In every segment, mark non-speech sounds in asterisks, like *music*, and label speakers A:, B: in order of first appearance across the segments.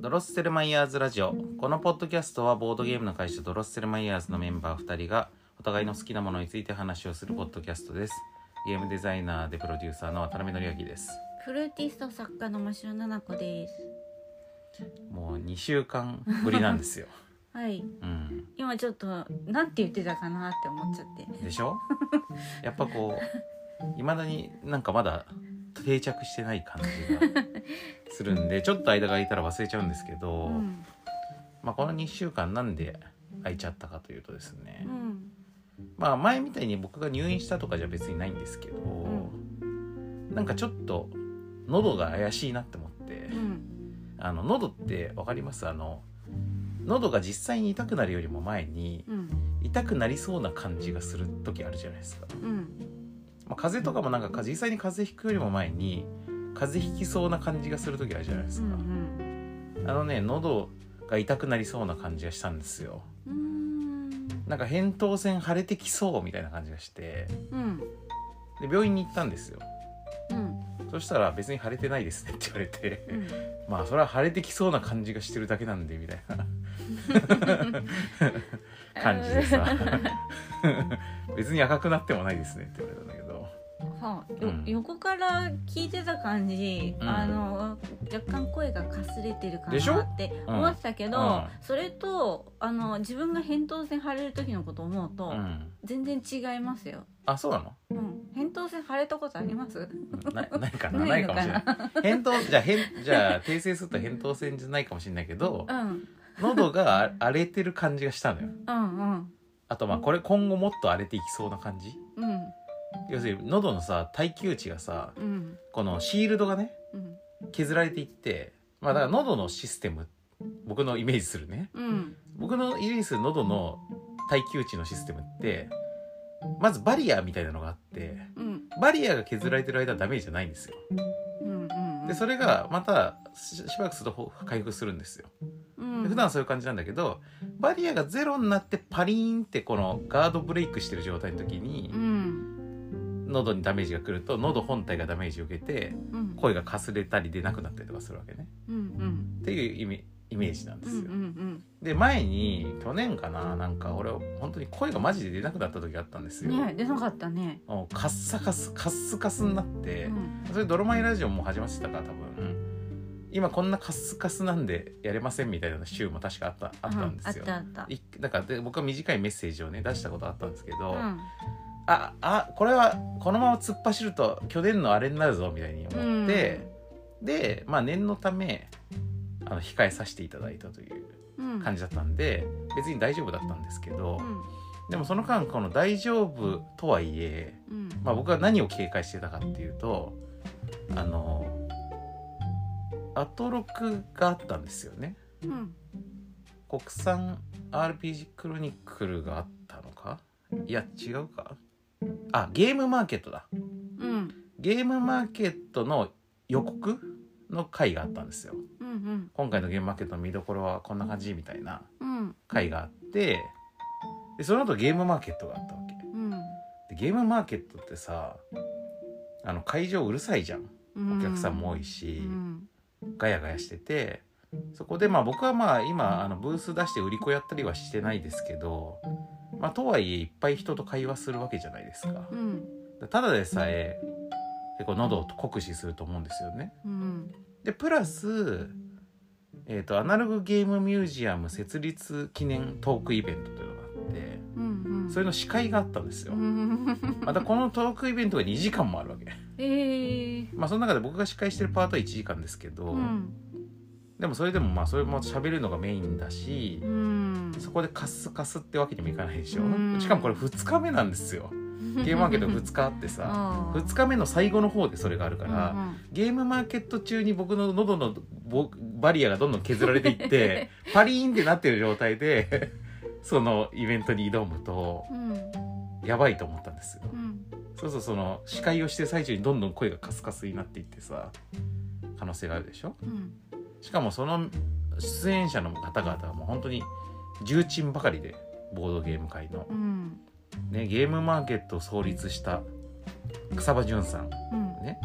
A: ドロッセルマイヤーズラジオこのポッドキャストはボードゲームの会社ドロッセルマイヤーズのメンバー2人がお互いの好きなものについて話をするポッドキャストですゲームデザイナーでプロデューサーの渡辺則明です
B: フルーティスト作家の真城奈々子です。
A: もう2週間ぶりなんです
B: *laughs*
A: よ
B: はい、
A: うん
B: 今ちょっと、なんて言ってたかなって思っちゃって。
A: でしょやっぱこういまだになんかまだ定着してない感じがするん
B: *laughs*
A: でちょっと間が空いたら忘れちゃうんですけど、
B: うん、
A: まあ、この2週間なんで空いちゃったかというとですね、
B: うん、
A: まあ前みたいに僕が入院したとかじゃ別にないんですけど、なんかちょっと喉が怪しいなって思って、
B: うん、
A: あの喉って分かりますあの喉が実際に痛くなるよりも前に
B: うん、
A: 痛くなりそうな感じがする時あるじゃないですか、
B: うん、
A: まあ、風邪とかもなんか実際に風邪ひくよりも前に風邪ひきそうな感じがする時あるじゃないで
B: う
A: すか、
B: ん、
A: あのね喉が痛くなりそうな感じがしたんですよ
B: うん、
A: なんか扁桃腺腫れてきそうみたいな感じがして
B: うん、
A: で病院に行ったんですよ
B: うん、
A: そしたら別に腫れてないですねって言われて、
B: *laughs* うん
A: まあそれは腫れてきそうな感じがしてるだけなんでみたい
B: *laughs*
A: な感じで
B: *laughs*
A: さ別に赤くなってもないですねって言われたんだけど
B: はあ、
A: うん
B: よ横から聞いてた感じ、
A: うん
B: あの若干声がかすれてるか
A: でし
B: な
A: ょ
B: って思ってたけど、
A: うん
B: それとあの自分が扁桃腺腫れる時のことを思うと、
A: うん
B: 全然違いますよ。
A: あそうなの
B: うん、扁桃腺腫れたことあります？
A: なないかなな
B: *laughs* ない
A: い
B: の
A: か
B: か
A: も
B: な
A: しれない扁桃じゃあ扁じゃあ訂正すると扁桃腺じゃないかもしれないけど
B: うん、うん
A: 喉が荒れてる感じがしたのよ
B: うん
A: あとまあこれ今後もっと荒れていきそうな感じ
B: うん
A: 要するに喉のさ耐久値がさ
B: うん
A: このシールドがね
B: うん
A: 削られていってまあだから喉のシステム僕のイメージするね
B: うん
A: 僕のイメージする喉の耐久値のシステムってまずバリアみたいなのがあって
B: うん
A: バリアが削られてる間はダメージじゃないんですよ
B: うんうん
A: でそれがまたししばらくするとほ回復するんですよ
B: うん
A: で普段はそういう感じなんだけどバリアがゼロになってパリーンってこのガードブレイクしてる状態の時に
B: うん
A: 喉にダメージが来ると喉本体がダメージを受けて
B: うん
A: 声がかすれたり出なくなったりとかするわけね
B: うんうん
A: っていうイメイメージなんで
B: う
A: す
B: ん
A: よ、
B: うん
A: で前に去年かななんか俺本当に声がマジで出なくなった時があったんです
B: うん
A: よ、
B: ね出なかったね。
A: もうカッサカスカッスカスになっ
B: う
A: て、
B: ん
A: それドロマイラジオも始まってたから多分今こんなカスカスなんでやれませんみたいな週も確かあったあったんですよ、
B: あったあった。
A: いだからで僕は短いメッセージをね出したことあったんですけど、
B: うん
A: ああこれはこのまま突っ走ると去年のあれになるぞみたいに思って、でまあ念のためあの控えさせていただいたという
B: うん
A: 感じだったんで別に大丈夫だったんですけど、
B: うん
A: でもその間この「大丈夫」とはいえ、
B: うん
A: まあ、僕は何を警戒してたかっていうとあのアトロクがあったんですよね
B: うん
A: 国産 RPG クロニクルがあったのかいや違うかあゲームマーケットだ
B: うん
A: ゲームマーケットの予告の回があったんですよ
B: うん
A: 今回のゲームマーケットの見どころはこんな感じみたいな
B: うん
A: 回があってでその後ゲームマーケットがあったわけ
B: うん
A: でゲームマーケットってさあの会場うるさいじゃん
B: うん
A: お客さんも多
B: い
A: いし
B: う、ん
A: ガヤガヤしててそこでまあ僕はまあ今あのブース出して売り子やったりはしてないですけどまあとはいえいっぱい人と会話するわけじゃないですか
B: うん
A: ただでさえ結構喉を酷使すると思うんですよね
B: うん
A: でプラスえっ、とアナログゲームミュージアム設立記念トークイベントというのがあって
B: うんうん
A: それの司会があったんですよ
B: うん
A: またこのトークイベントが2時間もあるわ
B: *laughs*
A: け
B: えー
A: まあその中で僕が司会してるパートは1時間ですけど、
B: うん
A: でもそれでもまあそれも喋るのがメインだし
B: う、ん
A: そこでカスカスってわけにもいかないでしょ、
B: うん
A: しかもこれ2日目なんですよゲームマーケット2日あってさ
B: あー
A: 2日目の最後の方でそれがあるから、
B: うんうん
A: ゲームマーケット中に僕の喉のぼバリアがどんどん削られていって
B: *laughs*
A: パリーンってなってる状態で *laughs* そのイベントに挑むと
B: うん
A: やばいと思ったんですよ
B: うん
A: そうそうその司会をしてる最中にどんどん声がカスカスになっていってさ可能性があるでしょ
B: うん
A: しかもその出演者の方々はもう本当に重鎮ばかりでボードゲーム界の
B: う、ん
A: ね、ゲームマーケットを創立した草場淳さん
B: うん
A: ね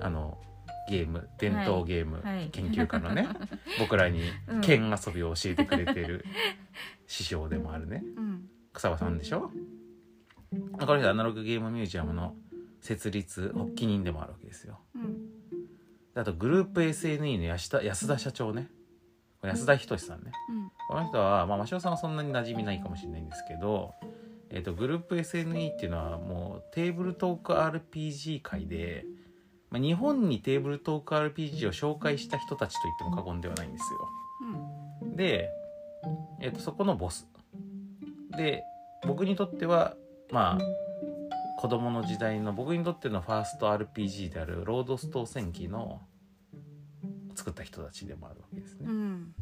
A: あのゲーム伝統ゲーム
B: はい
A: 研究家の
B: *laughs*
A: ね、僕らに
B: うん
A: 剣遊びを教えてくれてる師匠でもあるね
B: うん
A: 草場さんでしょこの人アナログゲームミュージアムの設立発起人でもあるわけですよ
B: うん
A: あとグループ SNE の安田安田社長ねこれ安田仁さんね
B: うん
A: この人は、まあ、真汐さんはそんなに馴染みないかもしれないんですけど、えっとグループ SNE っていうのはもうテーブルトーク RPG 界で、まあ、日本にテーブルトーク RPG を紹介した人たちと言っても過言ではないんですよ。
B: うん
A: で、えっとそこのボス。で僕にとってはまあ子供の時代の僕にとってのファースト RPG である「ロードストー戦記」の作った人たちでもあるわけです
B: う
A: ね。
B: ん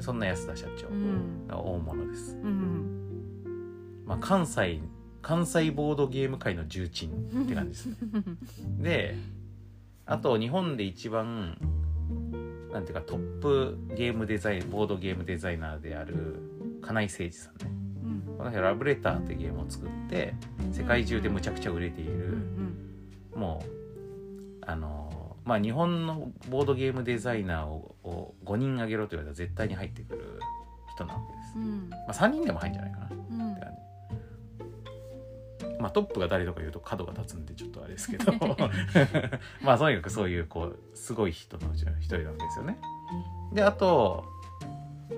A: そんな安田社長
B: うん
A: が大物です。
B: うん
A: まあ、関西関西ボードゲーム界の重鎮って感じです
B: *laughs*
A: ねであと日本で一番なんていうかトップゲームデザインボードゲームデザイナーである金井誠二さんね
B: うん
A: この人ラブレターってゲームを作って世界中でむちゃくちゃ売れている
B: うん
A: もうあのまあ日本のボードゲームデザイナーをを5人あげろと言われたら絶対に入ってくる人なわけです、
B: うん
A: まあ、3人でも入るんじゃないかな
B: うん
A: って感じまあトップが誰とか言うと角が立つんでちょっとあれですけ
B: *laughs*
A: ど *laughs* まあとにかくそういうこうすごい人のうちの一人なわけですよね。であと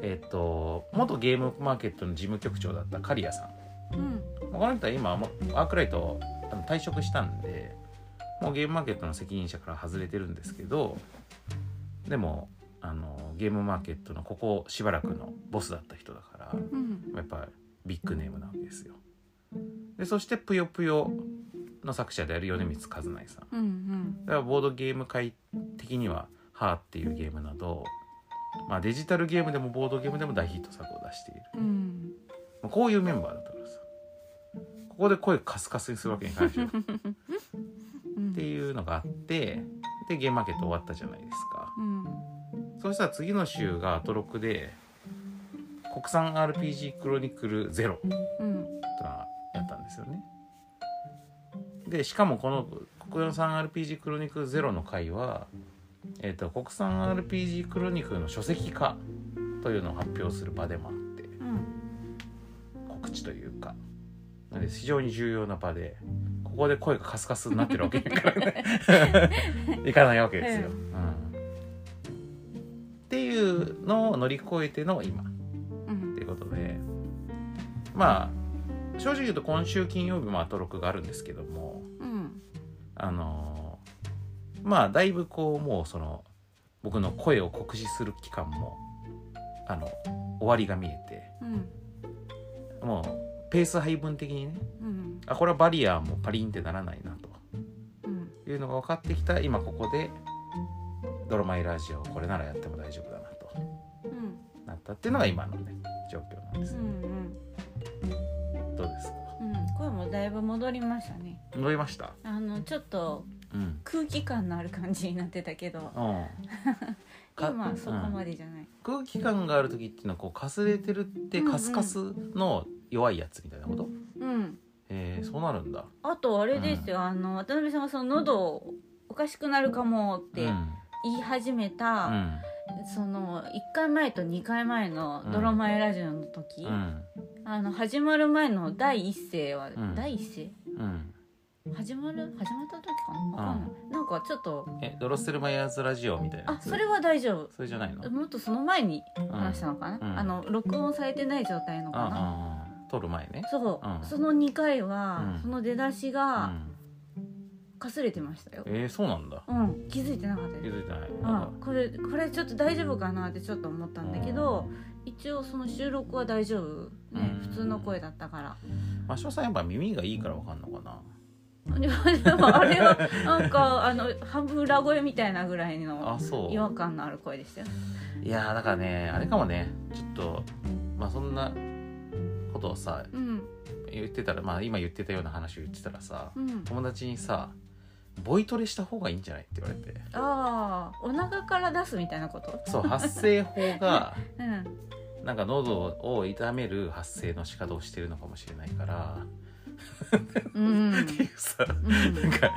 A: えっ、と元ゲームマーケットの事務局長だった刈谷さん
B: うん
A: この人は今もうアークライトあの退職したんでもうゲームマーケットの責任者から外れてるんですけどでもあのゲームマーケットのここしばらくのボスだった人だから。
B: うん
A: やっぱビッグネームなわけですよ。でそして「ぷよぷよ」の作者である米光和成さん。だか
B: うんうん
A: らボードゲーム界的には「はーっていうゲームなど、まあ、デジタルゲームでもボードゲームでも大ヒット作を出している。
B: うん
A: まあこういうメンバーだったからさ。ここで声カスカスにするわけにいかないでしょ。っ
B: うん
A: ていうのがあってでゲームマーケット終わったじゃないですか。
B: うん
A: そしたら次の週がアトロクで国産 RPG クロニクルゼロ
B: うん
A: ってのがやったんですよね。でしかもこの国産 RPG クロニクルゼロの回は、えー、と国産 RPG クロニクルの書籍化というのを発表する場でもあって
B: うん
A: 告知というかなので非常に重要な場でここで声がカスカスになってるわけだからねいかないわけですよ。
B: う
A: うんっていうのを乗り越えての今。
B: うん
A: っていうことでまあ正直言うと今週金曜日もアトロクがあるんですけども
B: うん
A: あのーまあだいぶこうもうその僕の声を酷使する期間もあの終わりが見えて
B: うん
A: もうペース配分的にね
B: うん
A: あこれはバリアーもパリンってならないな
B: うん
A: というのが分かってきた今ここで「ドロマイラジオ」これならやっても大丈夫だなと
B: うん
A: なったっていうのが今のね状況なんです
B: う
A: ね。
B: んうん
A: どうですか
B: うん声もだいぶ戻りましたね
A: 戻りました
B: あのちょっと
A: うん
B: 空気感のある感じになってたけど
A: うん、か
B: *laughs* 今そこ
A: う
B: ま
A: ん
B: でじゃない、
A: 空気感がある時っていうのはこうかすれてるってカスカスの弱いやつみたいなこと、
B: うん
A: えー、そうなるんだ
B: あとあれですよ、あの渡辺さんがその喉おかしくなるかもって
A: うん
B: 言い始め
A: う
B: た、
A: ん
B: その1回前と2回前の「ドロマイラジオ」の時、
A: うん
B: あの始まる前の第一声は、
A: ん
B: 第一
A: うん
B: 声始まる始まった時かなわかんない、なんかちょっと
A: えドロッセルマイヤーズラジオみたいなや
B: あ
A: つ
B: それは大丈
A: それじゃないの
B: 夫もっとその前に話したのかな、
A: うんうん
B: あの録音されてない状態のかな、
A: ああ撮る前ね
B: そう、
A: うん
B: その2回は、
A: うん
B: その出だし
A: う
B: が
A: ん、
B: かすれてましたよ、
A: えー、そうなんだ
B: うん気づいてなかった
A: 気
B: です、
A: づいてない
B: あこれこれちょっと大丈夫かなってちょっと思ったんだけど、一応その収録は大丈夫ね、
A: うん
B: 普通の声だったから
A: まあ、しょうさんやっぱ耳がいいからわかんのかな
B: でもでもあれはなんかあの半分裏声みたいなぐらいの
A: あそう
B: 違和感のある声でしたよ
A: いやーだからねあれかもねちょっとまあそんなことをさ
B: うん
A: 言ってたらまあ今言ってたような話を言ってたらさ
B: うん
A: 友達にさボイトレした方がいいんじゃないって言われて
B: ああお腹から出すみたいなこと
A: そう発声法
B: *laughs*
A: が
B: うん
A: なんか喉を痛める発声の仕方をしてるのかもしれないから、
B: うん
A: *laughs* っていうさ
B: うん
A: なんか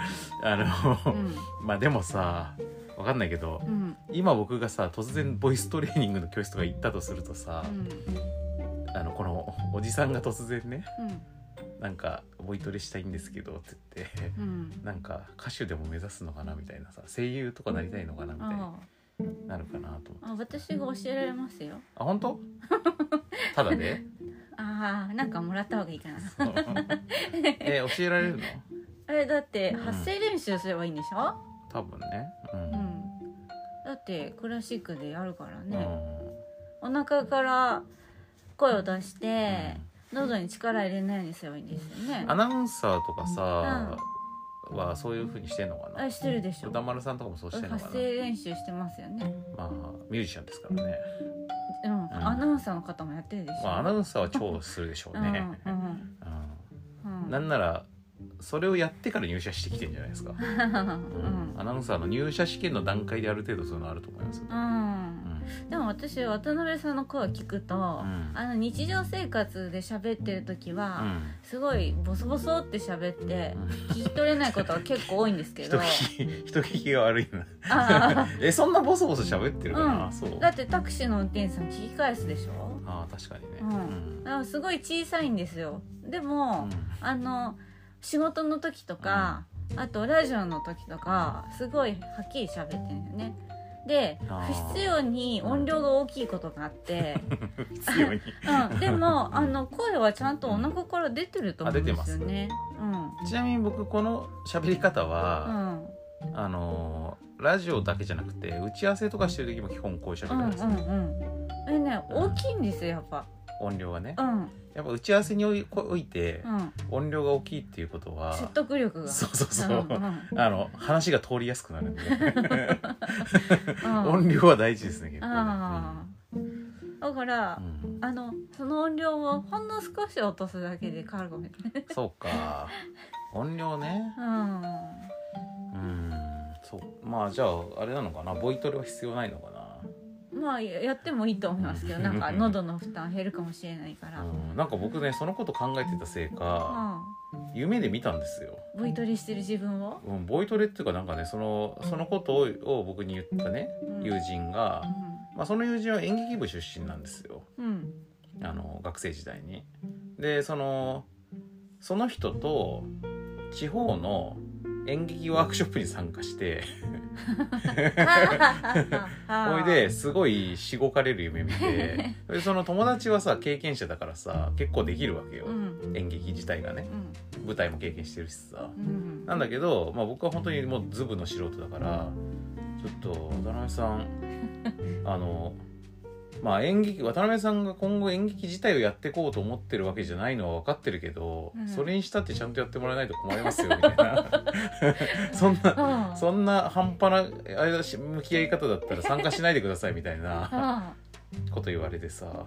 A: あの、
B: うん
A: まあでもさわかんないけど
B: うん
A: 今僕がさ突然ボイストレーニングの教室とか行ったとするとさ
B: う、ん
A: あのこのおじさんが突然ね
B: うん
A: なんかボイトレしたいんですけどって言って
B: うん
A: なんか歌手でも目指すのかなみたいなさ声優とかなりたいのかなみたいな
B: あ
A: なるかなと思って
B: ああ私が教えられますよ
A: あ本
B: *laughs*
A: 当ただで
B: ああなんかもらった方がいいかな
A: そうえ教えられるの
B: えだって
A: ん
B: 発声練習すればいいんでしょ、
A: 多分ね
B: うんだってクラシックでやるから
A: うん、
B: ね、お腹から声を出し
A: うん
B: て、喉に力入れないようにすればいいんですよね
A: アナウンサーとかさ、はそういうふうにしてんのかな
B: あしてるでしょ
A: 歌丸さんとかもそうしてんのか
B: 発
A: な
B: 声練習してますよね
A: まあミュージシャンですからね
B: うん、アナウンサーの方もやってるでしょ、
A: まあアナウンサーは超するでしょうね、
B: うんうん
A: うん
B: うん
A: なんならそれをやってから入社してきてんじゃないですか、
B: う
A: うん
B: ん
A: アナウンサーの入社試験の段階である程度そういうのあると思いますよ、
B: うん
A: うん
B: でも私渡辺さんの声を聞くと、
A: ん
B: あの日常生活で喋ってる時
A: う
B: は、
A: ん
B: すごいボソボソって喋って
A: うん
B: 聞き取れないことが結構多いんですけ
A: *laughs* 人
B: ど
A: 聞き人聞きが悪い
B: *laughs*
A: な
B: あ
A: えそんなボソボソ喋ってるかな、
B: う
A: *laughs*
B: ん
A: そう
B: あだってタクシーの運転手さん聞き返すでしょ
A: ああ確かにね
B: うんだからすごい小さいんですよで
A: う
B: も、
A: ん
B: あの仕事の時とか、あとラジオの時とかすごいはっきり喋ってるんだよねで
A: あー
B: 不必要に音量が大きいことがあ
A: *laughs*
B: って、
A: 必要に
B: うん、でもあの声はちゃんとお腹から出てると思うんですよね。うん
A: *laughs* ちなみに僕この喋り方は、
B: うん
A: あのーラジオだけじゃなくて打ち合わせとかしてる時も基本こういう
B: う
A: 喋り
B: ん
A: 方
B: う
A: ですね、
B: んうん。えね
A: うん
B: 大きいんですよやっぱ。
A: 音量がね
B: うん
A: やっぱ打ち合わせにおいおいて
B: うん。
A: 音量が大きいっていうことは
B: 説得力が。
A: そうそうそう、
B: んん
A: あの話が通りやすくなるんで
B: うん
A: 音量は大事ですね結構ね
B: ああ。だから
A: う。ん
B: あのその音量をほんの少し落とすだけで変わるかもしれない。
A: そうか音量ね
B: うん。
A: うんそうまあじゃああれなのかなボイトレは必要ないのかな
B: まあややってもいいと思いますけど、なんか喉の負担減るかもしれないから。うん。
A: うん、なんか僕ねそのこと考えてたせいか、夢で見たんですよ、
B: ボイトレしてる自分を。
A: うん、ボイトレっていうかなんかねそのそのことをを僕に言ったね
B: うん
A: 友人が、まあ、その友人は演劇部出身なんですよ
B: うん。
A: *laughs*
B: うん。
A: あの学生時代に。でそのその人と地方の演劇ワークショップに参加してほ
B: お
A: いですごいしごかれる夢見
B: *laughs*
A: てでその友達はさ経験者だからさ結構できるわけよ、
B: うん
A: 演劇自体がね
B: うん
A: 舞台も経験してるしさ。
B: うん
A: なんだけど、まあ、僕は本当にもうズブの素人だからちょっと渡辺さん *laughs* あのまあ演劇渡辺さんが今後演劇自体をやっていこうと思ってるわけじゃないのは分かってるけど、
B: うん
A: それにしたってちゃんとやってもらえないと困りますよみたいな *laughs* そんな
B: ああ
A: そんな半端なあれだし向き合い方だったら参加しないでくださいみたいな
B: あ
A: こと言われてさ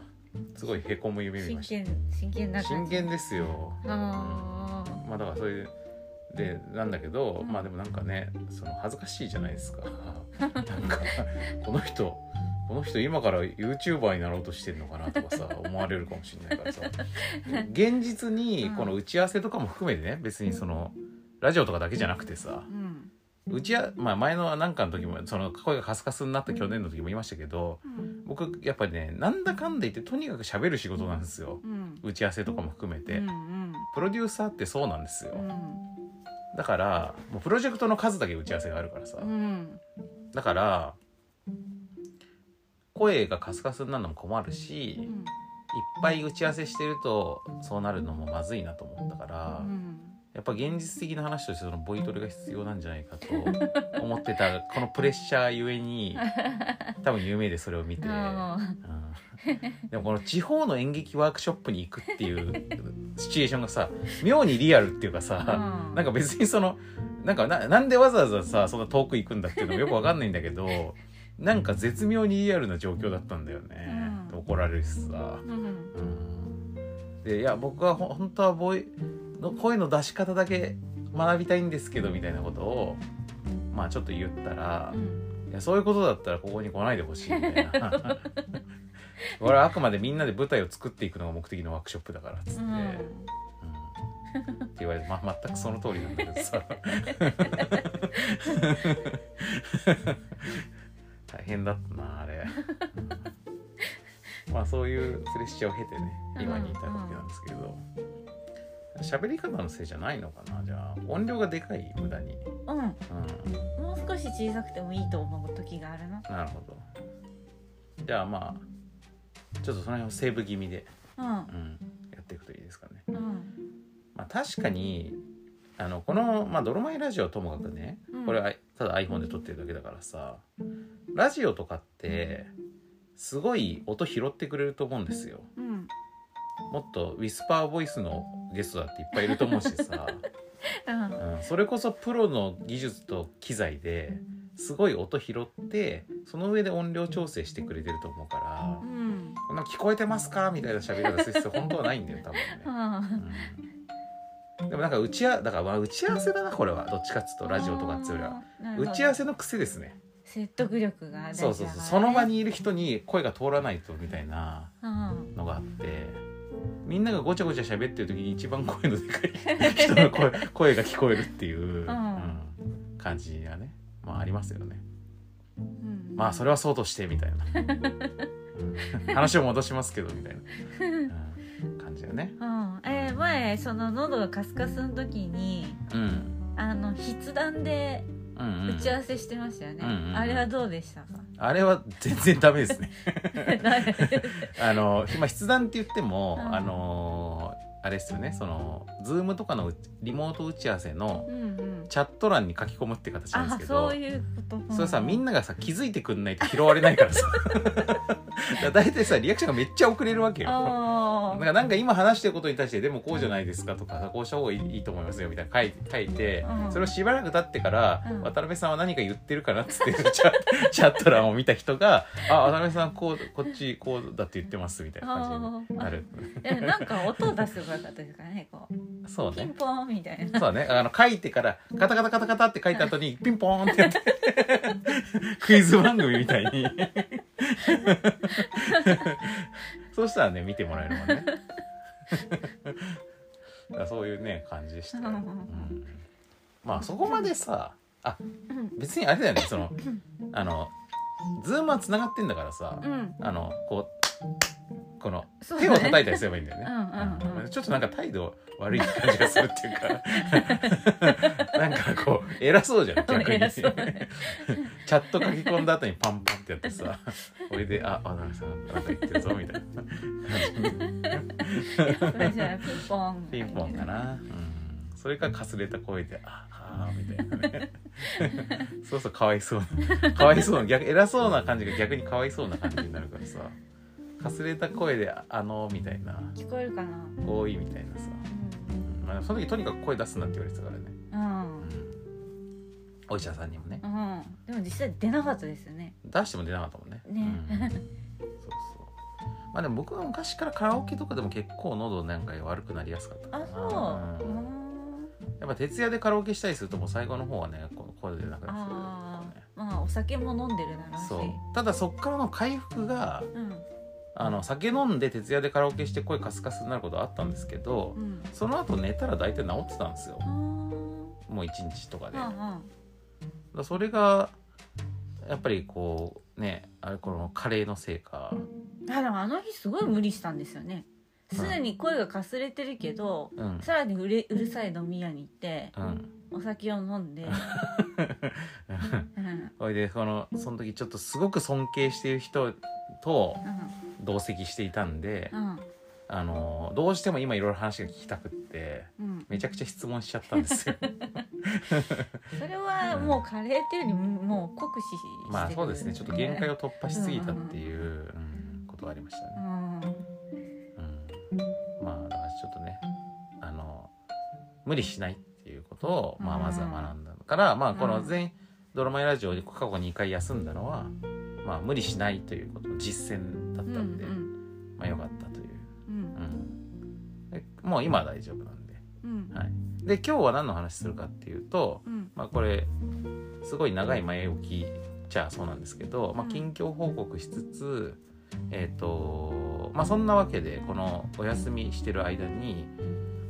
A: すごいへこむ
B: あ
A: 夢見
B: 真
A: まし
B: 剣真剣
A: た
B: な
A: 真
B: 感じ
A: 剣ですよ
B: ああ
A: まあだからそういうでなんだけど、
B: うん
A: まあでもなんかねその恥ずかしいじゃないですかなんかこの人この人今から YouTuber になろうとしてんのかなとかさ思われるかもしれないからさ現実にこの打ち合わせとかも含めてね別にそのラジオとかだけじゃなくてさ
B: うん
A: 打ち合まあ、前のなんかの時もその声がカスカスになった去年の時も言いましたけど
B: うん
A: 僕やっぱりねなんだかんだ言ってとにかく喋る仕事なんですよ
B: うん
A: 打ち合わせとかも含めて、
B: うんうん
A: プロデューサーってそうなんですよ、
B: うん
A: だからもうプロジェクトの数だけ打ち合わせがあるからさ、
B: うん
A: だから声がカスカスになるのも困るし、
B: う
A: いっ
B: ん
A: ぱい打ち合わせしてるとそうなるのもまずいなと思ったから、
B: うん
A: やっぱ現実的な話としてそのボイトレが必要なんじゃない
B: *laughs*
A: かと思ってたこのプレッシャーゆえに多分夢でそれを見て、
B: あ
A: う
B: あ
A: んでもこの地方の演劇ワークショップに行くっていうシチュエーションがさ妙にリアルっていうかさ、
B: うん
A: なんか別にそのなんかななんでわざわざさそんな遠く行くんだっていうのもよくわかんないんだけど
B: *laughs*
A: なんか絶妙にリアルな状況だったんだよね、
B: うん
A: 怒られるしさ、
B: うん
A: うん、でいや僕はほ本当はボイの声の出し方だけ学びたいんですけどみたいなことをまあちょっと言ったら
B: う、ん
A: いやそういうことだったらここに来ないでほしいみたい
B: *laughs*
A: な俺はあくまでみんなで舞台を作っていくのが目的のワークショップだからっつって、
B: うん
A: うんって言われて、ま、全くその通りなんだけどさ *laughs* 大変だったなあれまあそういうプレッシャーを経てね今に至るわけなんですけど喋り方のせいじゃないのかなじゃあ音量がでかい無駄に
B: うん
A: うん
B: もう少し小さくてもいいと思う時があるな
A: なるほどじゃあまあちょっとその辺をセーブ気味で、うん、やっていくといいですかね
B: うんうん
A: まあ、確かにあのこの「まあ、ドロマイラジオ」はともかくね
B: うん
A: これはただ iPhone で撮ってるだけだからさラジオとかってすごい音拾ってくれると思うんですよ
B: うん
A: もっとウィスパーボイスのゲストだっていっぱいいると思うし
B: *laughs*
A: さ、
B: うん
A: うん、それこそプロの技術と機材ですごい音拾ってその上で音量調整してくれてると思うから
B: うん
A: 「こんな聞こえてますか?」みたいな喋り方する必要本当はないんだよ多分ね。
B: うん
A: うんでもなんか打ち合だからまあ打ち合わせだなこれはどっちかっつうとラジオとかっつうよりは
B: あーなるほ
A: 打
B: ど
A: ち合わせの癖ですね
B: 説得力が大事だ
A: そ
B: から
A: うそ
B: ね
A: うそうその場にいる人に声が通らないとみたいな
B: うん
A: のがあってみんながごちゃごちゃ喋ってる時に一番声のでかい人の
B: *laughs*
A: 声声が聞こえるっていう、うん感じがねまあありますよね
B: うん
A: まあそれはそうとしてみたいなうん話を戻しますけどみたいな、うん感じだね
B: うんえー前その喉がカスカスの時に
A: うん
B: あの筆談で
A: うんうん
B: 打ち合わせしてましたよね、
A: うんうんうん
B: あれはどうでしたか
A: あれは全然ダメですね
B: 誰
A: あのまあ筆談って言っても、
B: うん
A: あのあれですよねそのズームとかのうリモート打ち合わせの
B: うんうん
A: チャット欄に書き込むって形なんです
B: あ
A: けど
B: そういうこと
A: それさみん
B: な
A: ながさ気づいてくんないと拾われないから
B: *laughs*
A: さだ大体さリアクションがめっちゃ遅れるわけよだ
B: あ
A: からなんか今話してることに対してでもこうじゃないですかとかこうした方がいいいいと思いますよみたいな書い書いて、
B: うん
A: それをしばらく経ってから、
B: うん
A: 渡辺さんは何か言ってるかなっつってチャ *laughs* チャット欄を見た人が「あ渡辺さんこうこっちこうだって言ってます」みたいな感じに
B: あ
A: なる
B: えなんか音を出せばよかったですかねこう
A: そう
B: ピン
A: ね
B: ポーンみたいな
A: そうだねあの書いてからカタカタカタカタって書いた後にピンポーンってやってクイズ番組みたいにそうしたらね見てもらえるもんねだからそういうね感じでしたよ、
B: うん
A: うんまあそこまでさあ
B: うん
A: 別にあれだよねそのあのズームはつながってんだからさ、
B: うん
A: あのこうこの
B: そう
A: 手
B: ね
A: を叩いたりすればいいんだよね。
B: うんうんうん
A: うんちょっとなんか態度悪い感じがするっていう
B: *laughs*
A: かなんかこう偉そうじゃん逆に、
B: 偉そうだね
A: チャット書き込んだ後にパンパンってやってさこれで「あ渡辺さんなんか言ってるぞ」みたいな
B: やっぱりじゃあピンポーン
A: ピンポンかな、うん、それかかすれた声で「ああ」みたいな
B: *laughs*
A: ねそうそうかわいそうなかわいそうな逆偉そうな感じが逆にかわいそうな感じになるからさかすれた声で「あの」みたいな
B: 聞こえるかな
A: 「多い」みたいなさ、うんまあ、でもその時とにかく声出すなって言われてたからね
B: うん
A: うんお医者さんにもね
B: うん、うん、でも実際出なかったですよね
A: 出しても出なかったもんね
B: ね
A: うん、そうそうまあでも僕は昔からカラオケとかでも結構喉なんか悪くなりやすかったか
B: あ
A: な
B: そう、
A: うん
B: うん
A: やっぱ徹夜でカラオケしたりするともう最後の方はねこう声でなくな
B: あ
A: ってくる
B: あまあお酒も飲んでるだろうし
A: そうただそっからの回復が
B: うん
A: あの酒飲んで徹夜でカラオケして声カスカスになることあったんですけど
B: うん
A: その後寝たら大体治ってたんですよ
B: あ
A: もう1日とかで
B: あ、は
A: だからそれがやっぱりこうねあれこのカレーのせいか
B: あ、あでもあの日すごい無理したんですよね
A: うん
B: すでに声がかすれてるけど、
A: うん
B: さらにうれうるさい飲み屋に行って
A: うん *laughs*
B: お酒を飲んで、うんうん
A: それでこのその時ちょっとすごく尊敬している人と同席していたんで
B: うん
A: あのどうしても今いろいろ話が聞きたくって
B: うん、
A: めちゃくちゃ質 *laughs* 問しちゃったんですよ
B: それはもうカレーっていうよりももう酷使してる
A: まあそうですねちょっと限界を突破しすぎたっていう、
B: う
A: うんことはありました
B: う
A: ね、う
B: ん
A: ん、まあだからちょっとねあの無理しないっていうことを、まあ、まずは学んだから、まあこの全員ドラマやラジオで過去2回休んだのは、まあ、無理しないということの実践だっ
B: うんう
A: たんで、
B: ん
A: まあ良かったという、
B: う
A: う
B: ん
A: んでもう今は大丈夫なんで、
B: うん
A: はい、で今日は何の話するかっていうと、
B: うん
A: まあ、これすごい長い前置きじゃあそうなんですけど、まあ、
B: うん
A: 近況報告しつつ、えっ、とまあそんなわけでこのお休みしてる間に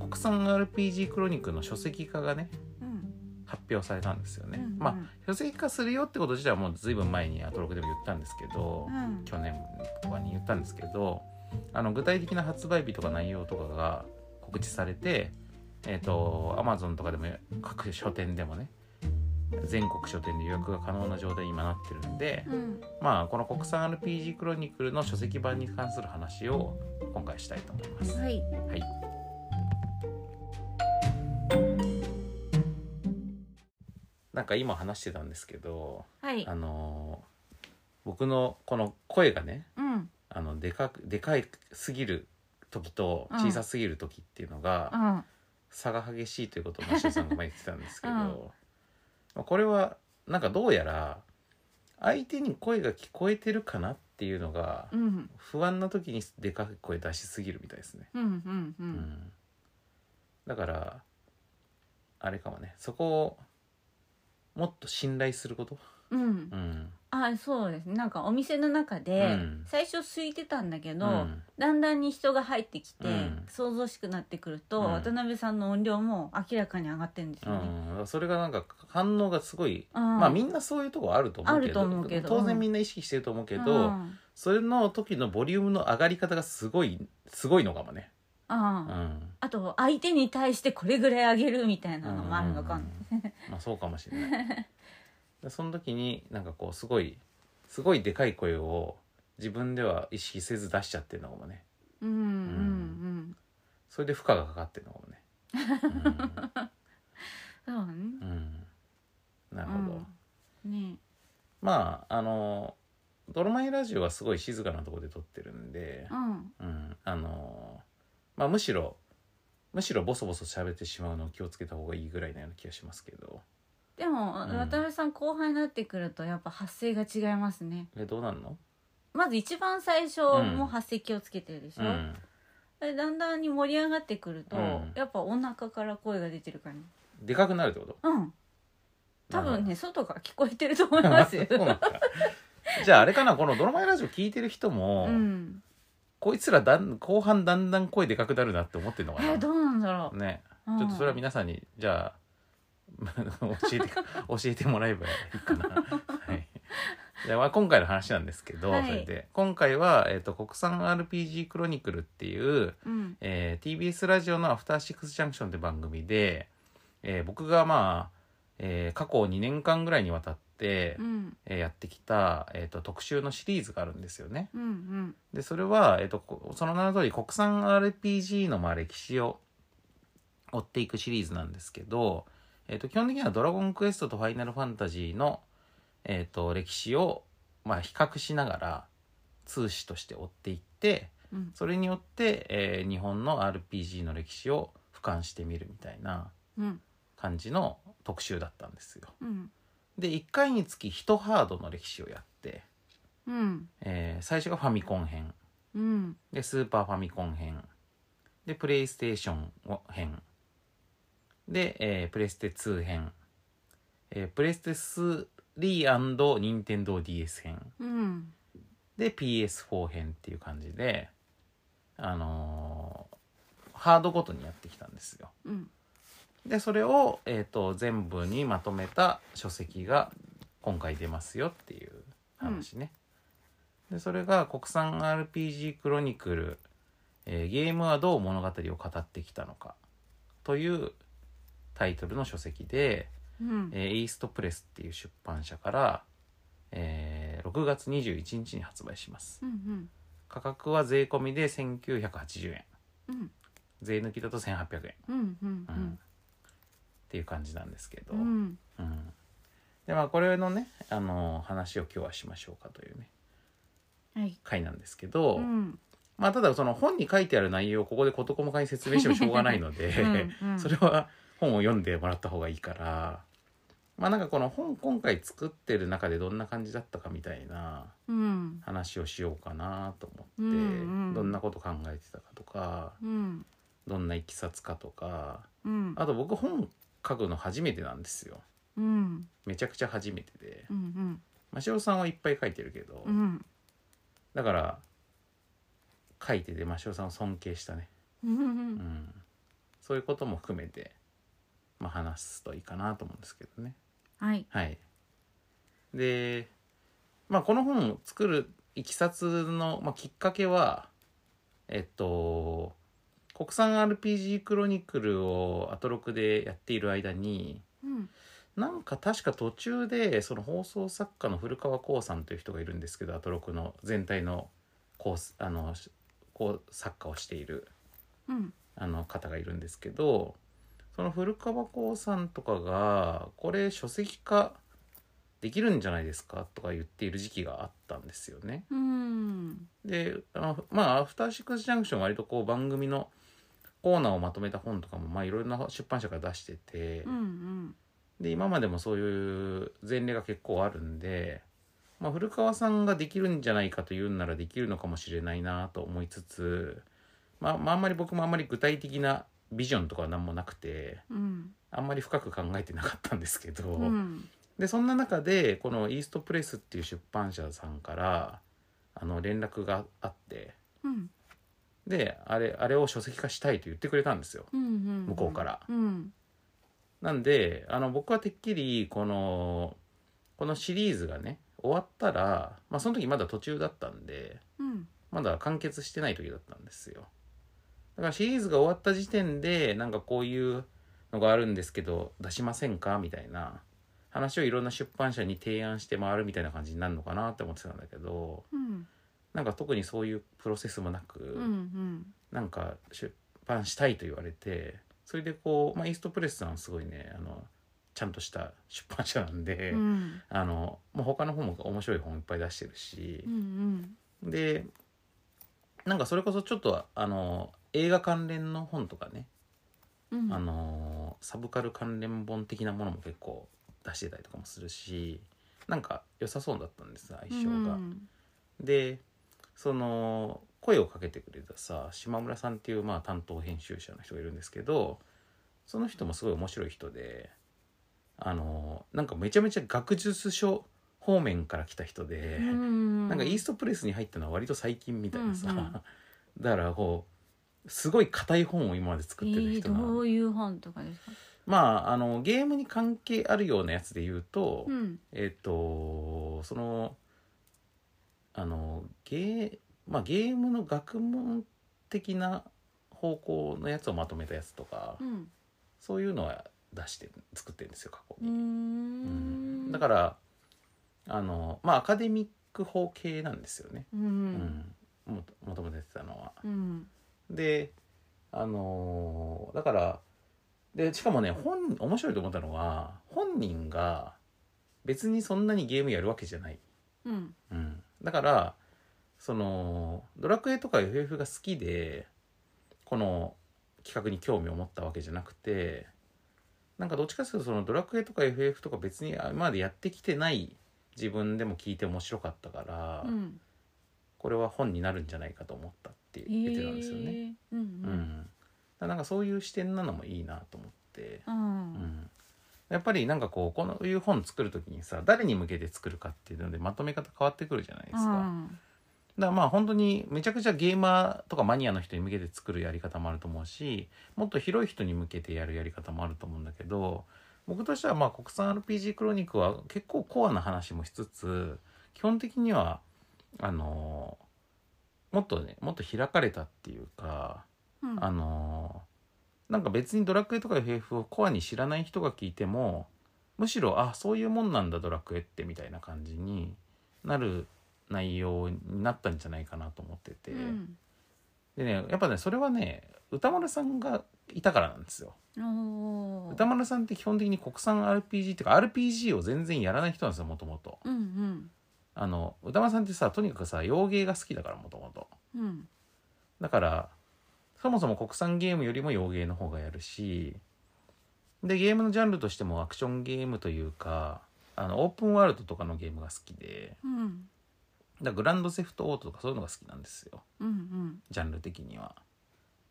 A: 国産 RPG クロニクルの書籍化がね
B: うん
A: 発表されたんですよね。
B: うん
A: まあ書籍化するよってこと自体はもう随分前にアトロクでも言ったんですけど、
B: うん
A: 去年とかに言ったんですけどあの具体的な発売日とか内容とかが告知されてえっ、と Amazon とかでも各書店でもね全国書店で予約が可能な状態に今なってるんで、
B: うん
A: まあこの国産 RPG クロニクルの書籍版に関する話を今回したいと思います。
B: はい
A: はい。なんか今話してたんですけど、
B: はい
A: あのー僕のこの声がね、
B: うん
A: あのでかくでかいすぎる時と
B: うん
A: 小さすぎる時っていうのが、
B: うん
A: 差が激しいということを増田さんが前言ってたんですけど、
B: うん
A: まあこれはなんかどうやら相手に声が聞こえてるかなっていうのが
B: うん
A: 不安な時にでかい声出しすぎるみたいですね。
B: うんうんう
A: うんんだからあれかもねそこをもっと信頼すること、
B: うん
A: うん
B: あそうですねなんかお店の中で
A: うん
B: 最初空いてたんだけど、
A: うん
B: だんだんに人が入ってきて、
A: うん
B: 想像しくなってくると、
A: うん
B: 渡辺さんの音量も明らかに上がってるんです
A: う
B: よね。
A: ん、だからそれがなんか反応がすごい、
B: うん
A: まあみんなそういうとこあると思うけ
B: あると
A: ど
B: 思うけど
A: 当
B: う
A: 然
B: ん
A: みんな意識してると思うけど、
B: うん
A: それの時のボリュームの上がり方がすごいすごいのかもね。
B: あ
A: う
B: あ
A: ん、
B: あと相手に対してこれぐらい上げるみたいなのもあるのかな。
A: うん *laughs* まあそうかもしれない。でその時になんかこうすごいすごいでかい声を自分では意識せず出しちゃってるのかもね。
B: うんうん
A: それで負荷がかかってるのかもね。
B: うん。そうね。
A: うん、うんなるほど。
B: うん、ね
A: まああのドロマイラジオはすごい静かなところで撮ってるんで
B: う、ん
A: うん、あのまあむしろむしろボソボソ喋ってしまうのを気をつけた方がいいぐらいなような気がしますけど。
B: でも、
A: うん
B: 渡辺さん後輩になってくるとやっぱ発声が違いますね。
A: えどうなんの？
B: まず一番最初
A: うん
B: も発声気をつけてるでしょ。
A: うん。
B: でだんだんに盛り上がってくると、
A: うん
B: やっぱお腹から声が出てる感じ。
A: でかくなるってこと？
B: うん。多分
A: な
B: ね、
A: る。
B: 外が聞こえてると *laughs* 思いますよ
A: そうなんだじゃああれかなこのドロマイラジオ聞いてる人も、
B: うん。
A: こいつらだん後半だんだん声でかくなるなって思ってるのか
B: え、
A: な
B: どうなんだろう。
A: ね
B: うん
A: ちょっとそれは皆さんにじゃあ *laughs* 教え
B: *laughs*
A: て教えてもらえばいいかな。はいでまあ、今回の話なんですけど、
B: はい
A: それで今回は、えーと「国産 RPG クロニクル」っていう、
B: うん。
A: えー TBS ラジオの「アフターシックスジャンクション」って番組で、えー僕がまあ、えー過去2年間ぐらいにわたって、
B: うん。
A: えーやってきた、えー、と特集のシリーズがあるんですよね。
B: うん。うん。
A: でそれは、えー、とこその名の通り国産 RPG のまあ歴史を追っていくシリーズなんですけど、えー、と基本的には「ドラゴンクエスト」と「ファイナルファンタジーの」えー、と歴史を、まあ、比較しながら通史として追っていって
B: うん。
A: それによって、えー日本の RPG の歴史を俯瞰してみるみたいな
B: うん。
A: 感じの特集だったんですよ。
B: うん。
A: で1回につき1ハードの歴史をやって。
B: うん。
A: えー最初がファミコン編
B: うん。
A: でスーパーファミコン編でプレイステーション編で、えープレステ2編、えープレステ 3&NintendoDS 編
B: うん。
A: で PS4 編っていう感じであのーハードごとにやってきたんですよ
B: うん。
A: でそれを、えー、と全部にまとめた書籍が今回出ますよっていう話ね、でそれが「国産 RPG クロニクル、えーゲームはどう物語を語ってきたのか」というタイトルの書籍で、
B: うん。
A: えーイーストプレスっていう出版社から、えー6月21日に発売します
B: うん。
A: 価格は税込みで1980円
B: うん。
A: 税抜きだと1800円、
B: うん。うん。う
A: うんっ
B: ん。
A: ていう感じなんですけど、
B: うん。
A: うんでまあこれのねあの話を今日はしましょうかというね
B: はい。
A: 回なんですけど、
B: うん。
A: まあただその本に書いてある内容をここで事細かに説明してもしょうがないので
B: うんう
A: *laughs*
B: ん
A: それは本を読んでもらった方がいいからまあなんかこの本今回作ってる中でどんな感じだったかみたいな
B: うん。
A: 話をしようかなと思って、
B: うんうん
A: どんなこと考えてたかとか
B: うん。
A: どんないきさつかとか
B: うん。
A: あと僕本書くの初めてなんですよ
B: うん。
A: めちゃくちゃ初めてで。
B: うん。
A: まあ、塩さんはいっぱい書いてるけど、
B: うん。
A: だから書いてて、まあ、塩さんを尊敬したね、
B: う。
A: うんん、そういうことも含めて、まあ、話すといいかなと思うんですけどね。
B: はい
A: はい、で、まあ、この本を作るいきさつの、まあ、きっかけはえっと国産 RPG クロニクルをアトロクでやっている間に
B: うん
A: なんか確か途中でその放送作家の古川光さんという人がいるんですけどアトロクの全体のコースあのしこう作家をしている
B: うん
A: あの方がいるんですけどその古川光さんとかがこれ書籍化できるんじゃないですかとか言っている時期があったんですよね。
B: うん
A: であのまあ「アフターシックス・ジャンクション」割とこう番組のコーナーをまとめた本とかもまあいろいろな出版社が出してて、
B: うんうん
A: で今までもそういう前例が結構あるんで、まあ、古川さんができるんじゃないかというんならできるのかもしれないなと思いつつ、まあ、まああんまり僕もあんまり具体的なビジョンとかは何もなくて
B: うん
A: あんまり深く考えてなかったんですけど、
B: うん
A: でそんな中でこのイーストプレスっていう出版社さんからあの連絡があって
B: うん
A: であれあれを書籍化したいと言ってくれたんですよ。
B: うんうん
A: 向こうから
B: うん
A: なんであの僕はてっきりこのこのシリーズがね終わったら、まあ、その時まだ途中だったんで
B: うん
A: まだ完結してない時だったんですよだからシリーズが終わった時点でなんかこういうのがあるんですけど出しませんかみたいな話をいろんな出版社に提案して回るみたいな感じになるのかなって思ってたんだけど
B: うん
A: なんか特にそういうプロセスもなく、
B: うんうん
A: なんか出版したいと言われてそれでこう、まあ、イーストプレスさんはすごいねあのちゃんとした出版社なんで、
B: うん
A: あのまあ、他の本も面白い本いっぱい出してるし
B: うんう、ん
A: でなんかそれこそちょっとあの映画関連の本とかね、
B: うん
A: あのサブカル関連本的なものも結構出してたりとかもするしなんか良さそうだったんです相性が。
B: うん
A: でその声をかけてくれたさ島村さんっていうまあ担当編集者の人がいるんですけどその人もすごい面白い人であのなんかめちゃめちゃ学術書方面から来た人で、
B: うん
A: なんかイーストプレスに入ったのは割と最近みたいなさ、
B: うんうん
A: だからこうすごい硬い本を今まで作ってる人
B: え
A: な
B: ーど
A: の、
B: ういう本とかですか
A: まああのゲームに関係あるようなやつで言うと、
B: うん
A: えっ、とそのあのゲー,、まあ、ゲームの学問的な方向のやつをまとめたやつとか、
B: うん
A: そういうのは出して作ってるんですよ過去
B: うー
A: に、
B: ん
A: だからあのまあアカデミック法系なんですよね、
B: う
A: うん
B: ん
A: もともともとやってたのは。
B: うん
A: であのーだからでしかもね本面白いと思ったのは本人が別にそんなにゲームやるわけじゃない。
B: うん
A: うん、だからそのドラクエとか FF が好きでこの企画に興味を持ったわけじゃなくてなんかどっちかというとそのドラクエとか FF とか別にあ今までやってきてない自分でも聞いて面白かったから、
B: うん
A: これは本になるんじゃないかと思ったって
B: えー
A: 言ってたんですよね。
B: うん
A: うんだからなんかそういう視点なのもいいなと思って、
B: う
A: うんん、やっぱりなんかこうこういう本作る時にさ誰に向けて作るかっていうのでまとめ方変わってくるじゃないですか。
B: うん
A: だからまあ本当にめちゃくちゃゲーマーとかマニアの人に向けて作るやり方もあると思うしもっと広い人に向けてやるやり方もあると思うんだけど僕としてはまあ国産 RPG クロニクは結構コアな話もしつつ基本的にはあのもっとねもっと開かれたっていうか
B: うん
A: あのなんか別にドラクエとか FF をコアに知らない人が聞いてもむしろあそういうもんなんだドラクエってみたいな感じになる内容になったんじゃないかなと思ってて、
B: うん
A: でねやっぱねそれはね歌丸さんがいたからなんですよ
B: おー
A: 歌丸さんって基本的に国産 RPG っていうか RPG を全然やらない人なんですよもともと
B: うん
A: あの歌丸さんってさとにかくさ洋芸が好きだからもともと
B: うんうん
A: だからそもそも国産ゲームよりも洋芸の方がやるしでゲームのジャンルとしてもアクションゲームというかあのオープンワールドとかのゲームが好きで
B: うん
A: だからグランドセフトオートとかそういうのが好きなんですよ
B: うんうん
A: ジャンル的には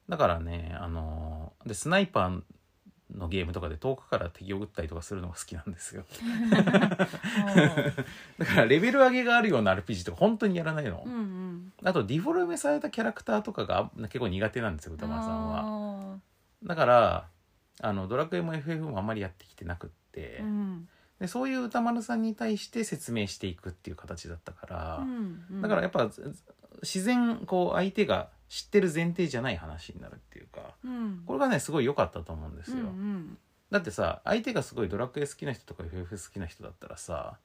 A: だからねあのーでスナイパーのゲームとかで遠くから敵を撃ったりとかするのが好きなんですよ *laughs* だからレベル上げがあるような RPG とか本当にやらないの、
B: おーうん
A: あとディフォルメされたキャラクターとかが結構苦手なんですよ
B: うん
A: 歌丸さんは
B: は
A: だからあのドラクエも FF もあんまりやってきてなくって、
B: うん
A: でそういう歌丸さんに対して説明していくっていう形だったから、
B: うん
A: だからやっぱず自然こう相手が知ってる前提じゃない話になるっていうか
B: うん
A: これがねすごい良かったと思うんですよ、
B: うん
A: だってさ相手がすごいドラクエ好きな人とか FF 好きな人だったらさ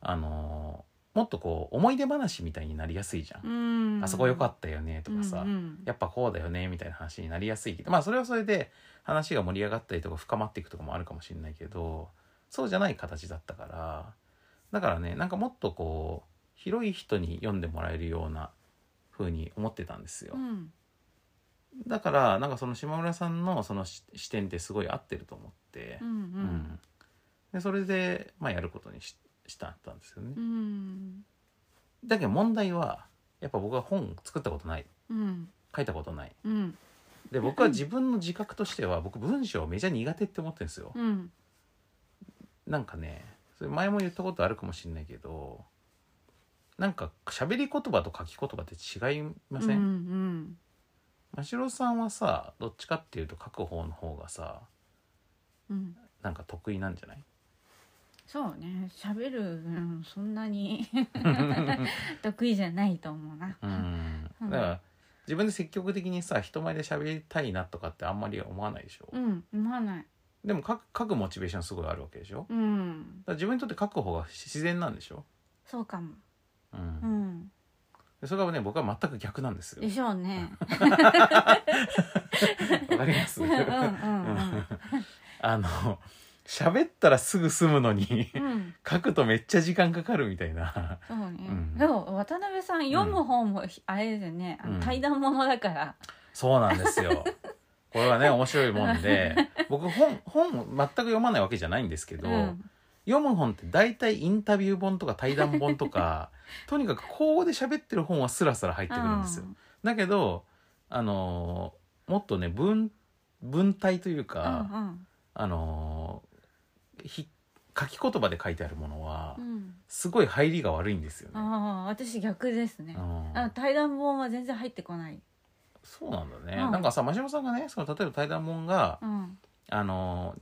A: あのーもっとこう思い出話みたいになりやすいじゃん、
B: うんうん、
A: あそこ良か
B: っ
A: ったよね
B: た
A: とかさ、
B: うんうん、
A: やっぱこうだよねみたいな話になりやすいけどまあそれはそれで話が盛り上がったりとか深まっていくとかもあるかもしれないけどそうじゃない形だったからだからねなんかもっとこう広い人に読んでもらえるような風に思ってたんですよ
B: うん
A: だからなんかその島村さんのそのし視点ってすごい合ってると思って
B: う、ん
A: んでそれで、まあ、やることにししたったんですよね
B: うんう、ん
A: だけど問題はやっぱ僕は本作ったことない
B: うん
A: 書いたことない
B: うん
A: で僕は自分の自覚としては僕文章めちゃ苦手って思ってるんですよ
B: うん
A: なんかねそれ前も言ったことあるかもしれないけどなんか喋り言葉と書き言葉って違いませ
B: うんん
A: 真城さんはさどっちかっていうと書く方の方がさ
B: うんうん
A: なんか得意なんじゃない
B: そうね喋る、うん、そんなに *laughs* 得意じゃないと思うな
A: うん
B: うん
A: だから自分で積極的にさ人前で喋りたいなとかってあんまり思わないでしょ、
B: うん思わない
A: でも書く書くモチベーションすごいあるわけでしょだか
B: うん
A: ら自分にとって書く方が自然なんでしょ、
B: そうかも
A: う
B: うんん
A: でそれがね僕は全く逆なんですよ
B: でしょうね
A: わかります
B: うんうんうん
A: *laughs* あの喋ったらすぐ済むのに *laughs*
B: うん
A: 書くとめっちゃ時間かかるみたいな
B: そうね
A: うん
B: でも渡辺さん読む本もひあれでねあの
A: うん
B: 対談ものだから
A: そうなんですよこれはね面白いもんで僕本本を全く読まないわけじゃないんですけど、
B: うん
A: 読む本って大体インタビュー本とか対談本と
B: *laughs*
A: かとにかく口語で喋ってる本はスラスラ入ってくるんですよ、だけどあのーもっとね文文体という
B: う
A: か、
B: ん
A: あのーひ書き言葉で書いてあるものは
B: うんうん
A: すごい入りが悪いんですよね、
B: ああ私逆ですね
A: うん
B: あの対談本は全然入ってこない
A: そうなんだね、
B: うん
A: なんかさ真島さんがねその例えば対談本が、
B: うん
A: あの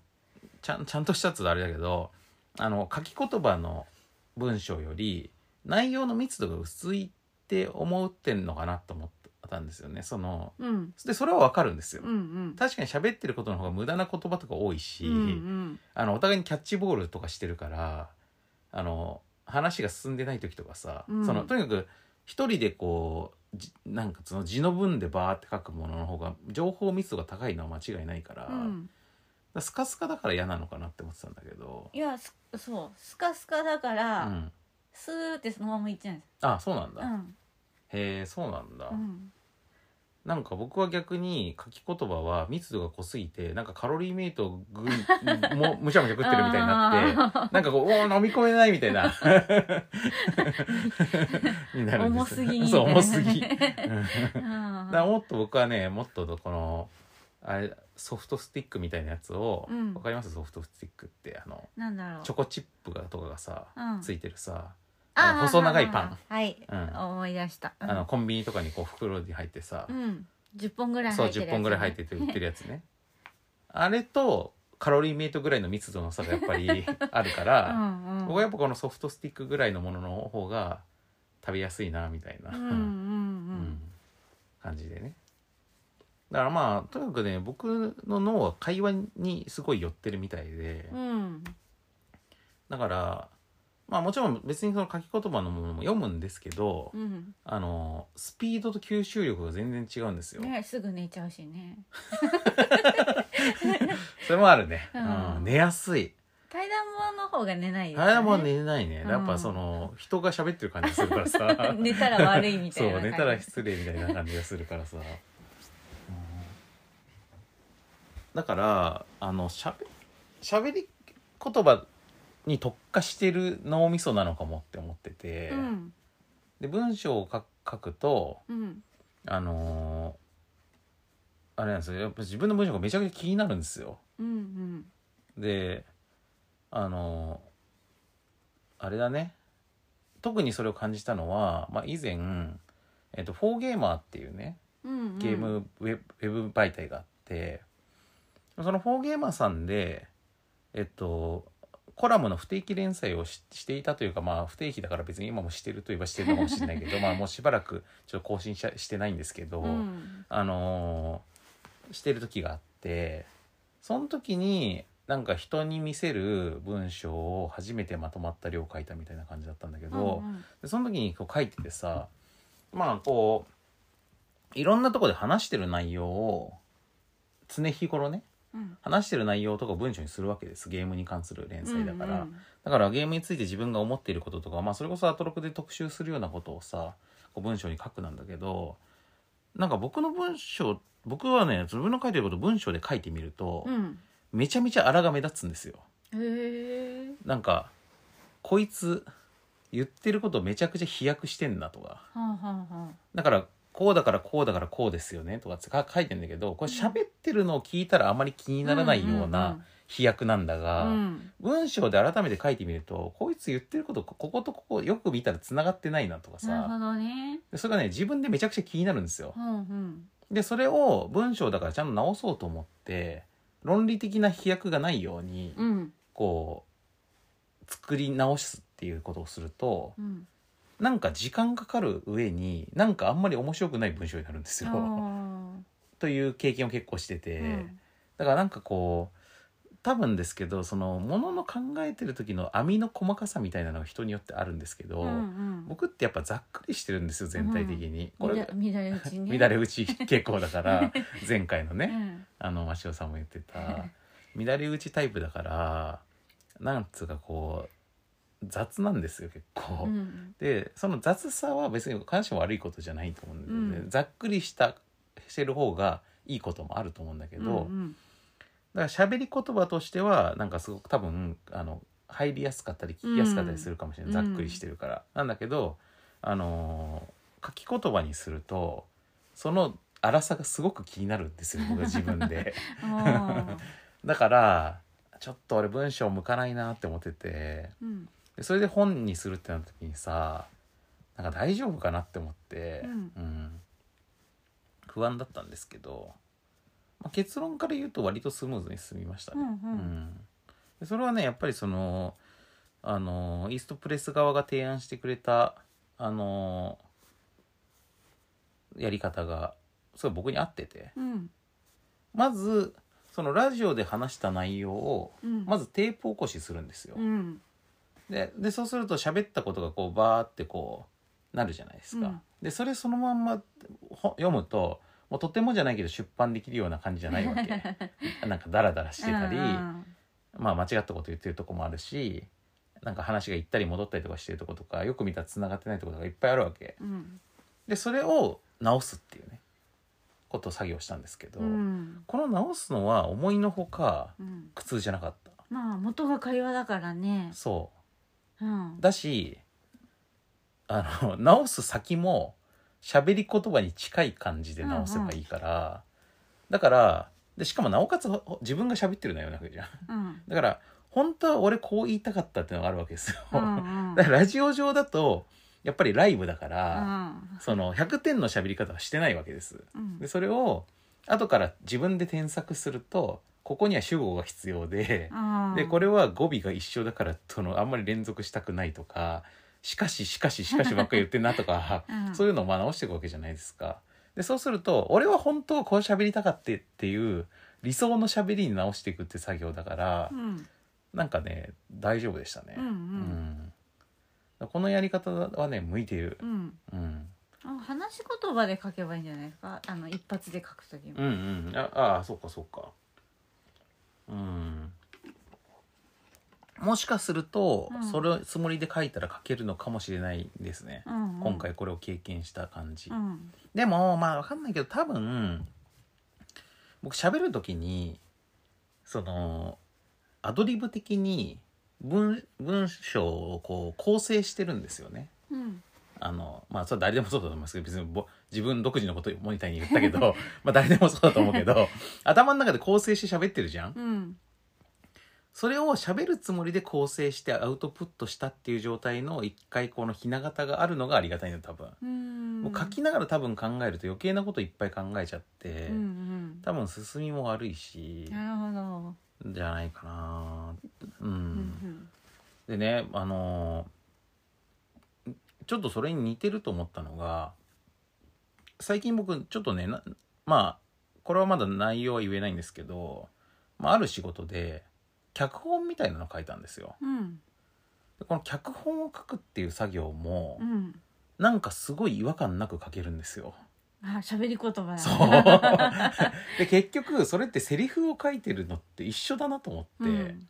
A: ちゃんちゃんとしたっつうとあれだけどあの書き言葉の文章より内容の密度が薄いって思ってんのかなと思ったんですよねその
B: うん
A: でそれはわかるんですよ、
B: うんうん
A: 確かに喋ってることの方が無駄な言葉とか多いし、
B: うんうん
A: あのお互いにキャッチボールとかしてるからあの話が進んでない時とかさ、
B: うん
A: そのとにかく一人でこうじなんかその字の文でバーって書くものの方が情報密度が高いのは間違いないから,、
B: うん
A: スカスカだから嫌なのかなって思ってたんだけど、
B: いやすそうスカスカだか
A: う
B: ら
A: ん、
B: スーってそのままいっちゃうんです
A: あそうなんだ、
B: う
A: へ
B: ん
A: えそうなんだ、
B: うん
A: なんか僕は逆に書き言葉は密度が濃すぎてなんかカロリーメイトをぐんもむしゃむしゃ食ってるみたいに
B: *laughs*
A: なってなんかこうおー飲み込めないみたいな *laughs* になるんで
B: 重
A: す
B: すぎみたい
A: そう
B: な
A: 重すぎだか
B: うん
A: らもっと僕はねもっとこのあれソフトスティックみたいなやつを、
B: うん
A: わかりますソフトスティックってあの
B: なんだろう
A: チョコチップがとかがさ、
B: うん
A: ついてるさ
B: あ
A: あの細長いパン
B: はい、
A: うん
B: 思い出した
A: あのコンビニとかにこう袋に入ってさ、
B: うん10本ぐらい
A: そう
B: 入ってる
A: 10本ぐらい入ってて売ってるやつねあれとカロリーメイトぐらいの密度の差がやっぱりあるか
B: *laughs* う
A: ら、
B: んうん
A: 僕はやっぱこのソフトスティックぐらいのものの方が食べやすいなみたいな、
B: うんうんう
A: うんん感じでねだからまあとにかくね僕の脳は会話にすごい寄ってるみたいで、
B: うん
A: だからまあもちろん別にその書き言葉のものも読むんですけど、
B: うん
A: あのスピードと吸収力が全然違うんですよ、
B: ねすぐ寝ちゃうしね
A: それもあるね、
B: うん
A: うん、寝やすい
B: 対談本の方が寝ないですよ
A: あれはもう寝れないね、
B: うん
A: やっぱその人が喋ってる感じするからさ
B: *laughs* 寝たら悪いみた
A: そ
B: いな
A: う
B: 感じ
A: 寝たら失礼みたいな感じがする
B: *laughs*
A: からさ、うんだからあのしゃべ喋り言葉に特化してる脳みそなのかもって思ってて、
B: うん
A: で文章を書く書くと
B: うん
A: あのーあれなんですよやっぱ自分の文章がめちゃくちゃ気になるんですよ。
B: うん
A: であのあれだね特にそれを感じたのは、まあ、以前、えっと、フォーゲーマーっていうね
B: うんうん
A: ゲームウェブ,、ウェブ媒体があってそのフォーゲーマーさんでえっとコラムの不定期連載をししていたというかまあ不定期だから別に今もしてるといえばしてるのかもしれない
B: *laughs*
A: けどまあもうしばらくちょっと更新ししてないんですけど、
B: うん
A: あのーしてる時があってその時になんか人に見せる文章を初めてまとまった量を書いたみたいな感じだったんだけど、
B: うん
A: でその時にこう書いててさまあこういろんなとこで話してる内容を常日頃ね
B: うん
A: 話してる内容とかを文章にするわけですゲームに関する連載だから、
B: うん
A: だからゲームについて自分が思っていることとか、まあ、それこそアトロクで特集するようなことをさこう文章に書くなんだけどなんか僕の文章僕はね自分の書いてることを文章で書いてみると、
B: うん
A: めちゃめちゃ荒が目立つんですよ。
B: うんへえ
A: なんかこいつ言ってることめちゃくちゃ飛躍してんなとか
B: はあはあはあ
A: だからこうだからこうだからこうですよねとかってか書いてんだけどこれ喋ってるのを聞いたらあまり気にならないような飛躍なんだが、
B: うんうんうん
A: 文章で改めて書いてみるとこいつ言ってることここことここよく見たらつながってないなとか
B: なるほ
A: さ
B: どね
A: でそれがね自分でめちゃくちゃ気になるんですよ
B: う。んうん
A: でそれを文章だからちゃんと直そうと思って論理的な飛躍がないように
B: うん
A: こう作り直すっていうことをすると
B: うん
A: なんか時間かかる上になんかあんまり面白くない文章になるんです
B: あ
A: よ。
B: ー
A: という経験を結構してて、
B: うん
A: だからなんかこう多分ですけどそのものの考えてる時の網の細かさみたいなのが人によってあるんですけど、
B: うんうん
A: 僕ってやっぱざっくりしてるんですよ全体的に。これ
B: 乱乱れ打
A: *laughs*
B: ちね
A: 乱れ打ち傾向だから
B: *laughs*
A: 前回の
B: う
A: ね
B: ん
A: あのマシオさんも言ってた乱れ打ちタイプだからなんつうかこう雑なんですよ結構。
B: うん
A: でその雑さは別に必ずしも悪いことじゃないと思うんだけどね、
B: うん
A: ざっくりしたしてる方がいいこともあると思うんだけど、
B: うん
A: だから喋り言葉としてはなんかすごく多分あの入りやすかったり聞きやすかったりするかもしれない、
B: う
A: ざっ
B: ん
A: くりしてるから。なんだけど、あのー書き言葉にするとその粗さがすごく気になるんですよ僕は自分
B: *laughs*
A: で。
B: う
A: *laughs*
B: んあ
A: だからちょっと俺文章向かないなって思ってて
B: ーうん
A: でそれで本にするってなった時にさなんか大丈夫かなって思って、
B: うん
A: ん不安だったんですけど、まあ、結論から言うと割とスムーズに進みました
B: う
A: ね。
B: んう
A: うんんでそれはねやっぱりそのあのイーストプレス側が提案してくれたあのやり方がすごい僕に合ってて
B: うん
A: まずそのラジオで話した内容を
B: うん
A: まずテープ起こしするんですよ。
B: うん
A: ででそうすると喋ったことがこうバーってこうなるじゃないですか。
B: うん
A: でそれそのまんまほ読むともうとてもじゃないけど出版できるような感じじゃないわ
B: *laughs*
A: けなんかダラダラしてたり、
B: うん
A: まあ、間違ったこと言ってるとこもあるしなんか話が行ったり戻ったりとかしてるとことかよく見たら繋がってないとことかいっぱいあるわけ
B: うん
A: でそれを直すっていうねことを作業したんですけど、
B: うん
A: この直すのは思いのほか
B: うん
A: 苦痛じゃなかっ
B: まあ元が会話だからね
A: たそううんだしあの *laughs* 直す先も喋り言葉に近い感じで直せばいいから、だからでしかもなおかつほほ自分が喋ってる内容なわけじゃん
B: うん
A: だから本当は俺こう言いたかったっていうのがあるわけですよ、
B: うんうん
A: だからラジオ上だとやっぱりライブだから、
B: う
A: その100点の喋り方はしてないわけです。
B: ん
A: でそれを後から自分で添削するとここには主語が必要で、
B: うん
A: でこれは語尾が一緒だからそのあんまり連続したくないとか「しかししかししかし」ばっかり言ってんなと
B: *laughs*
A: か *laughs*
B: うん
A: そういうのをまあ直していくわけじゃないですか。でそうすると俺は本当はこう喋りたかってっていう理想の喋りに直していくって作業だから
B: う、ん
A: なんかね大丈夫でしたね。
B: うんう
A: うんんこのやり方はね向いている、
B: うん
A: うん、
B: あ話し言葉で書けばいいんじゃないですかあの一発で書くときも
A: うんうんああそうかそうかうんもしかすると、
B: うん
A: それつもりで書いたら書けるのかもしれないですね、
B: うんうん
A: 今回これを経験した感じ、
B: うん
A: でもまあわかんないけど多分僕喋る時にそのアドリブ的に文文章をこう構成してるんですよね
B: うん
A: あのまあそれは誰でもそうだと思いますけど別にぼ自分独自のことをモニターに言ったけど *laughs*
B: *laughs*
A: まあ誰でもそうだと思うけど頭の中で構成して喋ってるじゃん
B: うん
A: それを喋るつもりで構成してアウトプットしたっていう状態の一回このひな形があるのがありがたいの多分、
B: うん
A: もう書きながら多分考えると余計なこといっぱい考えちゃって、
B: うん
A: 多分進みも悪いし
B: うん、なるほど
A: じゃないかなうん、
B: うん
A: でねあのーちょっとそれに似てると思ったのが最近僕ちょっとねなまあこれはまだ内容は言えないんですけど、まあ、ある仕事で脚本みたいなの書いたんですよ。
B: うん
A: でこの脚本を書くっていう作業も
B: うんうん
A: なんかすごい違和感なく書けるんですよ。
B: あ喋り言葉だ
A: そう
B: *laughs*
A: で結局それってセリフを書いてるのって一緒だなと思って。
B: うん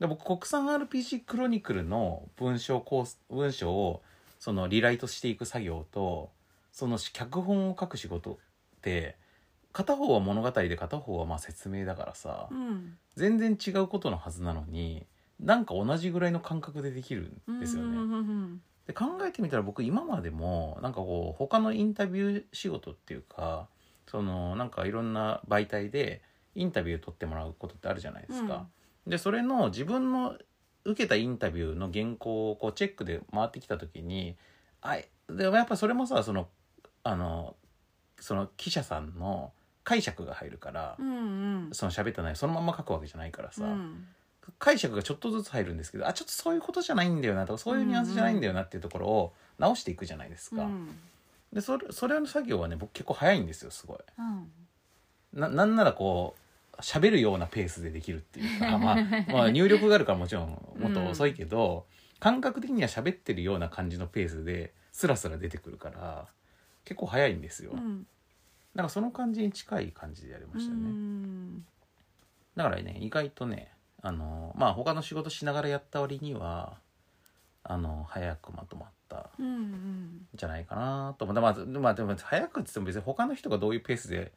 A: で僕国産 RPG クロニクルの文章構成文章をそのリライトしていく作業とその脚本を書く仕事って片方は物語で片方はまあ説明だからさ、
B: うん
A: 全然違うことのはずなのになんか同じぐらいの感覚でできるんですよね。
B: うんうん
A: で考えてみたら僕今までもなんかこう他のインタビュー仕事っていうかそのなんかいろんな媒体でインタビュー取ってもらうことってあるじゃないですか。でそれの自分の受けたインタビューの原稿をこうチェックで回ってきた時にあでもやっぱそれもさそのあのその記者さんの解釈が入るから、
B: うんうん
A: その喋った内容そのまんま書くわけじゃないからさ、
B: うん
A: 解釈がちょっとずつ入るんですけどあちょっとそういうことじゃないんだよなとかそういうニュアンスじゃないんだよなっていうところを直していくじゃないです
B: うんう
A: か、
B: ん
A: でそれそれの作業はね僕結構早いんですよすごい
B: うん
A: ななんならこう喋るようなペースでできるっていう
B: *laughs*
A: か、まあ、まあ入力があるからもちろんもっと遅いけど、感覚的には喋ってるような感じのペースでスラスラ出てくるから結構早いんですよ、
B: うん
A: なんかその感じに近い感じでやりましたね、
B: うん
A: だからね意外とねあのまあ他の仕事しながらやった割にはあの早くまとまったん
B: うんうん
A: じゃないかなと思ってまあ、まあ、でも早くっつっても別に他の人がどういうペースで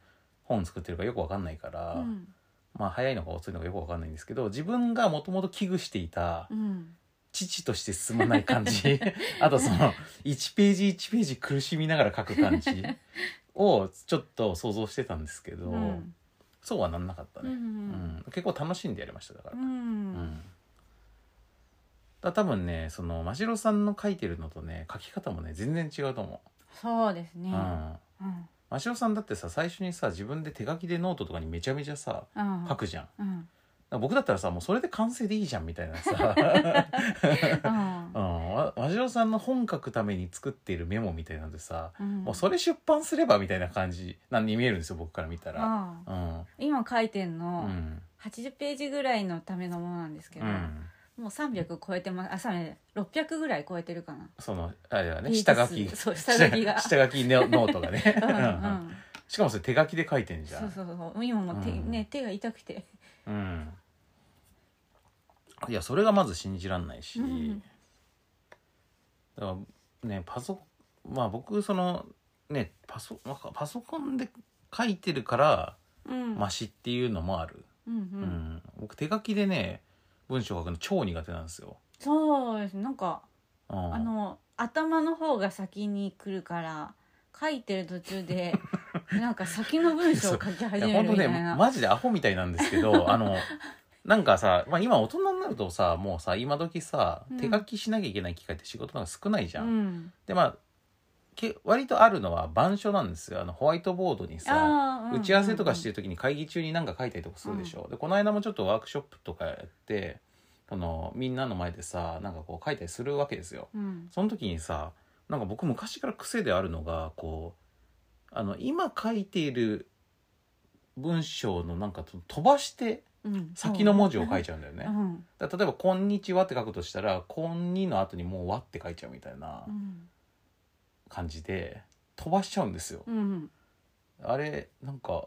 A: 本作ってるかよくわかんないから、
B: うん
A: まあ早いのか遅いのかよくわかんないんですけど自分がもともと危惧していた
B: うん
A: 父として進まない感
B: *laughs*
A: じあとその1ページ1ページ苦しみながら書く感じをちょっと想像してたんですけど、
B: うん
A: そうはなんなかった
B: う
A: ね、うん
B: ん
A: 結構楽しんでやりましただから
B: う。ん
A: だ多分ねその真城さんの書いてるのとね書き方もね全然違うと思
B: そうです
A: う、
B: ね
A: うん
B: うん
A: 真城さんだってさ最初にさ自分で手書きでノートとかにめちゃめちゃさ
B: うん
A: 書くじゃんだか
B: うん
A: ら僕だったらさもうそれで完成でいいじゃんみたいな
B: *laughs*
A: さ、
B: うん
A: うん、わ真城さんの本書くために作っているメモみたいなのでさ、
B: うん
A: もうそれ出版すればみたいな感じなんに見えるんですよ僕から見たら。
B: ああ
A: うん
B: 今書いてん
A: う
B: の
A: ん
B: 80ページぐらいのためのものなんですけ
A: う
B: ど
A: ん
B: もう300超えてますあさめ600ぐらい超えてるかな
A: そのあれだね
B: ページ
A: 下書き
B: 数そう下書きが
A: 下書きねノートがね
B: *laughs* うん
A: う
B: う
A: ん
B: ん
A: しかもそれ手書きで書いてんじゃん
B: そうそうそう今も手
A: うん
B: ね手が痛くて
A: うんいやそれがまず信じらんないし、
B: うん
A: だからねパソまあ僕そのねパソなんかパソコンで書いてるから
B: うん
A: マシっていうのもある、
B: うんう
A: うん
B: ん
A: 僕手書きでね文章書くの超苦手なんですよ、
B: そうですなんか
A: うん
B: あの頭の方が先に来るから書いてる途中
A: *laughs*
B: でなんか先の文章を書き始
A: い
B: め
A: や
B: る
A: 本
B: み
A: 当
B: たい
A: ね
B: な。
A: マジでアホみたいなんですけ
B: *laughs*
A: どあのなんかさ、まあ、今大人になるとさもうさ今時さ
B: うん
A: 手書きしなきゃいけない機会って仕事の方が少ないじゃん。
B: うん、
A: でまあけ割とあるのは板書なんですよあのホワイトボードにさ、
B: あー
A: 打ち合わせとかしてる時に会議中に何か書いたりとかするでしょ。でこの間もちょっとワークショップとかやってこのみんなの前でさなんかこう書いたりするわけですよ。
B: うん
A: その時にさなんか僕昔から癖であるのがこうあの今書いている文章のなんかと飛ばして
B: うんうん、
A: 先の文字を書いちゃうんだよね。
B: うんうん
A: だから例えば「こんにちは」って書くとしたら「こんに」の後にもう「わ」って書いちゃうみたいな
B: うん
A: 感じで飛ばしちゃうんですよ。
B: うん
A: あれなんか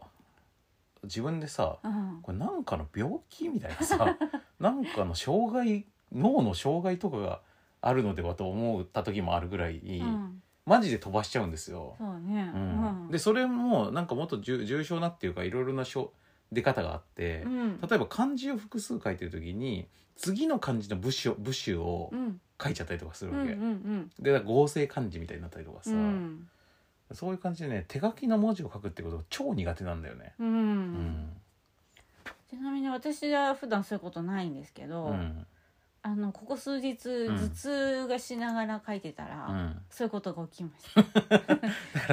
A: 自分でさ
B: うん
A: これなんかの病気みたいな
B: *laughs*
A: さなんかの障害脳の障害とかがあるのではと思った時もあるぐらい、
B: うん
A: マジで飛ばしちゃうんですよ。
B: そうね、
A: うんでそれもなんかもっと重重症なっていうかいろいろなしょ出方があって、
B: うん、
A: 例えば漢字を複数書いてる時に次の漢字の部首を部首を
B: うん
A: 書いちゃったりとかする
B: うんう
A: わ
B: ん
A: け、
B: うん
A: で合成漢字みたいになったりとかさ、
B: うん
A: そういう感じでね手書きの文字を書くってことが超苦手なんだよね。
B: う
A: うんん
B: ちなみに私は普段そういうことないんですけど、
A: うん
B: あのここ数日
A: ん
B: 頭痛がしながら書いてたら、
A: うん
B: そういうことが起きました。
A: だか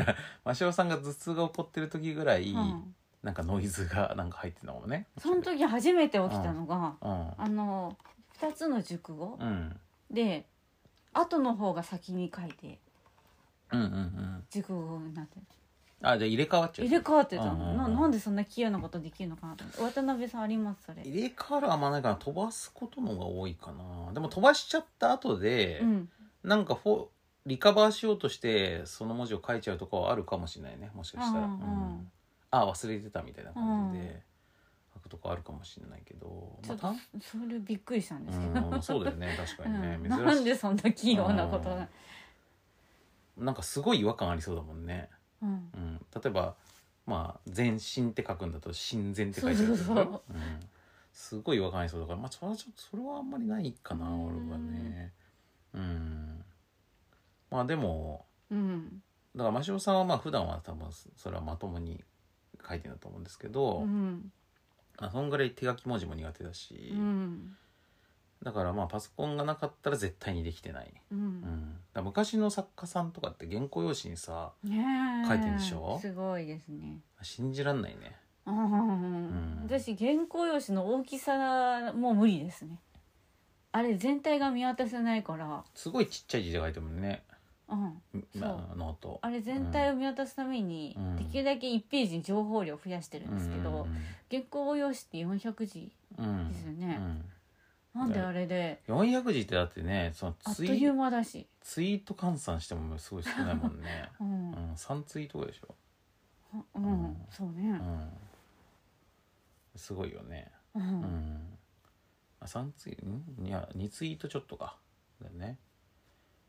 A: ら真汐さんが頭痛が起こってる時ぐらい、
B: うん、
A: なんかノイズが *laughs* なんか入ってたのもね
B: その時初めて起きたのが、
A: うん
B: あの2つの熟語、
A: うん
B: で後の方が先に書いて
A: うんうんうん
B: 熟語になってる
A: あじゃあ入れ替わっちゃう
B: 入れ替わってたの、
A: うんうんうん
B: ななんでそんな器用なことできるのかなと思って渡辺さんありますそれ。
A: 入れ替わるあんまないから飛ばすことの方が多いかなでも飛ばしちゃった後で、
B: うん、
A: なんかフォリカバーしようとしてその文字を書いちゃうとかはあるかもしれないねもしかしたら、
B: うんうんうん
A: うんあ忘れてたみたいな感じで、書くとかあるかもしれないけど、
B: ちょ
A: ま
B: っと
A: た
B: それびっくりしたんですけど、
A: うん、そうだよね確かにね、
B: *laughs* うん
A: 珍しい
B: なんでそんな器用なことが、
A: なんかすごい違和感ありそうだもんね、
B: うん、
A: うん、例えばまあ全身って書くんだと親善って書いてあるけど
B: そうそうそう
A: うん、すごい違和感ありそうだからまあそれはちょっとそれはあんまりないかな
B: うん
A: 俺はねうんまあでも
B: うん、
A: だから真汐さんはまあ普段は多分それはまともに書いてるんだと思うんですけど、
B: うん、
A: まあ、そんぐらい手書き文字も苦手だし、
B: うん、
A: だからまあパソコンがなかったら絶対にできてない、
B: う
A: うん
B: ん、
A: だから昔の作家さんとかって原稿用紙にさ
B: ねえ
A: 書いてるでしょ
B: すごいですね。
A: 信じらんないね
B: うん、私原稿用紙の大きさもう無理ですね。あれ全体が見渡せないから、
A: すごいちっちゃい字で書いてるもんね
B: うん、
A: まあノート
B: あれ全体を見渡すために、
A: うん
B: できるだけ1ページに情報量を増やしてるんですけど、原稿用紙って400字
A: うんうんうん
B: ですよね。
A: う
B: なんであれで
A: ん400字ってだってねその
B: あっと
A: ツイ
B: いう間だし、、
A: ツイート換算してもすごい少ないもんね
B: *laughs* うん
A: う、ん、3ツイートぐらいでしょ、
B: うん
A: うん
B: そう
A: う、
B: ね
A: ん、すごいよね
B: うん
A: うんあ3ツイんいや2ツイートちょっとかだよね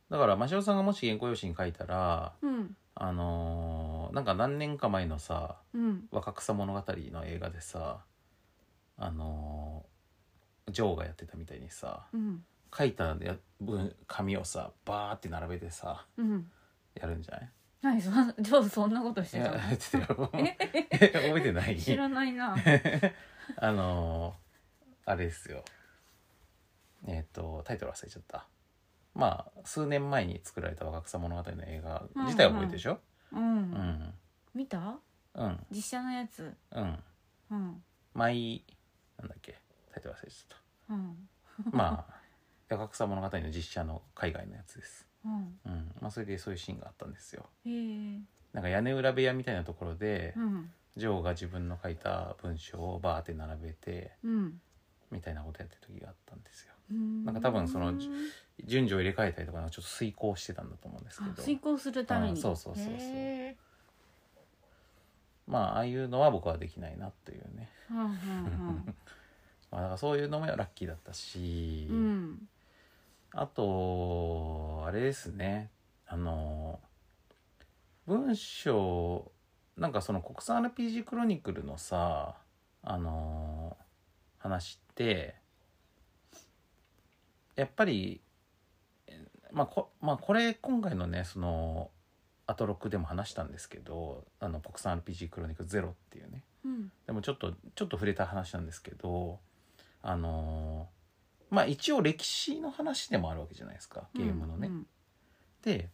A: だから真汐さんがもし原稿用紙に書いたら
B: うん
A: あのーなんか何年か前のさ
B: うん
A: 「若草物語」の映画でさあのージョーがやってたみたいにさ
B: うん
A: 書いたや文紙をさバーって並べてさ
B: うん
A: やるんじゃない
B: 何そんちょっとそんな *laughs* ことし
A: い
B: てた
A: や
B: の
A: や
B: *laughs*
A: ってたよえ覚えてない
B: 知らな
A: *laughs*
B: いな
A: あのーあれですよえっ、とタイトル忘れちゃったまあ数年前に作られた「若草物語」の映画自体は覚えてるでしょ
B: う、
A: うんん
B: 見た
A: うん
B: 実写のやつ
A: うん
B: うん
A: マイなんだっけタイトル忘れちゃっ
B: うん *laughs*
A: たまあ「若草物語」の実写の海外のやつです
B: うん
A: うんまあそれでそういうシーンがあったんですよ
B: へえ
A: なんか屋根裏部屋みたいなところで
B: うん
A: ジョーが自分の書いた文章をバーって並べて
B: うん
A: みたいなことやってる時があったんですよ
B: うん
A: なんか多分その順序を入れ替えたりとかなんかちょっと遂行してたんだと思うんですけ
B: あ
A: ど
B: 遂行するため
A: うん
B: に
A: そうそうそうそう
B: へえ
A: まあああいうのは僕はできないなというね、
B: うんうん
A: まあ、だからそういうのもラッキーだったし、
B: うんうん
A: あとあれですねあの文章なんかその国産 RPG クロニクルのさあの話ってやっぱりえまあこ,、まあ、これ今回のねそのアトロックでも話したんですけど「あの国産 RPG クロニクルゼロっていうね
B: うん
A: でもちょっとちょっと触れた話なんですけどあのーまあ一応歴史の話でもあるわけじゃないですかゲームのね。
B: うん
A: で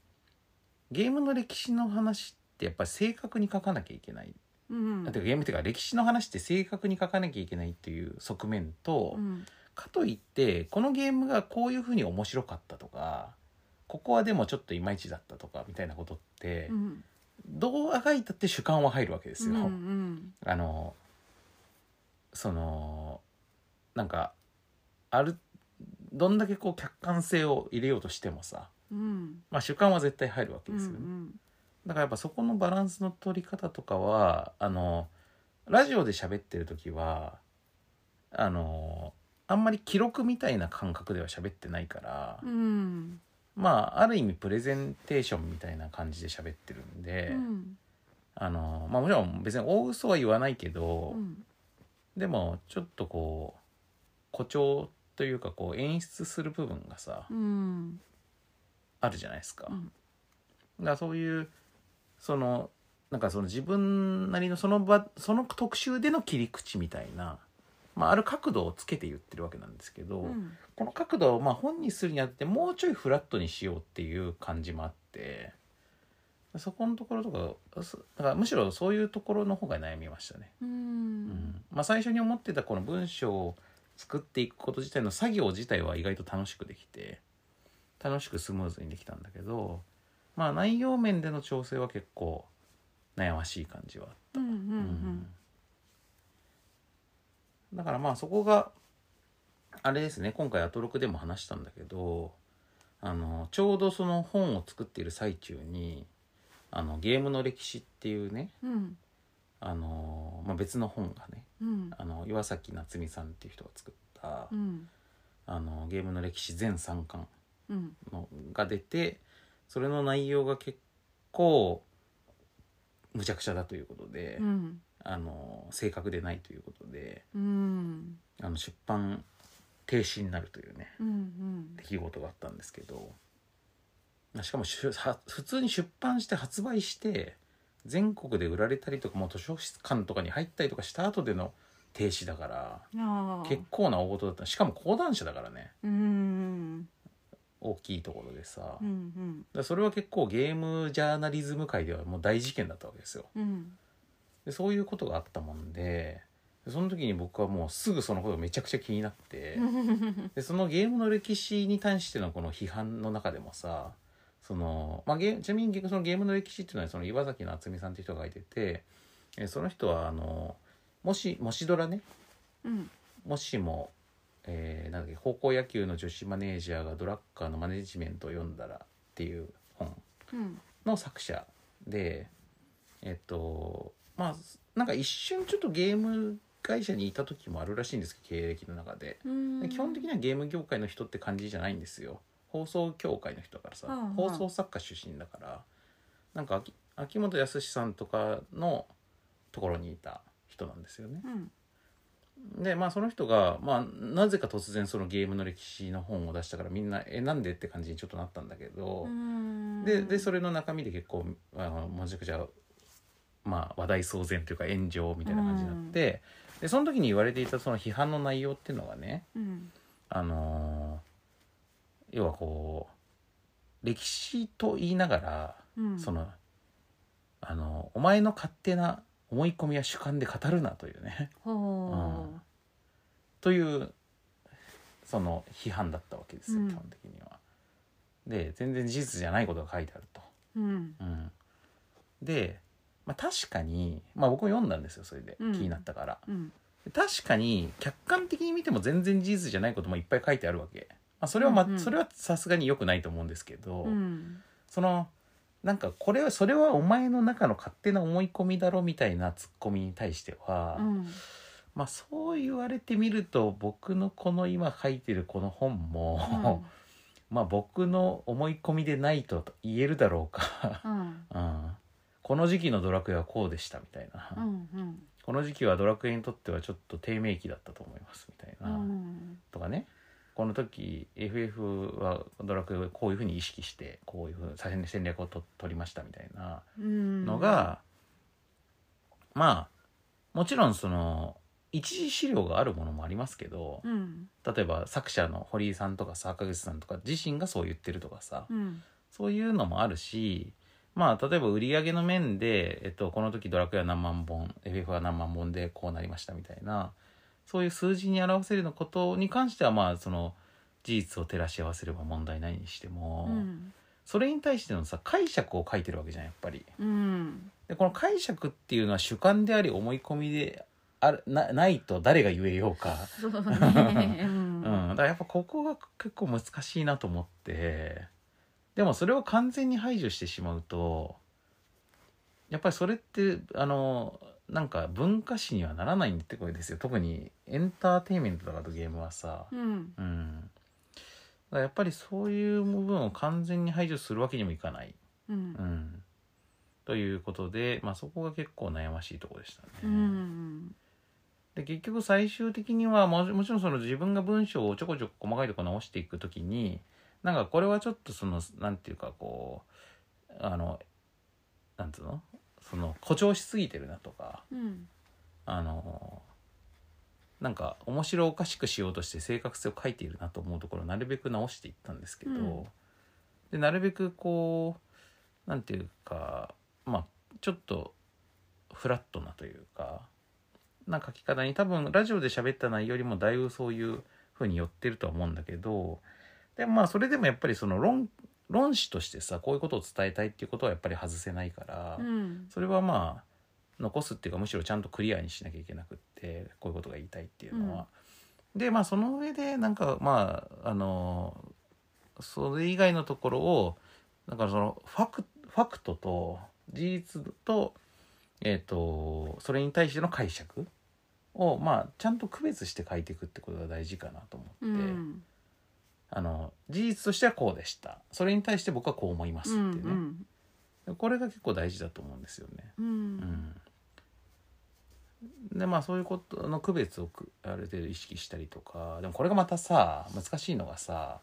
A: ゲームの歴史の話ってやっぱり正確に書かなきゃいけない。
B: うん
A: だってゲームっていうか歴史の話って正確に書かなきゃいけないっていう側面と、
B: うん
A: かといってこのゲームがこういうふうに面白かったとかここはでもちょっといまいちだったとかみたいなことって、
B: うん
A: どうあがいたって主観は入るわけですよ。
B: うんうん
A: あのそのなんかあるどんだけこう客観性を入れようとしてもさ、
B: うん
A: まあ、主観は絶対入るわけですよね、
B: うん
A: だからやっぱそこのバランスの取り方とかはあのラジオで喋ってる時はあのあんまり記録みたいな感覚では喋ってないから、
B: うんうん
A: まあある意味プレゼンテーションみたいな感じで喋ってるんで、
B: うん
A: あのまあもちろん別に大嘘は言わないけど、
B: うん
A: でもちょっとこう誇張というかこう演出する部分がさ、
B: うん
A: あるじゃないですか。
B: うん
A: だからそういうそのなんかその自分なりのその場その特集での切り口みたいなまあ、ある角度をつけて言ってるわけなんですけど、
B: うん
A: この角度をまあ本にするにあってもうちょいフラットにしようっていう感じもあってそこのところとかそだからむしろそういうところの方が悩みましたね。
B: う
A: うんんまあ、最初に思ってたこの文章を作っていくこと自体の作業自体は意外と楽しくできて楽しくスムーズにできたんだけどまあ内容面での調整は結構悩ましい感じは
B: うんうん
A: う
B: う
A: んんだからまあそこがあれですね今回アトロクでも話したんだけどあのちょうどその本を作っている最中にあのゲームの歴史っていうね
B: うん
A: あの、まあ、別の本がね
B: うん
A: あの岩崎夏美さんっていう人が作った、
B: うん
A: あのゲームの歴史全3巻
B: うん
A: のが出てそれの内容が結構むちゃくちゃだということで、
B: うん
A: あの正確でないということで
B: うん
A: あの出版停止になるというね
B: うん
A: 出来事があったんですけどまあしかもしゅは普通に出版して発売して全国で売られたりとかもう図書館とかに入ったりとかした後での停止だから
B: うんああ
A: 結構な大事だったしかも講談社だからね
B: うん
A: 大きいところでさ、だか
B: うんうん
A: らそれは結構ゲームジャーナリズム界ではもう大事件だったわけですよ
B: うん
A: でそういうことがあったもんででその時に僕はもうすぐそのことがめちゃくちゃ気になってでそのゲームの歴史に対してのこの批判の中でもさその、まあ、ゲーちなみにそのゲームの歴史っていうのはその岩崎夏美さんっていう人がいててえその人はあのもしもしドラね
B: うん
A: もしも、えーなんだっけ高校野球の女子マネージャーがドラッカーのマネジメントを読んだらっていう本
B: うん
A: の作者でえっとまあなんか一瞬ちょっとゲーム会社にいた時もあるらしいんですけど経歴の中で
B: うん
A: で基本的にはゲーム業界の人って感じじゃないんですよ放送協会の人だからさ、
B: うんうん
A: 放送作家出身だからなんか秋秋元康さんとかのところにいた人なんですよね
B: うん
A: でまあその人が、まあ、なぜか突然そのゲームの歴史の本を出したからみんな「えなんで?」って感じにちょっとなったんだけど、
B: うん
A: ででそれの中身で結構あのもちゃくちゃ、まあ、話題騒然というか炎上みたいな感じになって、でその時に言われていたその批判の内容っていうのがね、
B: うん
A: あのー要はこう歴史と言いながら、
B: うん
A: そのあのお前の勝手な思い込みや主観で語るなというね
B: ほ
A: うんというその批判だったわけですよ、
B: うん
A: 基本的には。で全然事実じゃないことが書いてあると。
B: ううん
A: うん、で、まあ、確かに、まあ、僕も読んだんですよそれで、
B: うん
A: 気になったから。
B: うん
A: 確かに客観的に見ても全然事実じゃないこともいっぱい書いてあるわけ、まあ、それはま、
B: うんうん
A: それはさすがに良くないと思うんですけど、
B: うん
A: そのなんかこれはそれはお前の中の勝手な思い込みだろみたいなツッコミに対しては、
B: うん
A: まあそう言われてみると僕のこの今書いてるこの本も、 *laughs* まあ僕の思い込みでないと言えるだろうか、
B: うん
A: うん、この時期のドラクエはこうでしたみたいな。
B: うんうん
A: この時期はドラクエにとってはちょっと低迷期だったと思いますみたいな、
B: うん
A: とかねこの時 FF はドラクエをこういうふうに意識してこういうふう最初に戦略をと取りましたみたいな
B: うん
A: のが、まあもちろんその一時資料があるものもありますけど
B: うん
A: 例えば作者の堀井さんとか坂口さんとか自身がそう言ってるとかさ、
B: うん
A: そういうのもあるし、まあ、例えば売り上げの面で、えっと、この時ドラクエは何万本、FF は何万本でこうなりましたみたいな、そういう数字に表せるのことに関しては、まあ、その、事実を照らし合わせれば問題ないにしても、
B: うん
A: それに対してのさ、解釈を書いてるわけじゃん、やっぱり。
B: うん
A: で、この解釈っていうのは主観であり思い込みであるなないと誰が言えようか。
B: そうねう
A: うんん、だからやっぱここが結構難しいなと思ってでもそれを完全に排除してしまうとやっぱりそれってあのなんか文化史にはならないんってことですよ特にエンターテインメントとかとゲームはさ、
B: うん
A: うん、だからやっぱりそういう部分を完全に排除するわけにもいかない、
B: うん
A: うん、ということで、まあ、そこが結構悩ましいところでしたね。
B: うん
A: で結局最終的にはももちろんその自分が文章をちょこちょこ細かいとこ直していくときになんかこれはちょっとそのなんていうかこうあのなんつうのその誇張しすぎてるなとか
B: うん
A: あのなんか面白おかしくしようとして正確性を書いているなと思うところをなるべく直していったんですけど、
B: うん
A: でなるべくこうなんていうかまあちょっとフラットなというかな書き方に多分ラジオで喋った内容よりもだいぶそういう風に寄ってるとは思うんだけどでもまあそれでもやっぱりその論論旨としてさこういうことを伝えたいっていうことはやっぱり外せないから。
B: うん
A: それはまあ残すっていうかむしろちゃんとクリアにしなきゃいけなくってこういうことが言いたいっていうのは。でまあその上でなんかまああのそれ以外のところをなんかそのファクファクトと事実と,、えー、とそれに対しての解釈をまあちゃんと区別して書いていくってことが大事かなと思って、
B: うん
A: あの事実としてはこうでしたそれに対して僕はこう思いますっていうね、
B: うん
A: これが結構大事だと思うんですよね。
B: うんうん
A: うんでまあそういうことの区別をくある程度意識したりとかでもこれがまたさ難しいのがさ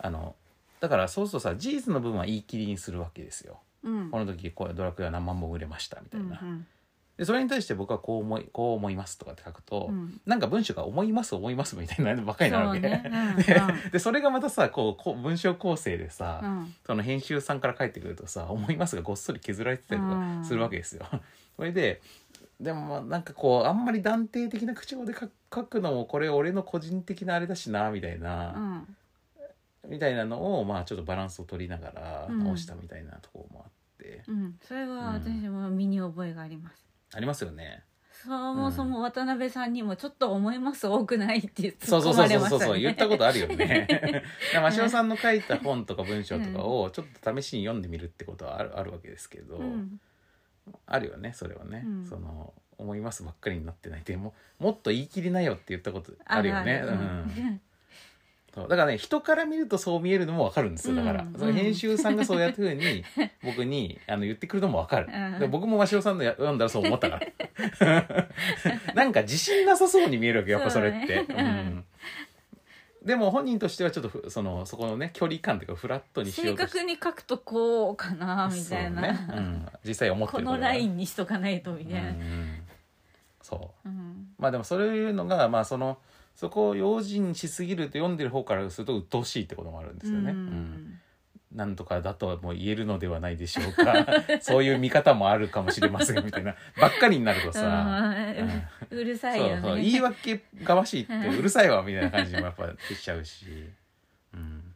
A: あのだからそうするとさ事実の部分は言い切りにするわけですよ。
B: うん
A: この時こうドラクエは何万本売れましたみたいな。
B: うん
A: でそれに対して僕はこう思いこう思いますとかって書くと、
B: うん
A: なんか文章が「思います思います」みたいなのばっかりになるわけ、
B: そう
A: *laughs*
B: ね
A: で
B: うん
A: でそれがまたさこうこう文章構成でさ、
B: うん
A: その編集さんから返ってくるとさ「思います」がごっそり削られてたりと
B: う
A: か
B: ん
A: するわけですよ。 *laughs* それででもまあなんかこうあんまり断定的な口調で書く書くのもこれ俺の個人的なあれだしなみたいうな、
B: ん
A: みたいなのをまあちょっとバランスを取りながら
B: うん
A: 直したみたいなところもあって、
B: うんそれは私も身に覚えがあります
A: ありますよね。
B: そもそも渡辺さんにもちょっと思います多くないって
A: そ
B: 突
A: うそう
B: っ
A: そ
B: 込ま
A: う
B: れ
A: そう
B: ま
A: そ
B: し
A: う
B: た
A: そう、言った
B: ね
A: ことあるよね。だ
B: *laughs*
A: からマシオさんの書いた本とか文章とかをちょっと試しに読んでみるってことはあるあるわけですけ
B: *laughs*
A: ど、
B: うん
A: あるよねそれはね、
B: うん
A: その思いますばっかりになってないでももっと言い切りなよって言ったことあるよね
B: ある
A: う
B: ある
A: ん、そうだからね人から見るとそう見えるのもわかるんですよだから、
B: うん
A: その編集さんがそうやってふう
B: *laughs*
A: に僕にあの言ってくるのもわかる、
B: うん
A: で僕も鷲尾さんのや読んだらそう思ったから
B: *laughs*
A: なんか自信なさそうに見えるわけやっぱそれって
B: そう
A: う、
B: だね
A: ん、でも本人としてはちょっとふそのそこのね距離感というかフラットにしよ
B: 正
A: うとして
B: 確に書くとこうかなみたいな、
A: そうねうん、実際思って
B: *laughs* こ
A: る
B: の
A: とが
B: ラインにしとかないとみたいな
A: うんうんそう
B: うん
A: まあでもそういうのがまあそのそこを用心しすぎると読んでる方からすると鬱陶しいってこともあるんですよね。
B: う
A: うん
B: ん
A: なんとかだとはもう言えるのではないでしょう
B: *laughs*
A: かそういう見方もあるかもしれませんみたいなばっかりになるとさ、
B: *laughs* うんうるさい
A: そ
B: よ
A: う
B: ね
A: そう言い訳がましいって
B: うん
A: うるさいわみたいな感じもやっぱ出ちゃうし。うん、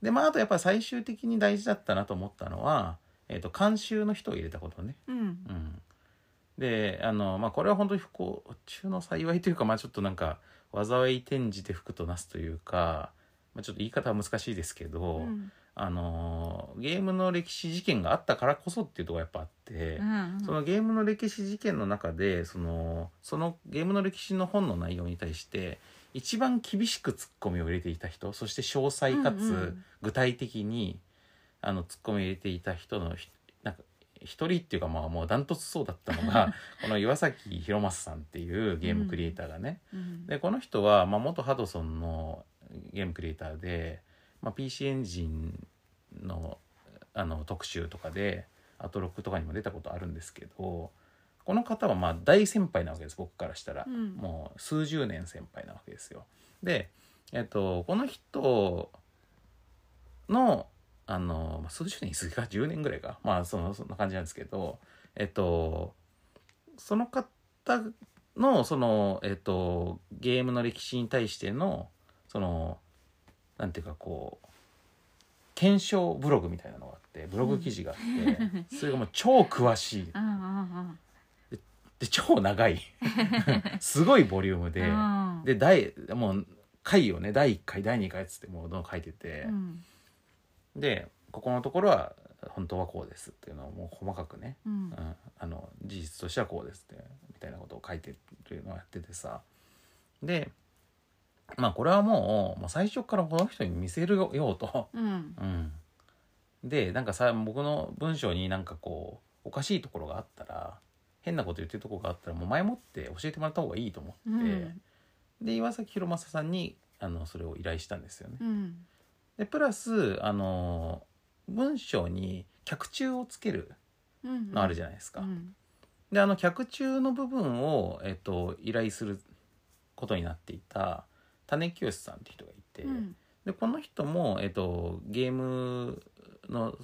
A: でまああとやっぱ最終的に大事だったなと思ったのは、えー、と監修の人を入れたことね。
B: うん
A: うん、であの、まあ、これは本当に不幸中の幸いというか、まあ、ちょっとなんか災い転じて福となすというか、まあ、ちょっと言い方は難しいですけど、
B: うん
A: あのゲームの歴史事件があったからこそっていうところがやっぱあって、そのゲームの歴史事件の中でそのそのゲームの歴史の本の内容に対して一番厳しくツッコミを入れていた人そして詳細か
B: うんう
A: つ
B: ん
A: 具体的に、あのツッコミを入れていた人のひなんか一人っていうかまあもうダントツそうだったの
B: *laughs*
A: がこの岩崎宏正さんっていうゲームクリエイターがね、
B: うん
A: でこの人は、まあ、元ハドソンのゲームクリエイターで、まあ、PC エンジンのあの特集とかでアトロックとかにも出たことあるんですけどこの方はまあ大先輩なわけです僕からしたら、
B: うん
A: もう数十年先輩なわけですよ。で、えっと、この人のあのまあ数十年過ぎか10年ぐらいかまあそのそんな感じなんですけどえっとその方のそのえっとゲームの歴史に対してのそのなんていうかこう検証ブログみたいなのがあってブログ記事があって、それがもう超詳しい
B: うんうん
A: で超長
B: *laughs*
A: いすごいボリューム
B: うん
A: で、で第もう回をね第1回第2回っつってもうどんどん書いてて
B: う、ん
A: でここのところは本当はこうですっていうのをもう細かくね、
B: うん
A: うん、あの事実としてはこうですってみたいなことを書いてるのをやっててさでまあこれはもうもう最初からこの人に見せるようと、 *laughs*
B: うん
A: うん、でなんかさ僕の文章になんかこうおかしいところがあったら変なこと言ってるところがあったらもう前もって教えてもらった方がいいと思って、
B: うん
A: で岩崎宏正さんにあのそれを依頼したんですよね。
B: うん
A: でプラスあの文章に脚注をつける
B: うん
A: のあるじゃないですか。
B: うん
A: であの客中の部分を、えっと依頼することになっていた種清さんって人がいて、
B: うん
A: でこの人も、えっと、ゲームの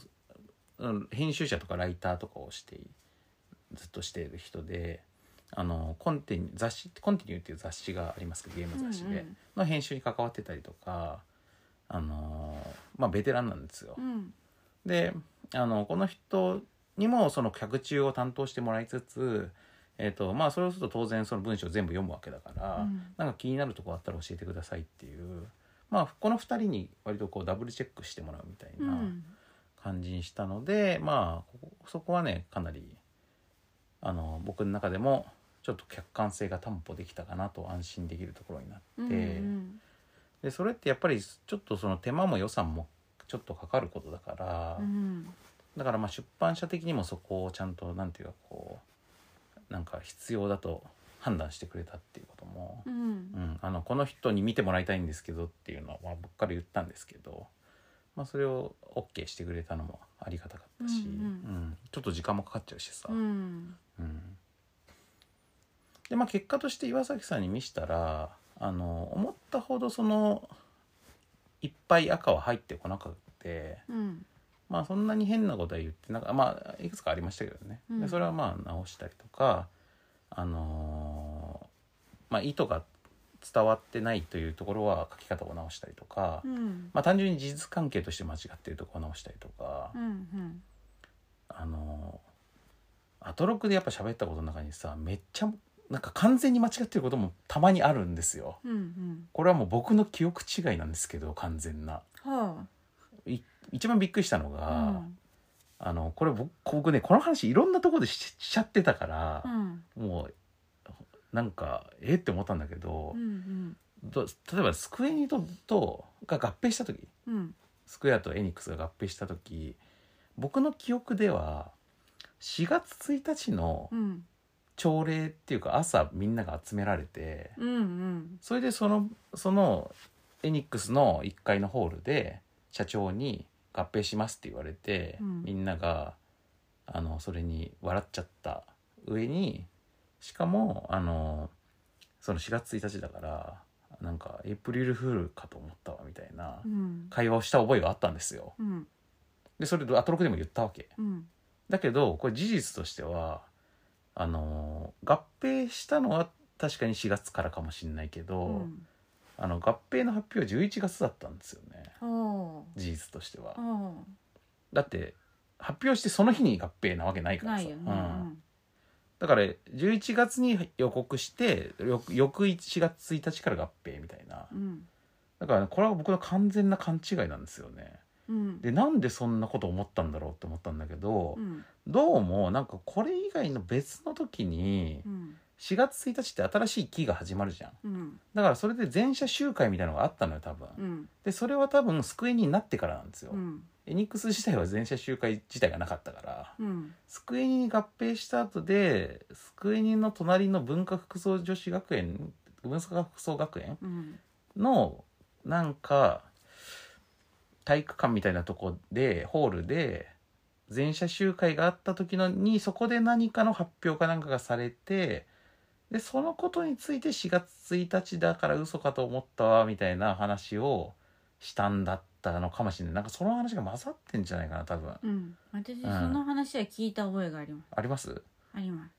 A: うん編集者とかライターとかをしていずっとしている人であのコンティニュー雑誌「コンティニュー」っていう雑誌がありますけどゲーム雑誌で、
B: うん
A: の編集に関わってたりとかあのまあベテランなんですよ。
B: うん
A: であのこの人にもその客中を担当してもらいつつ、えっとまあ、それをすると当然その文章を全部読むわけだから、
B: うん
A: なんか気になるとこあったら教えてくださいっていう、まあ、この2人に割とこうダブルチェックしてもらうみたい
B: うん
A: な感じにしたので、まあここそこはねかなりあの僕の中でもちょっと客観性が担保できたかなと安心できるところになって、
B: うんうん
A: でそれってやっぱりちょっとその手間も予算もちょっとかかることだから。
B: うん
A: だからまあ出版社的にもそこをちゃんとなんていうかこうなんか必要だと判断してくれたっていうことも、
B: う
A: うんん、あのこの人に見てもらいたいんですけどっていうのはまあ僕から言ったんですけど、まあ、それを OK してくれたのもありがたかったし、
B: うんう
A: ちょっと時間もかかっちゃうしさ。
B: うん
A: うんでまあ、結果として岩崎さんに見したらあの思ったほどそのいっぱい赤は入ってこなくて。
B: うん
A: まあそんなに変なことは言ってなんかまあいくつかありましたけどね、
B: うん
A: でそれはまあ直したりとかあのーまあ意図が伝わってないというところは書き方を直したりとか、
B: うん
A: まあ単純に事実関係として間違ってるところを直したりとか、
B: うん
A: あのーアトロックでやっぱ喋ったことの中にさめっちゃなんか完全に間違ってることもたまにあるんですよ。
B: うんうん
A: これはもう僕の記憶違いなんですけど完全な。
B: はい
A: 一番びっくりしたのが、
B: あ
A: あのこれ僕僕ねこの話いろんなところでししちゃってたから
B: う、ん
A: もうなんかえって思ったんだけど
B: うんう、ん
A: ど例えばスクエニととが合併した時
B: うん
A: スクエアとエニックスが合併した時僕の記憶では4月1日の
B: うん
A: 朝礼っていうか朝みんなが集められて
B: うん
A: それでそのそのエニックスの1階のホールで社長に「合併します」って言われて、
B: うん
A: みんながあのそれに笑っちゃった上にしかもあのその4月1日だからなんかエイプリルフールかと思ったわみたいな
B: うん
A: 会話をした覚えがあったんですよ。
B: うん
A: でそれでアトロクでも言ったわけ。
B: うん
A: だけどこれ事実としてはあの合併したのは確かに4月からかもしれないけど。
B: うん
A: あの合併の発表は11月だったんですよね
B: ほ
A: 事実としては
B: うほ
A: だって発表してその日に合併なわけないうから
B: な
A: さ、
B: いよね
A: うんだから11月に予告して翌翌4月1日から合併みたいな
B: うん
A: だからこれは僕の完全な勘違いなんですよね
B: うん
A: でなんでそんなこと思ったんだろうって思ったんだけど、
B: うん
A: どうもなんかこれ以外の別の時に
B: うん
A: 4月1日って新しい期が始まるじゃん
B: うん
A: だからそれで全社集会みたいなのがあったのよ多分、
B: うん
A: でそれは多分スクエニになってからなんですよ、
B: うん
A: エニックス自体は全社集会自体がなかったから
B: うん
A: スクエニに合併した後でスクエニの隣の文化服装女子学園文化服装学園
B: うん
A: のなんか体育館みたいなとこでホールで全社集会があった時のにそこで何かの発表かなんかがされてでそのことについて4月1日だから嘘かと思ったわみたいな話をしたんだったのかもしれないなんかその話が混ざってんじゃないかな多分
B: うん私そ
A: うん
B: の話は聞いた覚えがあります
A: あります
B: あります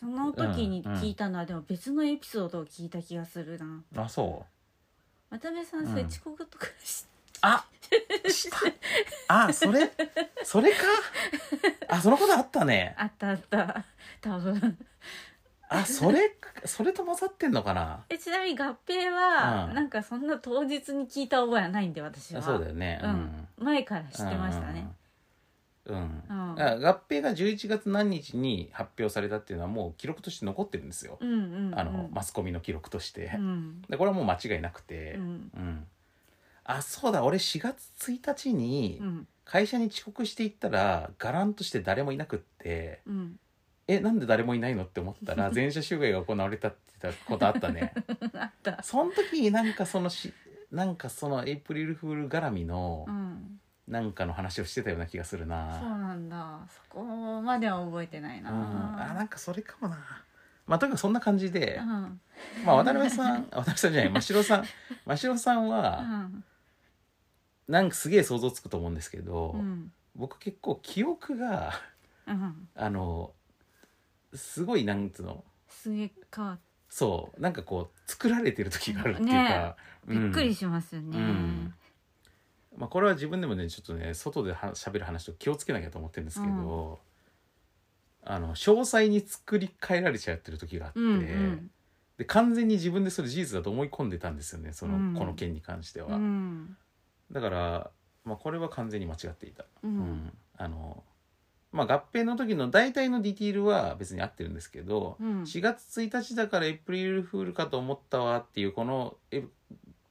B: その時に聞いたのはでも別のエピソードを聞いた気がするな
A: あそう
B: 渡辺さんそれ遅刻とかし
A: あしたあそれそれかあそのことあったね
B: あったあ
A: *laughs*
B: った多分
A: あそれそれと混ざってんのかな
B: えちなみに合併は、
A: うん
B: なんかそんな当日に聞いた覚えはないんで私は
A: そうだよね
B: う
A: うんん
B: 前から知ってましたね
A: うん、うん
B: うん
A: だから合併が11月何日に発表されたっていうのはもう記録として残ってるんですよ、
B: うんうん、うん、
A: あのマスコミの記録として、
B: うん
A: でこれはもう間違いなくて
B: う、ん
A: うんあそうだ俺4月1日に
B: うん
A: 会社に遅刻していったらがらんとして誰もいなくって
B: うん *laughs*
A: えなんで誰もいないのって思ったら全社集会が行われたって言ったことあったね
B: あった
A: その時になんかそのしなんかそのエイプリルフール絡みの
B: うん
A: なんかの話をしてたような気がする
B: そう
A: な
B: なんだそこまでは覚えてないな
A: うんあなんかそれかもなまあとにかくそんな感じで
B: う、ん
A: まあ、渡辺さん *laughs* 渡辺さんじゃない真城さん真城さん
B: う
A: は
B: ん
A: なんかすげえ想像つくと思うんですけど、
B: うん
A: 僕結構記憶が *laughs*
B: うん
A: あのすごいなんつうの
B: すげえ変わっ
A: そうなんかこう作られてる時があるっていう
B: ね
A: か、
B: びっくり
A: し
B: しますよね、
A: うんまあ、これは自分でもねちょっとね外ではしゃべる話と気をつけなきゃと思ってるんですけど、あの詳細に作り変えられちゃってる時があって、
B: うんうん
A: で完全に自分でそれ事実だと思い込んでたんですよねその、
B: うん
A: この件に関して
B: う
A: は。
B: ん
A: だから、まあ、これは完全に間違っていた。
B: う
A: うんんあのまあ、合併の時の大体のディティールは別に合ってるんですけど、
B: うん
A: 4月1日だからエプリルフールかと思ったわっていうこのえ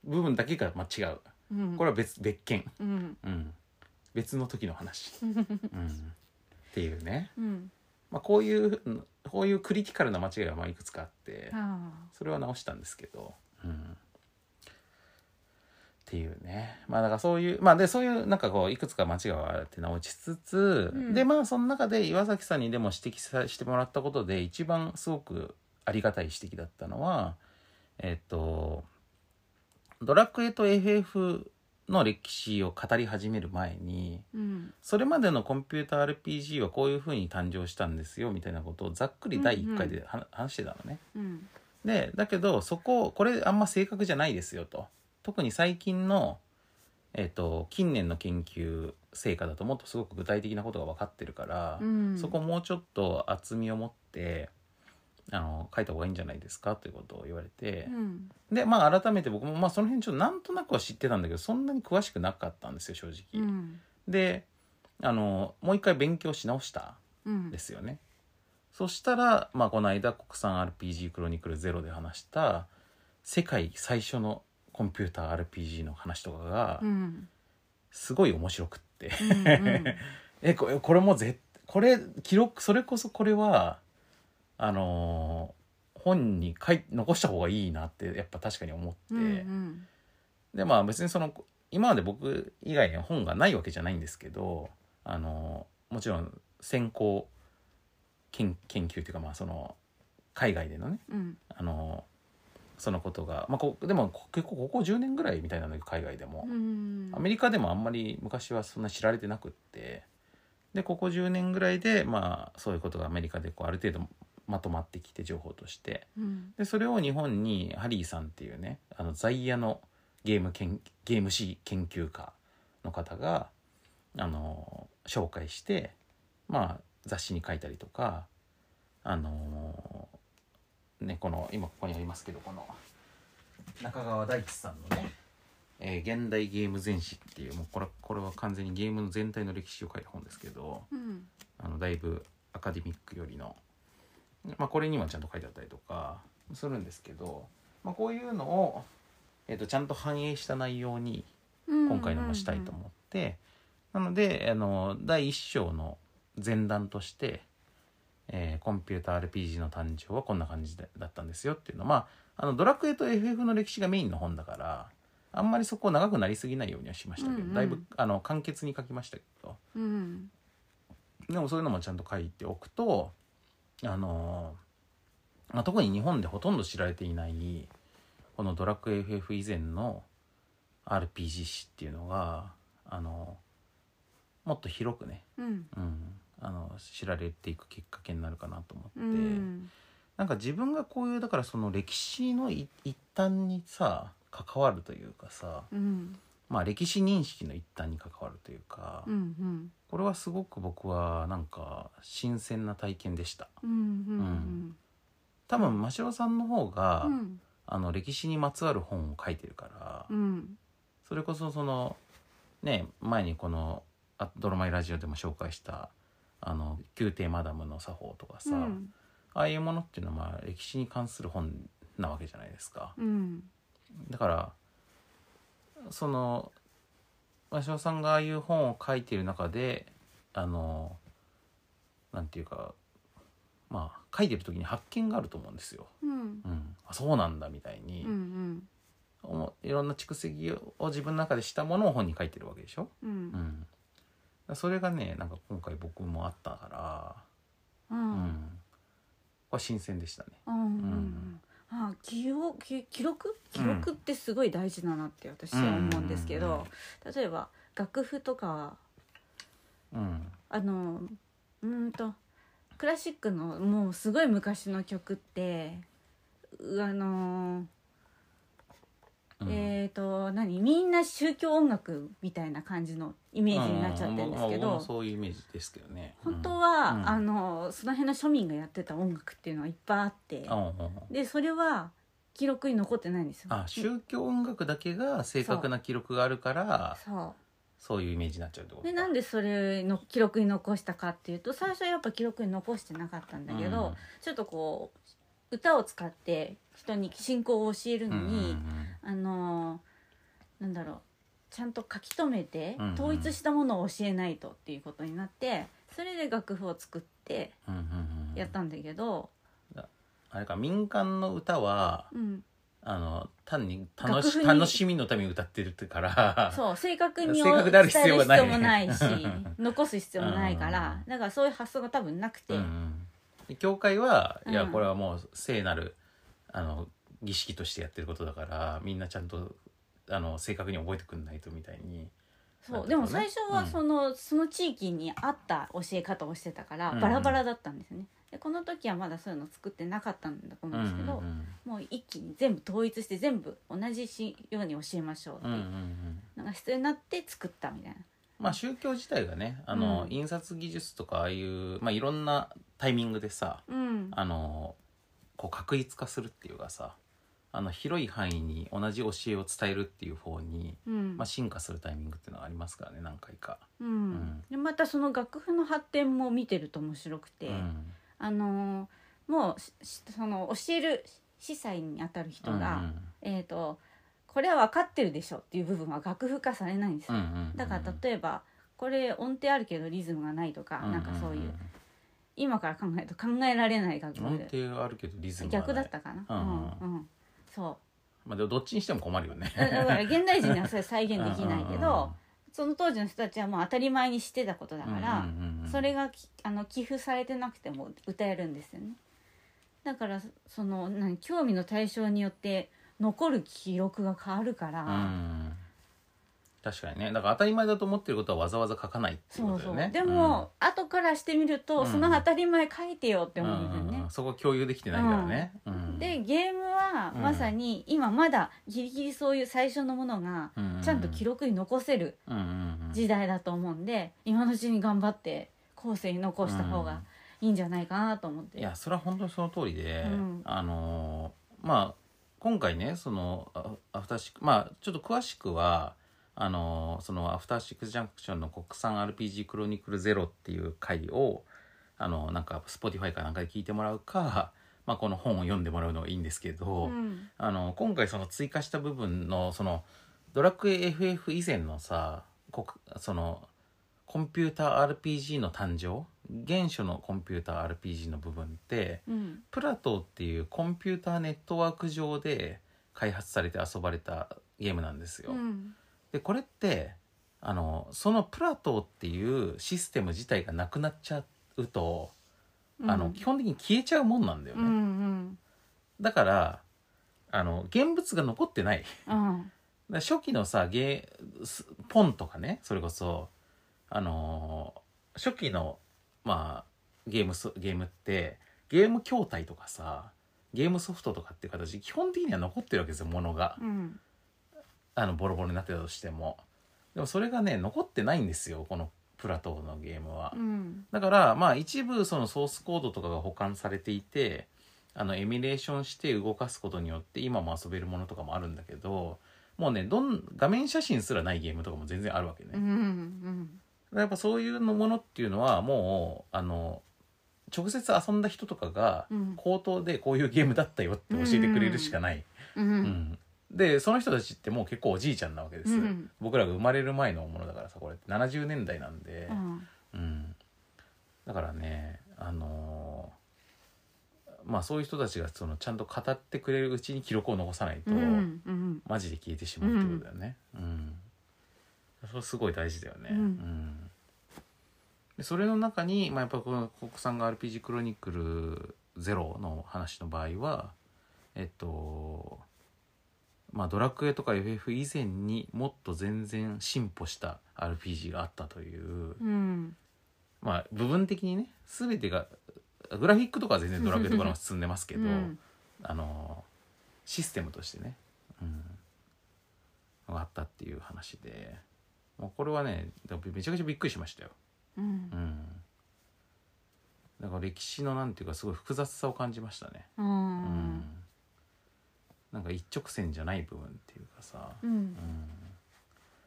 A: 部分だけがまあ違う
B: うん
A: これは別別件、
B: うん
A: うん、別の時の話、 *laughs* うん、っていうね、
B: うん
A: まあ、こういううんこういうクリティカルな間違いはまあいくつかあって
B: あ
A: それは直したんですけど、うん、っていうねまあだからそういうまあでそういうなんかこういくつか間違いはあって直しつつ、
B: うん
A: でまあその中で岩崎さんにでも指摘さしてもらったことで一番すごくありがたい指摘だったのはえっと「ドラクエ」と FF の歴史を語り始める前に
B: ーうん
A: それまでのコンピューター RPG はこういう風に誕生したんですよみたいなことをざっくり第1回では、話してたのね。
B: うん
A: でだけどそここれあんま正確じゃないですよと特に最近の、えっと近年の研究成果だともっとすごく具体的なことが分かってるから、
B: うん
A: そこもうちょっと厚みを持ってあの書いた方がいいんじゃないですかということを言われて
B: う、ん
A: でまあ改めて僕も、まあ、その辺ちょっとなんとなくは知ってたんだけどそんなに詳しくなかったんですよ正直。
B: うん
A: であのもう一回勉強し直した
B: うん
A: ですよね。そしたら、まあ、この間国産 RPG クロニクルゼロで話した世界最初のコンピューター RPG の話とかが
B: うん
A: すごい面白くって、 *laughs*
B: うんうん
A: えこれこれもぜこれ記録それこそこれはあのー本に書い残した方がいいなってやっぱ確かに思って、
B: うん
A: でまあ別にその今まで僕以外には本がないわけじゃないんですけどあのもちろん先行研研究というかまあその海外でのね
B: うん
A: あのそのことが、まあ、こでもこ結構ここ10年ぐらいみたいなのよ海外でも、
B: うん
A: アメリカでもあんまり昔はそんな知られてなくってでここ10年ぐらいでまあそういうことがアメリカでこうある程度まとまってきて情報として
B: うん
A: でそれを日本にハリーさんっていうねあの在野のゲーム研ゲーム史研究家の方があの紹介してまあ雑誌に書いたりとかあのねこの今ここにありますけどこの中川大地さんのねえー現代ゲーム全史っていうもうこれこれは完全にゲームの全体の歴史を書いた本ですけど
B: うん
A: あのだいぶアカデミックよりの、まあ、これにはちゃんと書いてあったりとかするんですけど、まあ、こういうのを、えー、とちゃんと反映した内容に今回のもしたいと思って、なのであの第1章の前段として、えーコンピューター RPG の誕生はこんな感じだだったんですよっていうのは、まあ、あのドラクエと FF の歴史がメインの本だからあんまりそこ長くなりすぎないようにはしましたけど、
B: うんうん
A: だいぶあの簡潔に書きましたけど。
B: うん
A: でもそういうのもちゃんと書いておくと、あのーまあ、特に日本でほとんど知られていないこの「ドラクエ FF」以前の RPG 史っていうのが、あのーもっと広くね、
B: うん
A: うん、あの知られていくきっかけになるかなと思って、
B: うん
A: なんか自分がこういうだからその歴史のい一端にさ関わるというかさ、
B: うん
A: まあ、歴史認識の一端に関わるというか。
B: うんうん
A: これはすごく僕はなんか新鮮な体験でした
B: うんうん
A: 多分真城さんの方が、
B: うん
A: あの歴史にまつわる本を書いてるから、
B: うん
A: それこそそのね前にこの「あドロマイラジオ」でも紹介したあの宮廷マダムの作法とかさ、
B: うん
A: ああいうものっていうのはまあ歴史に関する本なわけじゃないですか
B: うん
A: だからその真汐さんがああいう本を書いている中であのなんていうかまあ書いてる時に発見があると思うんですよ。
B: うん
A: うん、あそうなんだみたいに、
B: うん
A: おもいろんな蓄積を自分の中でしたものを本に書いてるわけでしょ。
B: う
A: うんん、だからそれがねなんか今回僕もあったから、うん
B: うん
A: は新鮮でしたね。
B: うん
A: ん
B: あ記憶記記録記
A: うん
B: 録ってすごい大事だなって私は思うんですけど、例えば楽譜とか
A: うん、
B: あのうーんとクラシックのもうすごい昔の曲ってうあのー
A: うん
B: えー、と何みんな宗教音楽みたいな感じのイメージになっちゃってるんですけ
A: うう
B: ど、
A: 僕もそういうイメージですけどね。
B: 本当は、
A: うん
B: あのその辺の庶民がやってた音楽っていうのはいっぱいあって
A: うん、うんうん
B: でそれは記録に残ってないんですよ。
A: あ宗教音楽だけが正確な記録があるから
B: そ
A: そういうイメージになっちゃうってこ
B: う
A: と
B: でなん
A: で
B: でそれの記録に残したかっていうと最初はやっぱ記録に残してなかったんだけど、ちょっとこう歌を使って人に信仰を教えるのに、あのなんだろうちゃんと書き留めて
A: うんうん
B: 統一したものを教えないとっていうことになってそれで楽譜を作ってやったんだけど、
A: あれか民間の歌は
B: うん、
A: あの単に楽し
B: 楽譜に
A: 楽しみのために歌ってるってから
B: そう正確に
A: 正確である必要はない
B: 伝える必要もないし
A: *laughs*
B: 残す必要もないから
A: う
B: だからそういう発想が多分なくて、
A: うんうんで教会は、いや
B: うん
A: これはもう聖なるあの儀式としてやってることだからみんなちゃんとあの正確に覚えてくんないとみたいに。
B: そう
A: な
B: で
A: るほ
B: も
A: どね
B: 最初はその,、その地域に合った教え方をしてたからバラバラだったんですね。でこの時はまだそういうの作ってなかったんだと思うんですけど、
A: うんうん
B: もう一気に全部統一して全部同じしように教えましょうって
A: う
B: い
A: んうんう
B: うんのが必要になって作ったみたいな。
A: まあ宗教自体がねあの、
B: うん
A: 印刷技術とかああいう、まあ、いろんなタイミングでさ
B: うん、
A: あのこう確一化するっていうかさあの広い範囲に同じ教えを伝えるっていう方に、
B: うん
A: まあ、進化するタイミングっていうのはありますからね何回か。
B: うんでまたその楽譜の発展も見てると面白くて、
A: うん
B: あのーもうししその教える司祭にあたる人
A: うんう
B: が、
A: ん
B: えっ、とこれは分かってるでしょっていう部分は楽譜化されないんです
A: う
B: よ。
A: んうんうん
B: だから例えばこれ音程あるけどリズムがないとか、なんかそういう、今から考えると *laughs* 考えられない楽
A: 音
B: 譜で
A: 程あるけどリズムがない
B: 逆だったかな、
A: う
B: うんうん、そう
A: まあでもどっちにしても困るよね *laughs*
B: だだから現代人にはそれ再現できないけ
A: うんうんう
B: どその当時の人たちはもう当たり前にしてたことだ
A: ん
B: から
A: うんうんうん
B: それがきあの寄付されてなくても歌えるんですよねだからそその何興味の対象によって残る記録が変わるから、
A: うん確かにねだから当たり前だと思ってることはわざわざ書かないっていうこ
B: そう
A: とだ
B: そ
A: よ
B: う、
A: ね
B: でも、後からしてみると、
A: うん
B: その当たり前書いてよって
A: うん
B: 思うんですよ
A: うんうんう
B: ね
A: ん、そこは共有できてないからね、うん
B: でゲームは
A: うん
B: まさに今まだギリギリそういう最初のものがちゃんと記録に残せる
A: うんうんうん
B: 時代だと思うんで今のうちに頑張って後世に残した方がいいんじゃないかなと思って。
A: いやそれは本当にその通りで、
B: うん
A: あのーまあ今回ねそのあアフターシックまあちょっと詳しくはあのーそのアフターシックスジャンクションの国産 RPG クロニクルゼロっていう回をあのなんか Spotify かなんかで聞いてもらうか、まあ、この本を読んでもらうのがいいんですけど、
B: うん
A: あの今回その追加した部分のそのドラクエ FF 以前のさこそのコンピューター RPG の誕生原初のコンピューター RPG の部分って
B: うん
A: プラトーっていうコンピューターネットワーク上で開発されて遊ばれたゲームなんですよ。
B: うん
A: でこれってあのそのプラトーっていうシステム自体がなくなっちゃうと、あの基本的に消えちゃうもんなんだよ
B: う
A: ね。
B: んうん
A: だからあの現物が残ってない
B: うん
A: だから初期のさゲースポンとかねそれこそあのー初期のまあゲームソゲームってゲーム筐体とかさゲームソフトとかっていう形基本的には残ってるわけですよものが
B: うん
A: あのボロボロになってたとしてもでもそれがね残ってないんですよこのプラトーのゲームは
B: うん
A: だからまあ一部そのソースコードとかが保管されていてあのエミュレーションして動かすことによって今も遊べるものとかもあるんだけどもうねどん画面写真すらないゲームとかも全然あるわけね、
B: うんうん
A: やっぱそういうのものっていうのはもうあの直接遊んだ人とかが
B: うん
A: 口頭でこういうゲームだったよって教えてくれるしかない、
B: うんう
A: うん
B: ん
A: でその人たちってもう結構おじいちゃんなわけです、
B: うん
A: 僕らが生まれる前のものだからさこれって70年代なんで、うん、だからねあのーまあそういう人たちがそのちゃんと語ってくれるうちに記録を残さないと、
B: うんうん
A: マジで消えてしまうってことだよねうん、それすごい大事だよね
B: うん
A: んでそれの中に、まあ、やっぱこの国産が RPG クロニクルゼロの話の場合はえっとまあドラクエとか FF 以前にもっと全然進歩した RPG があったという
B: うん
A: まあ部分的にね全てがグラフィックとかは全然ドラクエとかの方が進んでますけど、
B: うん
A: あのシステムとしてね、うん、のがあったっていう話でもうこれはねでもめちゃくちゃびっくりしましたよ。
B: うん
A: うん、だから歴史のなんていうかすごい複雑さを感じましたね。
B: う
A: うん
B: ん
A: なんか一直線じゃない部分っていうかさ、
B: う
A: うんん、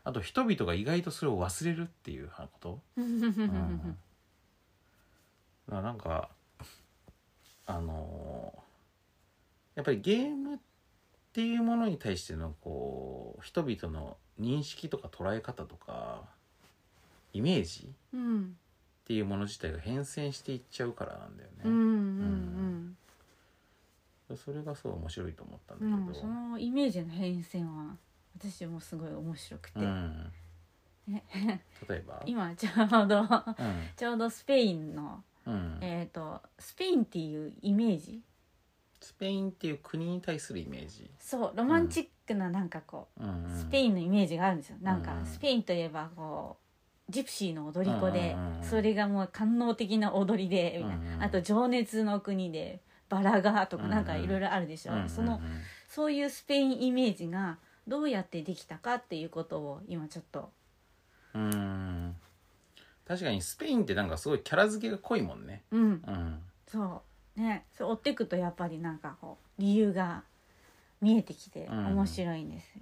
A: あと人々が意外とそれを忘れるっていうこと、うんまあなんかあのーやっぱりゲームっていうものに対してのこう人々の認識とか捉え方とかイメージっ
B: うん
A: ていうもの自体が変遷していっちゃうからなんだよね、
B: うんうん
A: それがすごい面白いと思ったんだ
B: う
A: けど、
B: んうんそのイメージの変遷は私もすごい面白くて、
A: うん
B: ね
A: 例えば
B: *laughs* 今ちょうど *laughs*
A: うん
B: ちょうどスペインの、
A: うん
B: えー、とスペインっていうイメージ
A: スペインっていう国に対するイメージ、
B: そうロマンチックななんかこ
A: うん
B: う、
A: うん
B: スペインのイメージがあるんですよなんか
A: うん
B: スペインといえばこうジプシーの踊り子で
A: うん
B: それがもう官能的な踊りでみたい
A: うん
B: なあと情熱の国でバラがとか
A: うん
B: なんかいろいろあるでしょ
A: うんうんうん
B: そのそういうスペインイメージがどうやってできたかっていうことを今ちょっと
A: うん確かにスペインってなんかすごいキャラ付けが濃いもんね
B: うん
A: うん
B: そうねそう追っていくとやっぱりなんかこう理由が見えてきて
A: うん
B: 面白いんですよ、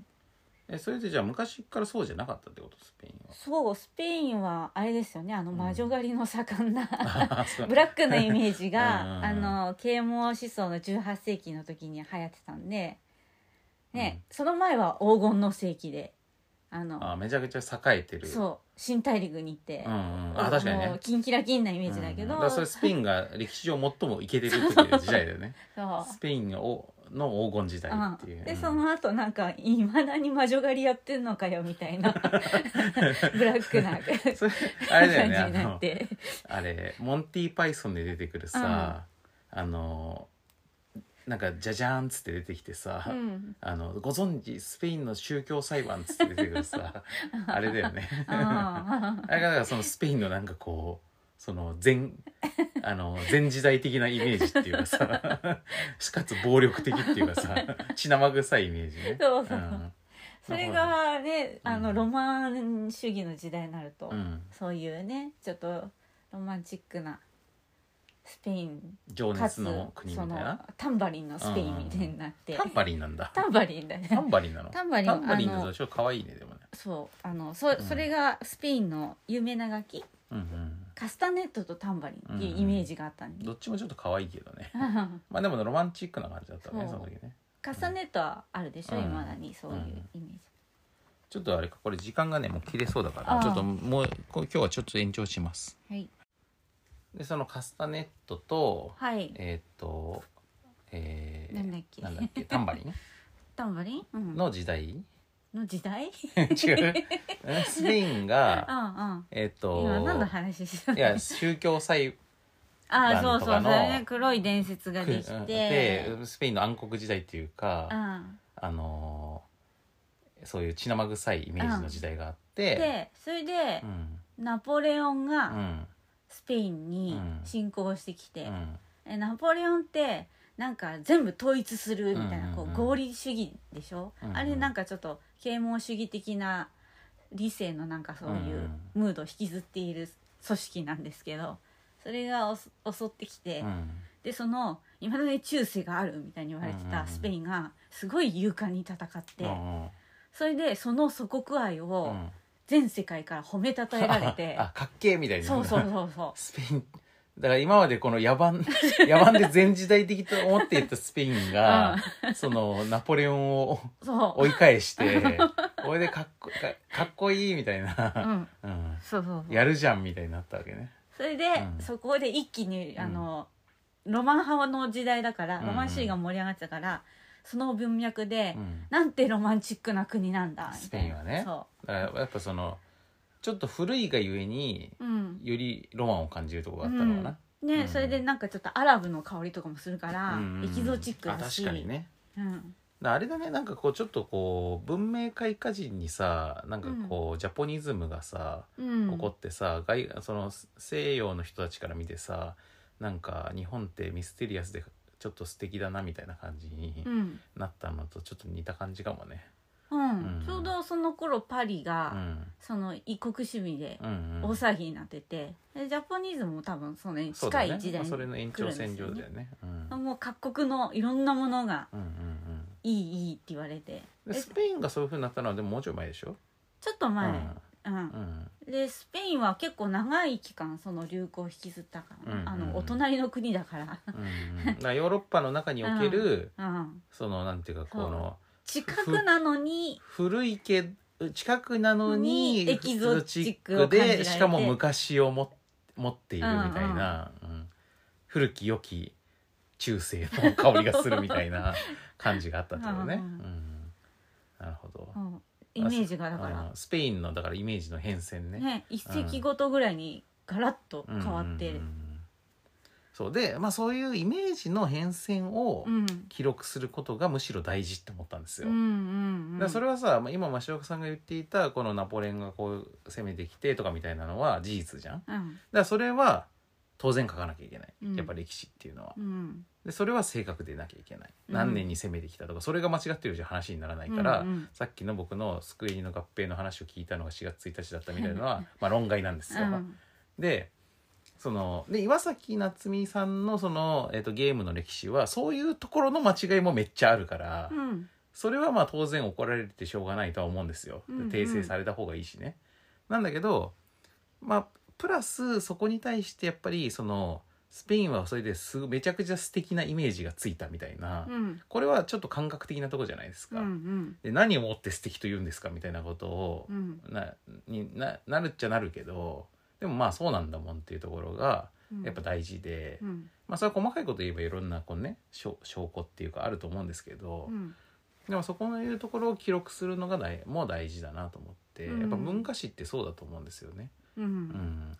A: えそれでじゃあ昔からそうじゃなかったってことスペイン
B: そうスペインはあれですよねあの魔女狩りの
A: *laughs*
B: 盛んな、
A: はそう
B: *laughs* ブラックなイメージが、
A: うん
B: あの啓蒙思想の18世紀の時に流行ってたんで、ねその前は黄金の世紀であの
A: あめちゃくちゃ栄えてるう、
B: そう新大陸に行って、
A: んうん、あ確かに
B: もう
A: ね
B: キンキラキンなイメージだけ
A: うんだ
B: ど、
A: からそれスペインが歴史上最もイケてる時の時代だよね
B: *laughs* そう
A: スペインをの黄金時代っていう、
B: うんで
A: うん
B: その後なんかいまだに魔女狩りやってんのかよみたい
A: *laughs*
B: なブラックな
A: それあ
B: *laughs* 感
A: れ
B: じ
A: だよ
B: に
A: ねあ
B: なっ
A: の
B: て
A: あれモンティ・パイソンで出てくるさ、あのなんかじゃじゃーんっつって出てきてさ、
B: うん
A: あのご存知スペインの宗教裁判っつって出てくる
B: *laughs*
A: さあれだよね
B: あ
A: あれがだからそのスペインのなんかこうその前あの前時代的なイメージっていうか
B: *laughs*
A: さしかつ暴力的っていうかさ血生臭いイメージね。
B: そうそう
A: うん
B: それがねあの、
A: うん
B: ロマン主義の時代になると、
A: うん、
B: そういうねちょっとロマンチックなスペイン
A: 情
B: か
A: 熱
B: つ
A: の国みた
B: そ
A: い
B: の
A: な
B: タンバリンのスペインみたいになって、
A: タンバリンなんだ
B: タンバリンだね
A: タンバリンなの
B: タンバリン
A: タンバリン
B: あの
A: のちょっと可愛いねでもね
B: そうあのそそれがスペインの有名な楽器、
A: うんうん
B: カスタネットとタンバリンっていうイメージがあっ
A: *laughs*
B: たんで、
A: どっちもちょっと可愛いけどねまあでもロマンチックな感じだったね
B: そ
A: そうの時ね
B: カスタネットはあるでしょ
A: うん
B: いま、未だにそういうイメージ、
A: ちょっとあれかこれ時間がねもう切れそうだか
B: あ
A: ら
B: あ
A: ちょっともうこう今日はちょっと延長します
B: はい
A: でそのカスタネットと
B: はい
A: えーっとえー
B: なんだっけ
A: なんだっけタンバリ
B: *laughs*
A: ン
B: タンバリン、うん、の
A: の時代違う
B: 時代
A: えスペインが
B: あ
A: えーっ
B: *laughs* あ、うん、今何の
A: と
B: 話してた
A: いや宗教裁
B: *laughs* ああ
A: バ
B: そう
A: ン
B: そ
A: と
B: うそ
A: か
B: う
A: の
B: ね黒い伝説ができて
A: でスペインの暗黒時代っていうか
B: うん
A: あのーそういう血生臭いイメージの時代があって、
B: でそれで
A: う、ん
B: ナポレオン
A: う
B: が
A: ん
B: スペインに侵攻してきて
A: う、ん
B: えナポレオンってなんか全部統一するみたいな、
A: うんうんうん
B: こう合理主義でしょ、
A: うんうん
B: あれなんかちょっと啓蒙主義的な理性のなんかそうい
A: んう
B: うんうムードを引きずっている組織なんですけどそれがおそ襲ってきて、
A: うん
B: でそのいまだに中世があるみたいに言われて
A: うんうんう
B: た
A: ん
B: スペインがすごい勇敢に戦って、
A: うん
B: それでその祖国愛
A: う
B: を
A: ん、
B: 全世界から褒めたたえられて
A: あかっけえみたいな
B: そうそうそうそう
A: スペインだから今までこの野
B: *laughs*
A: 蛮野蛮で全時代的と思っていたスペインが、そのナポレオンを
B: そう、
A: 追い返して
B: *laughs*
A: これでかっこかかっこいいみたいな、
B: ん、
A: うん
B: そうそうそう
A: やるじゃんみたいになったわけね
B: それで、
A: うん
B: そこで一気に
A: ん
B: あの、ロマン派の時代だから
A: うんうん
B: ロマン主義が盛り上がってたから、その文脈で、
A: うん
B: なんてロマンチックな国なんだ
A: スペインはね
B: みたいなそ
A: だからやっぱそのちょっと古いがゆえに
B: う、うん、
A: よりロマンを感じるところがあったのかな、
B: ね、
A: うん
B: それでなんかちょっとアラブの香りとかもするから、
A: うんうん
B: エキゾチック
A: あ
B: だし
A: 確かにね
B: うん、
A: あれだねなんかこうちょっとこう文明開化時にさなんかこう、ジャポニズムがさ
B: うん、
A: ここってさ外その西洋の人たちから見てさなんか日本ってミステリアスでちょっと素敵だなみたいな感じに
B: うん、
A: なったのとちょっと似た感じかもね。
B: う
A: う
B: ん
A: ん
B: ちょうどその頃パリが
A: う、ん
B: その一国主義で
A: うんうん
B: 大騒ぎになってて、でジャポニーズムも多分その
A: そうだ
B: 近
A: ね
B: い時
A: ま
B: 代
A: あ
B: に
A: それの延長線上
B: 来るん
A: だ
B: です
A: よね。うん
B: よねもう各国のいろんなものが
A: うんうん
B: いいいいって言われて
A: うん、
B: え
A: でスペインがそういうふうになったのはでももうちょい前でしょ、
B: ちょっと前、うん
A: うんうん、
B: でスペインは結構長い期間その流行を引きずったから、
A: うん
B: あ
A: うん
B: のお隣の国だから、 *laughs*
A: うんうんだからヨーロッパの中における、
B: うん、
A: そのなんていうかこの
B: 近くなのに
A: 古いけ近くなのに
B: にエキゾチックを感じられて
A: でしかも昔をも持っているみたいな、うん古き良き中世の香りがするみたいな感じがあったってことね。う
B: *laughs* うんうん
A: ん、なるほど、
B: うんイメージがだか
A: あ
B: ら
A: のスペインのだからイメージの変遷ね。
B: ね一世ごとぐらいにガラッと変わって
A: うんうんう
B: る
A: んうんそうで、まあ、そういうイメージの変遷を
B: うん
A: 記録することがむしろ大事って思ったんです
B: うん
A: よ。
B: う
A: だ
B: ん
A: からそれはさ、まあ、今増岡さんが言っていたこのナポレオンがこう攻めてきてとかみたいなのは事実じゃん。だか
B: うん
A: らそれは当然書かなきゃいけない、
B: うん
A: やっぱ歴史っていうのは
B: うん
A: でそれは正確でなきゃいけない、
B: うん
A: 何年に攻めてきたとかそれが間違ってるじゃ話にならないから、
B: うんうん
A: さっきの僕の救いの合併の話を聞いたのが4月1日だったみたいなの
B: *laughs*
A: はまあ論外なんですよ。
B: うん
A: でそので岩崎夏美さんのその、えっとゲームの歴史はそういうところの間違いもめっちゃあるから、
B: うん
A: それはまあ当然怒られてしょうがないとは思うんですよ、
B: うんうん
A: 訂正された方がいいしね。なんだけどまあプラスそこに対してやっぱりそのスペインはそれですめちゃくちゃ素敵なイメージがついたみたいな、
B: うん
A: これはちょっと感覚的なとこじゃないです
B: う
A: か。
B: ん
A: で何をもって素敵と言うんですかみたいなことを
B: うんうん
A: なにななるっちゃなるけどでもまあそうなんだもんっていうところが
B: うん
A: やっぱ大事で、
B: うん
A: まあそれは細かいこと言えばいろんなこうね証証拠っていうかあると思うんですけど、
B: うん
A: でもそこのいうところを記録するのが大もう大事だなと思って、
B: うん
A: やっぱ文化史ってそうだと思うんですよね。
B: う
A: うんん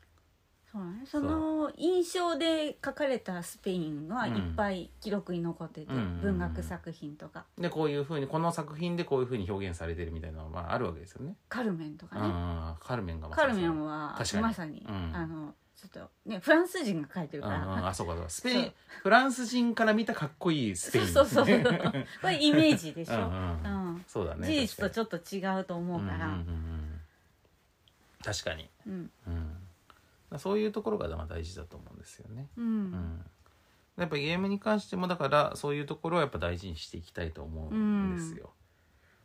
B: そうねその印象で書かれたスペインはいっぱい記録に残ってて、
A: うんうんうん
B: 文学作品とか
A: でこういうふうにこの作品でこういうふうに表現されてるみたいなのはまああるわけですよね。
B: 「カルメン」とかね、
A: うんカルメンがまさ
B: カ
A: に
B: ル
A: そ
B: メ
A: う
B: ンは
A: 確かに
B: まさに、
A: うん
B: あのちょっとねフランス人が書いてる
A: う
B: か
A: んう
B: ら、 *laughs*
A: ん、あそうかそうかスペイ
B: そ
A: ン
B: う
A: フランス人から見たかっこいいスペイン
B: そうそうそう
A: うん
B: これイメージでしょ、
A: う
B: うん
A: んうんそうだね
B: 事実と
A: ょっ
B: ちょっと違うと思うから、
A: んうんうんうん、確かに、
B: うん
A: うん、そういうところがまあ大事だと思うんですよね、
B: う
A: うんん、やっぱゲームに関してもだからそういうところはやっぱ大事にしていきたいと思うんですよ、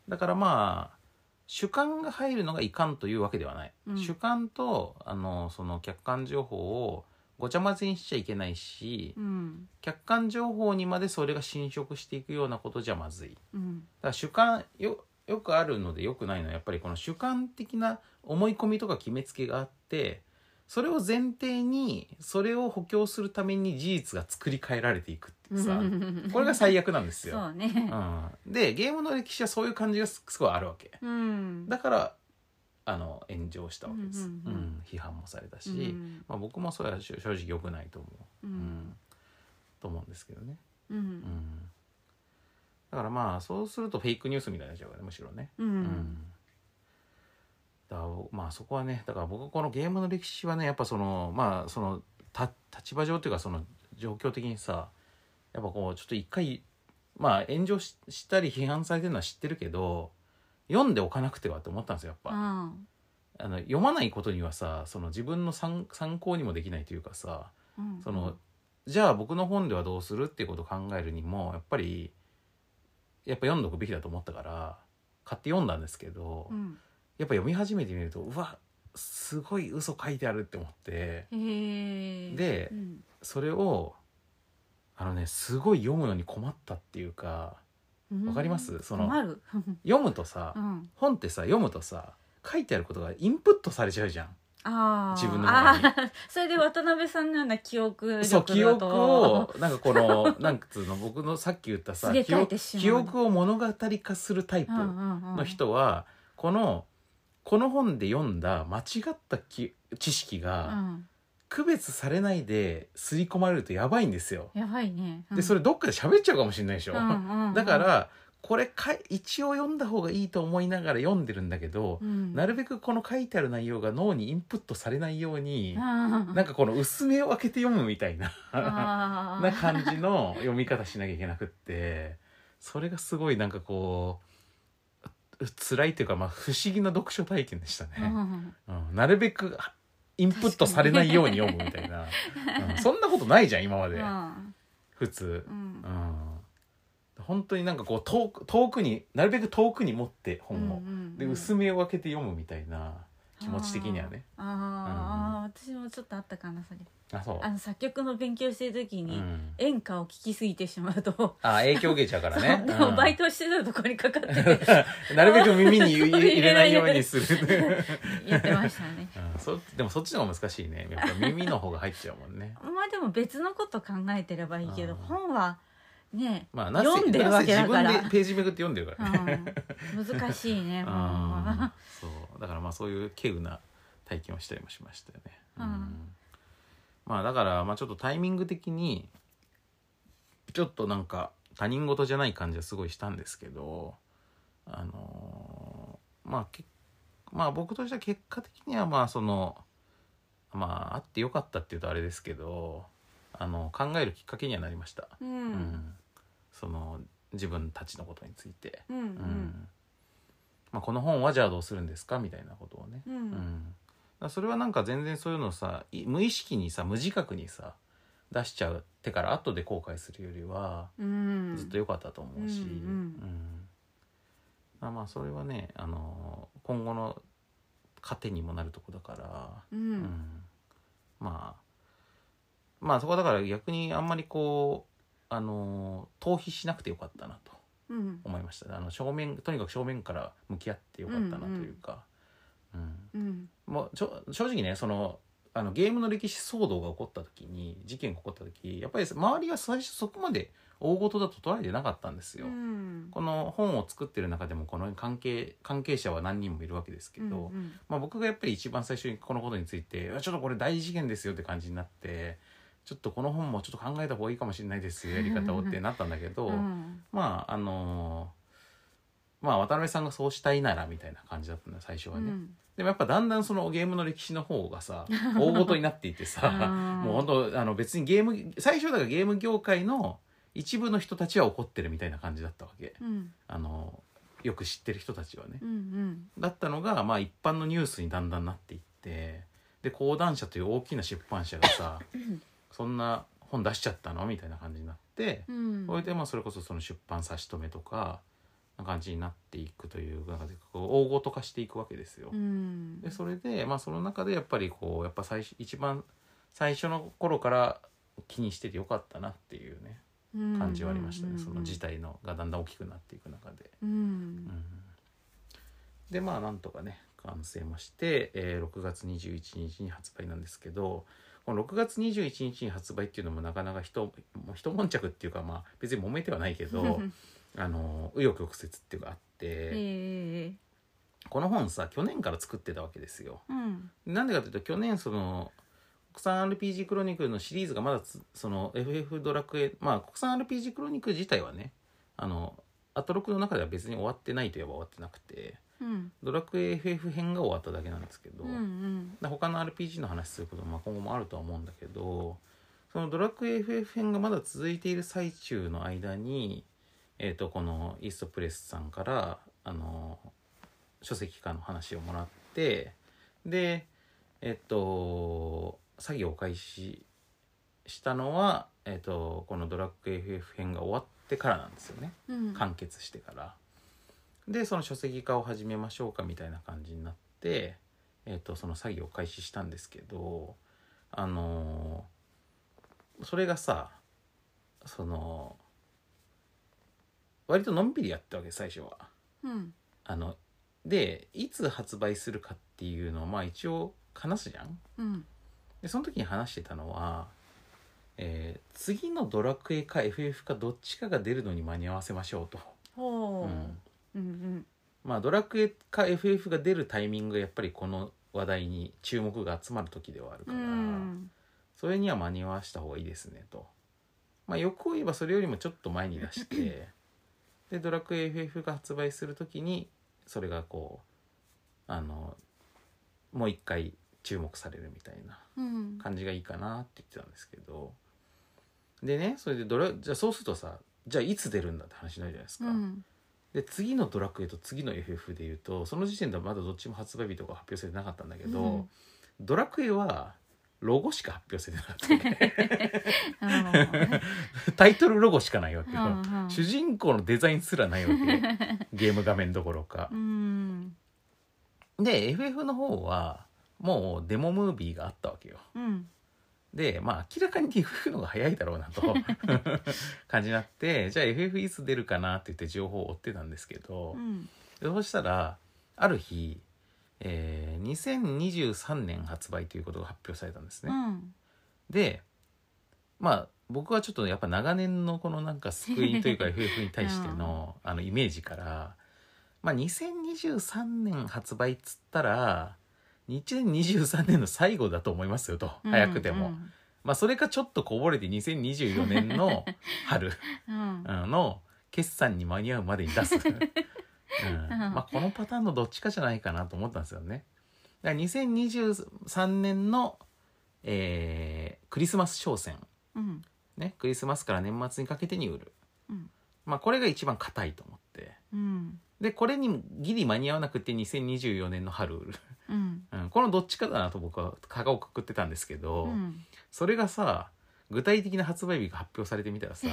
A: だからまあ主観が入るのがいかんというわけではない、
B: うん
A: 主観とあのその客観情報をごちゃ混ぜにしちゃいけないし、
B: うん
A: 客観情報にまでそれが侵食していくようなことじゃまずい
B: うん
A: だから主観よよくあるのでよくないのはやっぱりこの主観的な思い込みとか決めつけがあってそれを前提にそれを補強するために事実が作り変えられていくってさこれが最悪なんですよ。
B: *laughs* そうね
A: うん、でゲームの歴史はそういう感じがすすごいあるわけ
B: うん
A: だからあの炎上したわけです、う
B: うんんうんうん
A: 批判もされたし、
B: うん
A: まあ、僕もそれは正正直良くないと思う、う
B: う
A: んんと思うんですけどね、
B: う
A: うんん、だからまあそうするとフェイクニュースみたいになっちゃうからねむしろね。
B: う
A: うんんだからまあそこはねだから僕はこのゲームの歴史はねやっぱそのまあそのた立場上というかその状況的にさやっぱこうちょっと一回まあ炎上ししたり批判されてるのは知ってるけど読んでおかなくてはと思ったんですよやっぱ、あの読まないことにはさその自分の参参考にもできないというかさ
B: うん
A: そのじゃあ僕の本ではどうするっていうことを考えるにもやっぱりやっぱ読んどくべきだと思ったから買って読んだんですけど、
B: うん
A: やっぱ読み始めてみるとうわすごい嘘書いてあるって思って
B: へえ
A: で
B: うん
A: それをあのねすごい読むのに困ったっていうかわかりますその
B: 困る
A: 読むとさ、
B: うん
A: 本ってさ読むとさ書いてあることがインプットされちゃうじゃん。
B: ああ
A: 自分の中に *laughs*
B: それで渡辺さんのような記憶力だと
A: そう記憶をなんかこのなんつうの僕のさっき言ったさ
B: すげえ
A: 記
B: 書い
A: 憶
B: てしまう
A: 記憶を物語化するタイプ
B: うんうんうん
A: の人は、このこの本で読んだ間違ったき知識
B: う
A: が
B: ん
A: 区別されないで刷り込まれるとやばいんですよ。
B: やばいね、
A: でそれどっかで喋っちゃうかもしれないでしょ。だか、らこれか一応読んだ方がいいと思いながら読んでるんだけど、な
B: る
A: るべくこの書いてある内容が脳にインプットされないように、
B: な
A: なんかこの薄めを開けて読むみたいなな
B: な
A: 感じの読み方しなきゃいけなくってそれがすごいなんかこうう辛いというか、まあ、不思議な読書体験でしたね。うんなるべくはインプットされないように読むみたいな、うんそんなことないじゃん今まで、普通、うん、本当になんかこう遠く遠くになるべく遠くに持って本を、で薄めを開けて読むみたいな気持ち的にはね
B: あーあー、私もちょっとあったかなそれ
A: あそう
B: あの作曲の勉強してる時
A: う
B: に、
A: ん
B: 演歌を聴きすぎてしまうと
A: あ影響受けちゃうからね
B: *laughs* そうでも
A: うん
B: バイトしてたとこにかかってて
A: *laughs* なるべく耳に入
B: そ
A: れ
B: う
A: 入れ
B: 入れ
A: な
B: ないい
A: よ
B: よ
A: う
B: う
A: に
B: に
A: する
B: *laughs* やってましたね
A: うん *laughs* そでもそっちの方が難しいねやっぱ耳の方が入っちゃうもんね
B: まあでも別のこと考えてればいいけど
A: あー
B: 本はね
A: まあなぜ
B: 読んでるわけだから
A: なぜ自分でページめくって読んでるからね
B: うん難しい
A: *laughs*
B: ね本
A: うん
B: は
A: そうだからまあそういう稀有な体験をしたりもしましたよね。うん
B: うん
A: まあだからまあちょっとタイミング的にちょっとなんか他人事じゃない感じはすごいしたんですけどあのーまあけまあ僕としては結果的にはまあそのまああってよかったっていうとあれですけどあの考えるきっかけにはなりました。う
B: う
A: んんその自分たちのことについて。
B: うんう
A: うんんまあ、この本はじゃあどうするんですかみたいなことをね、
B: う
A: うん
B: ん
A: だからそれはなんか全然そういうのさい無意識にさ無自覚にさ出しちゃうってから後で後悔するよりは
B: うん
A: ずっと良かったと思うし、
B: うんうん
A: うんまあまあそれはね、あのー今後の糧にもなるとこだから、
B: う
A: うんんまあまあそこはだから逆にあんまりこう、あのー逃避しなくてよかったなと。
B: うん
A: 思いましたねあの正面とにかく正面から向き合ってよかったなというか、うん
B: うん
A: もうちょ正直ねそのあのゲームの歴史騒動が起こった時に事件が起こった時やっぱり周りは最初そこまで大事だと捉えてなかったんですよ。
B: うん
A: この本を作ってる中でもこの関係関係者は何人もいるわけですけど、
B: うん
A: まあ、僕がやっぱり一番最初にこのことについていや「ちょっとこれ大事件ですよ」って感じになってちょっとこの本もちょっと考えた方がいいかもしれないですよやり方をってなったんだけど、
B: うんうん
A: まああのーまあ渡辺さんがそうしたいならみたいな感じだったんだよ最初は
B: う
A: ね、
B: ん
A: でもやっぱだんだんそのゲームの歴史の方が
B: *laughs*
A: さ大ごとになっていってさ
B: あー
A: *laughs* もう本当あの別にゲーム最初だからゲーム業界の一部の人たちは怒ってるみたいな感じだったわけ
B: うん
A: あのよく知ってる人たちはね
B: うんうん
A: だったのがまあ一般のニュースにだんだんなっていってで講談社という大きな出版社が
B: *laughs*
A: さそんな本出しちゃったのみたいな感じになって
B: うん
A: それでまあそれこそその出版差し止めとかな感じになっていくというなんかこう大ごと化していくわけですよ。
B: うん
A: でそれでまあその中でやっぱりこうやっぱ最初一番最初の頃から気にしててよかったなっていうね感じはありましたねその事態のがだんだん大きくなっていく中で。
B: うんうん
A: うんでまあなんとかね完成もして、えー6月21日に発売なんですけどこの6月21日に発売っていうのもなかなか人もう一悶着っていうかまあ別に揉めてはないけ
B: *laughs*
A: どあの紆余曲折っていうかあって
B: ええ
A: この本さ去年から作ってたわけですよ。
B: うん
A: なんでかというと去年その国産 RPG クロニクルのシリーズがまだつその FF ドラクエまあ国産 RPG クロニクル自体はねあのアトロクの中では別に終わってないといえば終わってなくて
B: うん
A: ドラクエ FF 編が終わっただけなんですけど、
B: うんうん
A: で他の RPG の話することもまあ今後もあるとは思うんだけどそのドラクエ FF 編がまだ続いている最中の間に、えー、とこのイーストプレスさんからあの書籍化の話をもらってでえっ、と作業を開始したのは、えっとこのドラクエ FF 編が終わってからなんですよね。
B: うん
A: 完結してから、でその書籍化を始めましょうかみたいな感じになって、えー、とその作業を開始したんですけどあのーそれがさその割とのんびりやったわけ最初は。
B: うん
A: あのでいつ発売するかっていうのをまあ一応話すじゃん。
B: うん
A: でその時に話してたのは、えー次のドラクエか FF かどっちかが出るのに間に合わせましょうと。
B: ほう
A: うん
B: うん
A: まあ、ドラクエか FF が出るタイミングがやっぱりこの話題に注目が集まる時ではある
B: う
A: から、
B: んうん
A: それには間に合わした方がいいですねと。まあ欲を言えばそれよりもちょっと前に出
B: *laughs*
A: して、で、ドラクエ FF が発売するときに、それがこう、あの、もう一回注目されるみたいな
B: うん
A: 感じがいいかなって言ってたんですけど、でね、それでドラ、じゃあそうするとさ、じゃあいつ出るんだって話になるじゃないです
B: う
A: か。
B: ん
A: で次の「ドラクエ」と次の FF でいうとその時点ではまだどっちも発売日とか発表されてなかったんだけど、
B: うん
A: ドラクエはロゴしか発表されてなかったね、 *laughs* タイトルロゴしかないわけよ、
B: うん
A: 主人公のデザインすらないわ
B: *laughs*
A: けよゲーム画面どころか
B: う、ん
A: で FF の方はもうデモムービーがあったわけよ
B: うん
A: でまあ明らかに FF の方が早いだろうな
B: *laughs*
A: と感じになってじゃあ FF いつ出るかなって言って情報を追ってたんですけど、
B: うん
A: でそうしたらある日、えー2023年発売ということが発表されたんですね、
B: うん
A: でまあ僕はちょっとやっぱ長年のこのなんか救いというか FF に対してのあのイメージから、まあ、2023年発売っつったら2023年の最後だと思いますよと早くても、まあ、それかちょっとこぼれて2024年の春
B: うん
A: あの決算に間に合うまでに出
B: *laughs*
A: す、うんまあ、このパターンのどっちかじゃないかなと思ったんですよね。だから2023年の、えークリスマス商戦、
B: うん
A: ね、クリスマスから年末にかけてに売る、
B: うん
A: まあ、これが一番硬いと思って
B: うん
A: でこれにギリ間に合わなくて2024年の春売る、
B: うん
A: うん、このどっちかだなと僕は蚊をくくってたんですけど、
B: うん
A: それがさ具体的な発売日が発表されてみたら
B: *laughs*
A: さ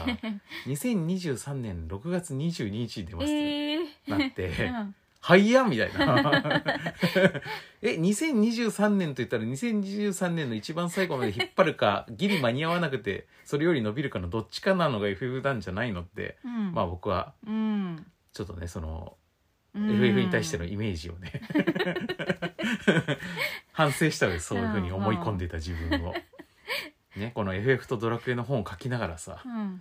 A: 2023年6月22日に出ますって
B: ええ
A: なって
B: う *laughs* ん
A: はいやみたいな *laughs* え2023年と言ったら2023年の一番最後まで引っ張るかギリ間に合わなくてそれより伸びるかのどっちかなのが FF なんじゃないのって
B: うん
A: まあ僕は
B: うん
A: ちょっとねその
B: うん
A: FF に対してのイメージをね *laughs* 反省したのでそういうふうに思い込んでた自分を。ね、この FF とドラクエの本を書きながらさ
B: うん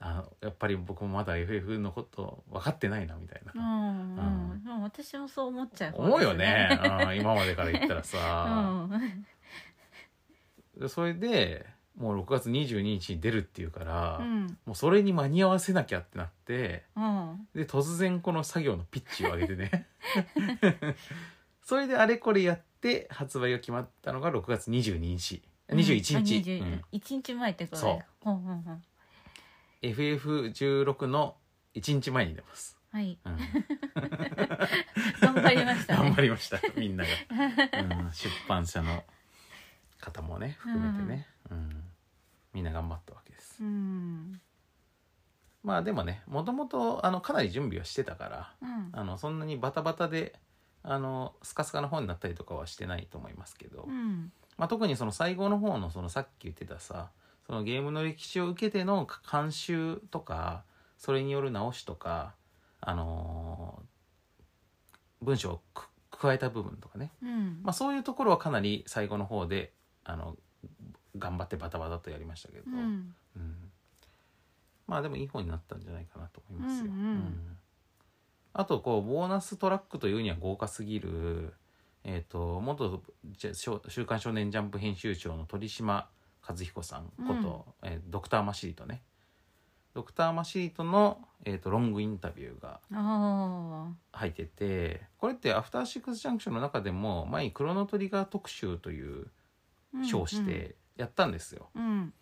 A: あやっぱり僕もまだ FF のこと分かってないなみたい
B: うんう
A: な、
B: ん
A: うん
B: でも私もそう思っちゃう
A: 思うよね、うん今までから言ったら
B: う
A: さ、
B: ん
A: でそれでもう6月22日に出るっていうから、
B: うん
A: もうそれに間に合わせなきゃってなって
B: うん
A: で突然この作業のピッチを上げてねそれであれこれやって発売が決まったのが6月22日21日、
B: うんあ
A: うん
B: 20一日前ってこと
A: そ
B: うんうんうん
A: FF16 の1日前に出ます、
B: はい
A: うん、
B: 頑張りました
A: 頑
B: ね
A: 張りましたみんなが、うん、出版社の方もね含めてね、うん、みんな頑張ったわけです
B: うん
A: まあでもねもともとあのかなり準備はしてたから
B: うん
A: あのそんなにバタバタであのスカスカの方になったりとかはしてないと思いますけど、
B: うん
A: まあ、特にその最後の方のそのさっき言ってたさそのゲームの歴史を受けての監修とかそれによる直しとか、あのー文章をく加えた部分とかね、
B: うん
A: まあ、そういうところはかなり最後の方であの頑張ってバタバタとやりましたけど、
B: うん
A: うんまあでもいい方になったんじゃないかなと思いますよ。
B: うんうん
A: あとこうボーナストラックというには豪華すぎる、えー、と元じゃしょ「週刊少年ジャンプ」編集長の鳥島和彦さんこと、えードクターマシリトねドクターマシリトの、えー、とロングインタビューが
B: あ
A: 入っててこれって「アフターシックス・ジャンクション」の中でも前に「クロノトリガー特集」という
B: ー
A: 賞をしてやったんですよ。
B: うん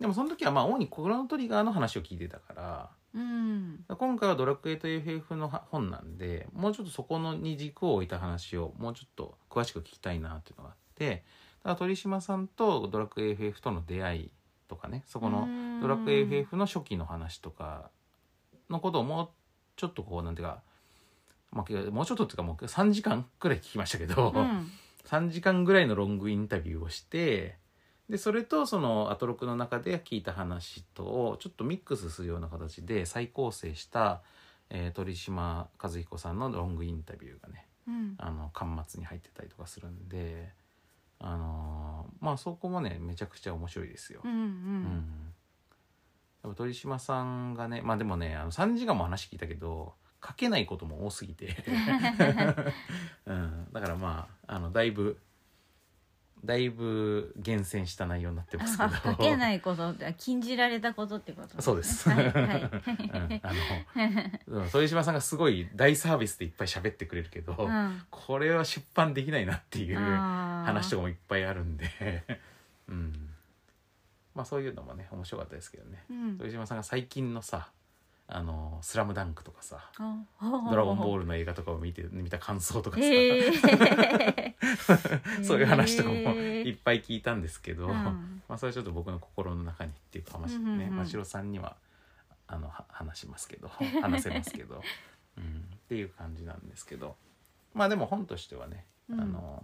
A: でもその時はまあ主にコロノトリガーの話を聞いてたから
B: うん
A: 今回は「ドラクエ」という FF のは本なんでもうちょっとそこの二軸を置いた話をもうちょっと詳しく聞きたいなっていうのがあってだから鳥島さんと「ドラクエ FF」との出会いとかねそこの「ドラクエ FF」の初期の話とかのことをもうちょっとこうなんていうか、まあ、もうちょっとっていうかもう3時間くらい聞きましたけど。
B: うん
A: 3時間ぐらいのロングインタビューをしてでそれとそのアトロクの中で聞いた話とをちょっとミックスするような形で再構成した、えー鳥島和彦さんのロングインタビューがね
B: うん
A: あの巻末に入ってたりとかするんで、あのーまあそこもねめちゃくちゃ面白いですよ。
B: う
A: うん
B: ん
A: やっぱ鳥島さんがねまあでもねあの3時間も話聞いたけど書けないことも多
B: *laughs*
A: すぎて、うん、だからまああのだいぶだいぶ厳選した内容になってますけ
B: あ
A: ど
B: 書けないことって禁じられたことってこ
A: *laughs*
B: と
A: そうです、
B: はいは
A: うん
B: い
A: あの
B: *laughs*
A: うん副島さんがすごい大サービスでいっぱい喋ってくれるけど、
B: うん
A: これは出版できないなっていう話
B: 話
A: とかもいっぱいあるんで、 *laughs* うん、まあそういうのもね面白かったですけどね
B: うん
A: 副島さんが最近のさ「あのスラムダンクとかさ「ド
B: ド
A: ラゴンボー
B: ル
A: ル」の映画とかを見て見た感想とかさ、
B: へえ
A: *laughs* そういう話とかも
B: へえ
A: いっぱい聞いたんですけど、
B: うん
A: まあ、それはちょっと僕の心の中にっていうかまし
B: うんうんうん
A: ね真城さんにはあのは話しますけ
B: *laughs*
A: ど話せますけど、うん、っていう感じなんですけどまあでも本としてはね、
B: うん
A: あの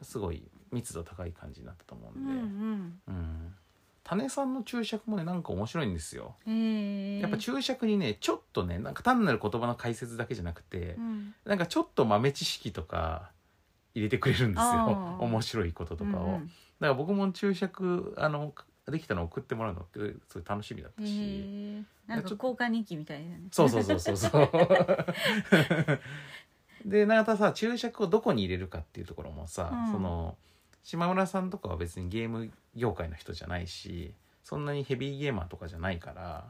A: すごい密度高い感じになったと思う
B: うん
A: で、
B: ん
A: うん種さんの注釈もねなんか面白いんですよ。
B: うんへえ
A: やっぱ注釈にねちょっとねなんか単なる言葉の解説だけじゃなくて、
B: うん
A: なんかちょっと豆知識とか入れてくれるんですよ
B: あー
A: 面白いこととかを、
B: うんう
A: だ
B: ん
A: から僕も注釈あのできたの送ってもらうのってすごい楽しみだったし、
B: へえなんか交換日記みたいだね
A: そうそうそうそうそう
B: *laughs*
A: でなんかさ注釈をどこに入れるかっていうところもさ、
B: うん
A: その島村さんとかは別にゲーム業界の人じゃないしそんなにヘビーゲーマーとかじゃないから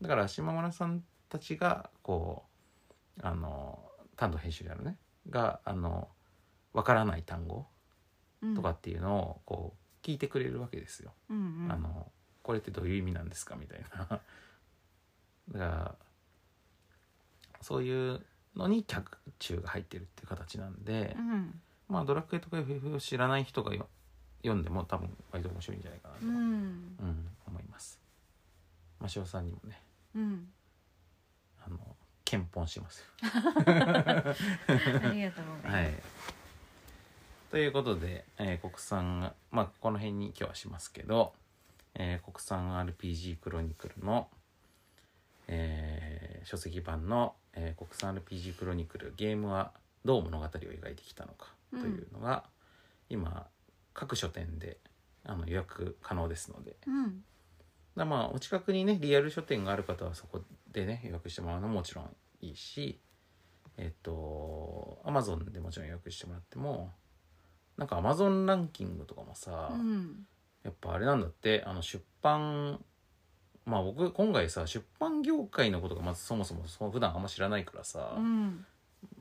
A: だから島村さんたちがこうあの担当編集であるねがあのわからない単語
B: うん
A: とかっていうのをこう聞いてくれるわけですよ。
B: うんうん
A: あのこれってどういう意味なんですかみたいな。 *laughs* だからそういうのに客中が入ってるっていう形なんで、
B: うん
A: まあドラクエとか FF を知らない人がよ読んでも多分割と面白いんじゃないかなと、
B: う
A: うん
B: ん
A: 思います。まあ塩さんにもね
B: うん
A: あの検本しますよ。
B: ありがとうございます
A: はい。ということで、えー国産が、まあ、この辺に今日はしますけど、えー国産 RPG クロニクルの、えー書籍版の、えー国産 RPG クロニクルゲームはどう物語を描いてきたのか
B: うん
A: というのが、今、各書店であの予約可能ですので、
B: うん
A: だまあお近くにねリアル書店がある方はそこでね予約してもらうのももちろんいいしえっとアマゾンでもちろん予約してもらってもなんかアマゾンランキングとかもさ、
B: うん
A: やっぱあれなんだってあの出版まあ僕今回さ出版業界のことがまずそもそもそう普段あんま知らないからさ、
B: うん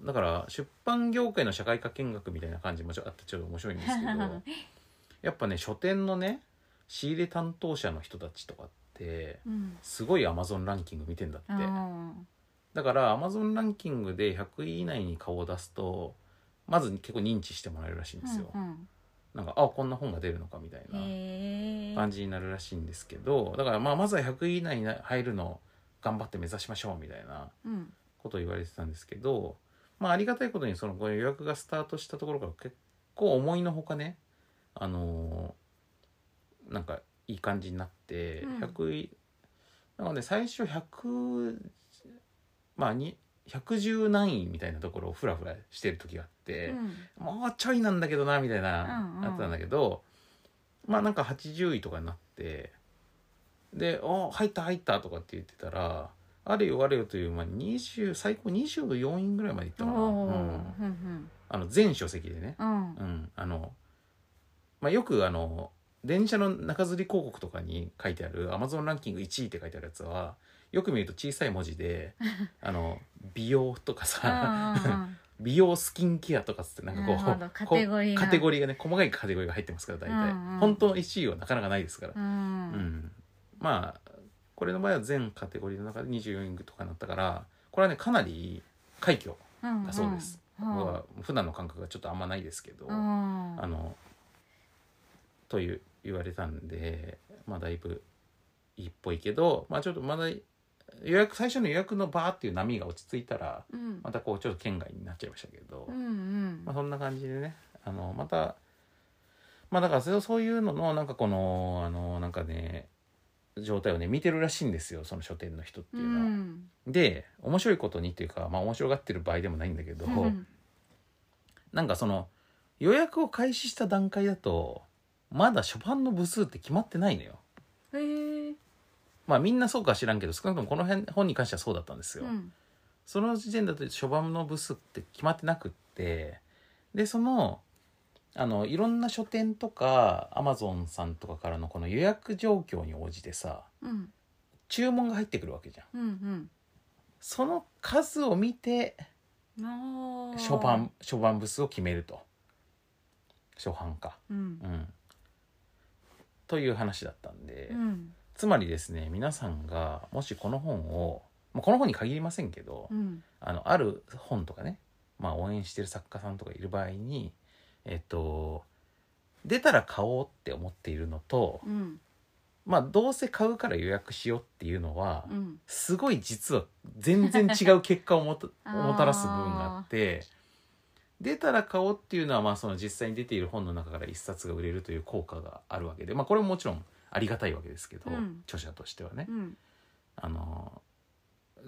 A: だから出版業界の社会科見学みたいな感じもちょあってちょっと面白いんですけど
B: *laughs*
A: やっぱね書店のね仕入れ担当者の人たちとかって
B: うん
A: すごい Amazon ランキング見てんだって
B: あ
A: だから Amazon ランキングで100位以内に顔を出すとまず結構認知してもらえるらしいんですよ、
B: ーうん
A: なんかあこんな本が出るのかみたい
B: うん
A: な
B: へえ
A: 感じになるらしいんですけどだからまあまずは100位以内に入るのを頑張って目指しましょうみたいな
B: うん
A: ことを言われてたんですけどまあありがたいことにそのご予約がスタートしたところから結構思いのほかねあのーなんかいい感じになって、
B: うん
A: 100位なので最初100まあに110何位みたいなところをフラフラしてる時があって、
B: うん
A: もうちょいなんだけどなみたいな
B: うんうん
A: なってたんだけど、まあなんか80位とかになってで「お入った入った」とかって言ってたらあれよあれよという、まあ、20最高24位ぐらいまでいったかな、う
B: おー
A: ん
B: うんうん
A: あの全書籍でね、
B: う
A: う
B: ん
A: んあのまあ、よくあの電車の中吊り広告とかに書いてある「アマゾンランキング1位」って書いてあるやつはよく見ると小さい文字
B: *laughs*
A: であの美容とかさ
B: あ
A: 美容スキンケアとかっつってなんかこう
B: なるほど
A: *laughs* こ
B: カテゴリーが
A: カテゴリーがね細かいカテゴリーが入ってますから大体、
B: うんうん
A: 本当の1位はなかなかないですから
B: ー
A: う
B: う、
A: ん
B: ん
A: まあこれの場合は全カテゴリーの中で24位とかになったからこれはねかなり快挙
B: うん
A: だそうです、
B: うん
A: 僕は普段の感覚がちょっとあんまないですけど、
B: うん
A: あのという言われたんでまあだいぶいいっぽいけどまあちょっとまだ予約最初の予約のバーっていう波が落ち着いたら
B: うん
A: またこうちょっと県外になっちゃいましたけど、
B: うんうん
A: まあ、そんな感じでねあのまたまあだからそれそういうののなんかこのあのなんかね状態をね見てるらしいんですよその書店の人っていうのは。
B: うん
A: で面白いことにっていうかまあ面白がってる場合でもないんだけど、
B: うん
A: なんかその予約を開始した段階だとまだ初版の部数って決まってないのよ。
B: へえ
A: まあみんなそうかは知らんけど少なくともこの辺本に関してはそうだったんですよ。
B: うん
A: その時点だと初版の部数って決まってなくってでそのあのいろんな書店とかアマゾンさんとかからのこの予約状況に応じてさ
B: うん
A: 注文が入ってくるわけじゃん
B: うん
A: その数を見て
B: うんあー
A: 初版初版部数を決めると初版か
B: うん
A: うんという話だったんで、
B: うん
A: つまりですね皆さんがもしこの本を、まあ、この本に限りませんけど、
B: うん
A: あのある本とかね、まあ、応援してる作家さんとかいる場合にえっと出たら買おうって思っているのと、
B: うん
A: まあどうせ買うから予約しようっていうのは、
B: うん
A: すごい実は全然違う結果をもた
B: *laughs* あー
A: もたらす部分があって出たら買おうっていうのはまあその実際に出ている本の中から一冊が売れるという効果があるわけで、まあ、これももちろんありがたいわけですけど、
B: うん
A: 著者としてはね
B: う。ん
A: あの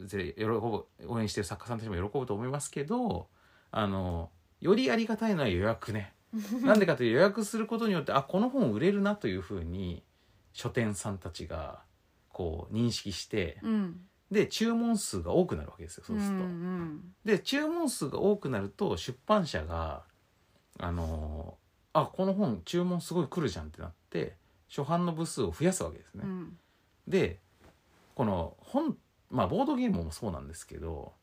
A: ぜ喜ぶ応援してる作家さんたちも喜ぶと思いますけどあのよりありがたいのは予約ね
B: *laughs*
A: なんでかというと予約することによってあこの本売れるなというふうに書店さんたちがこう認識して、
B: うん
A: で注文数が多くなるわけですよそうすると。
B: うん
A: で注文数が多くなると出版社があのあこの本注文すごい来るじゃんってなって初版の部数を増やすわけですね。
B: うん
A: でこの本まあボードゲームもそうなんですけど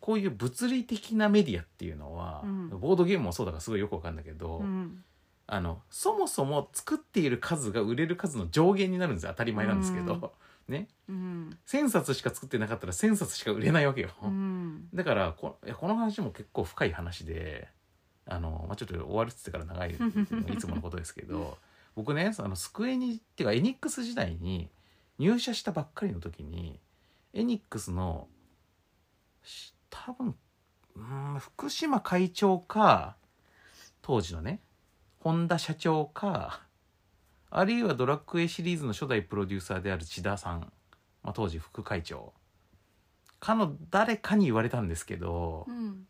A: こういう物理的なメディアっていうのは、
B: うん
A: ボードゲームもそうだからすごいよくわかるんだけど、
B: うん
A: あのそもそも作っている数が売れる数の上限になるんですよ当たり前なんですけど、ね
B: うん
A: 1000冊しか作ってなかったら1000冊しか売れないわけよ、
B: うん
A: だからこいやこの話も結構深い話であの、まあ、ちょっと終わるっつってから
B: *laughs*
A: 長いいつものことですけど僕ねあのスクエニっていうかエニックス時代に入社したばっかりの時にエニックスのし多分うーん福島会長か当時のね本田社長かあるいはドラクエシリーズの初代プロデューサーである千田さん、まあ、当時副会長かの誰かに言われたんですけど、
B: うん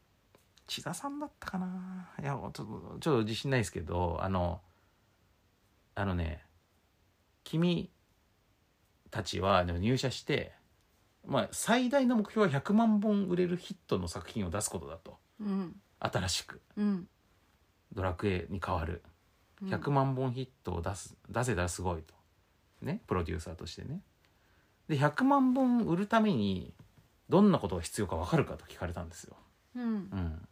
A: 千田さんだったかないやちょっとちょっと自信ないですけどあのあのね君たちはでも入社して、まあ、最大の目標は100万本売れるヒットの作品を出すことだと
B: うん
A: 新しく
B: うん
A: 「ドラクエ」に変わる100万本ヒットを出す出せたらすごいとねプロデューサーとしてねで100万本売るためにどんなことが必要か分かるかと聞かれたんですよ
B: うん
A: うん、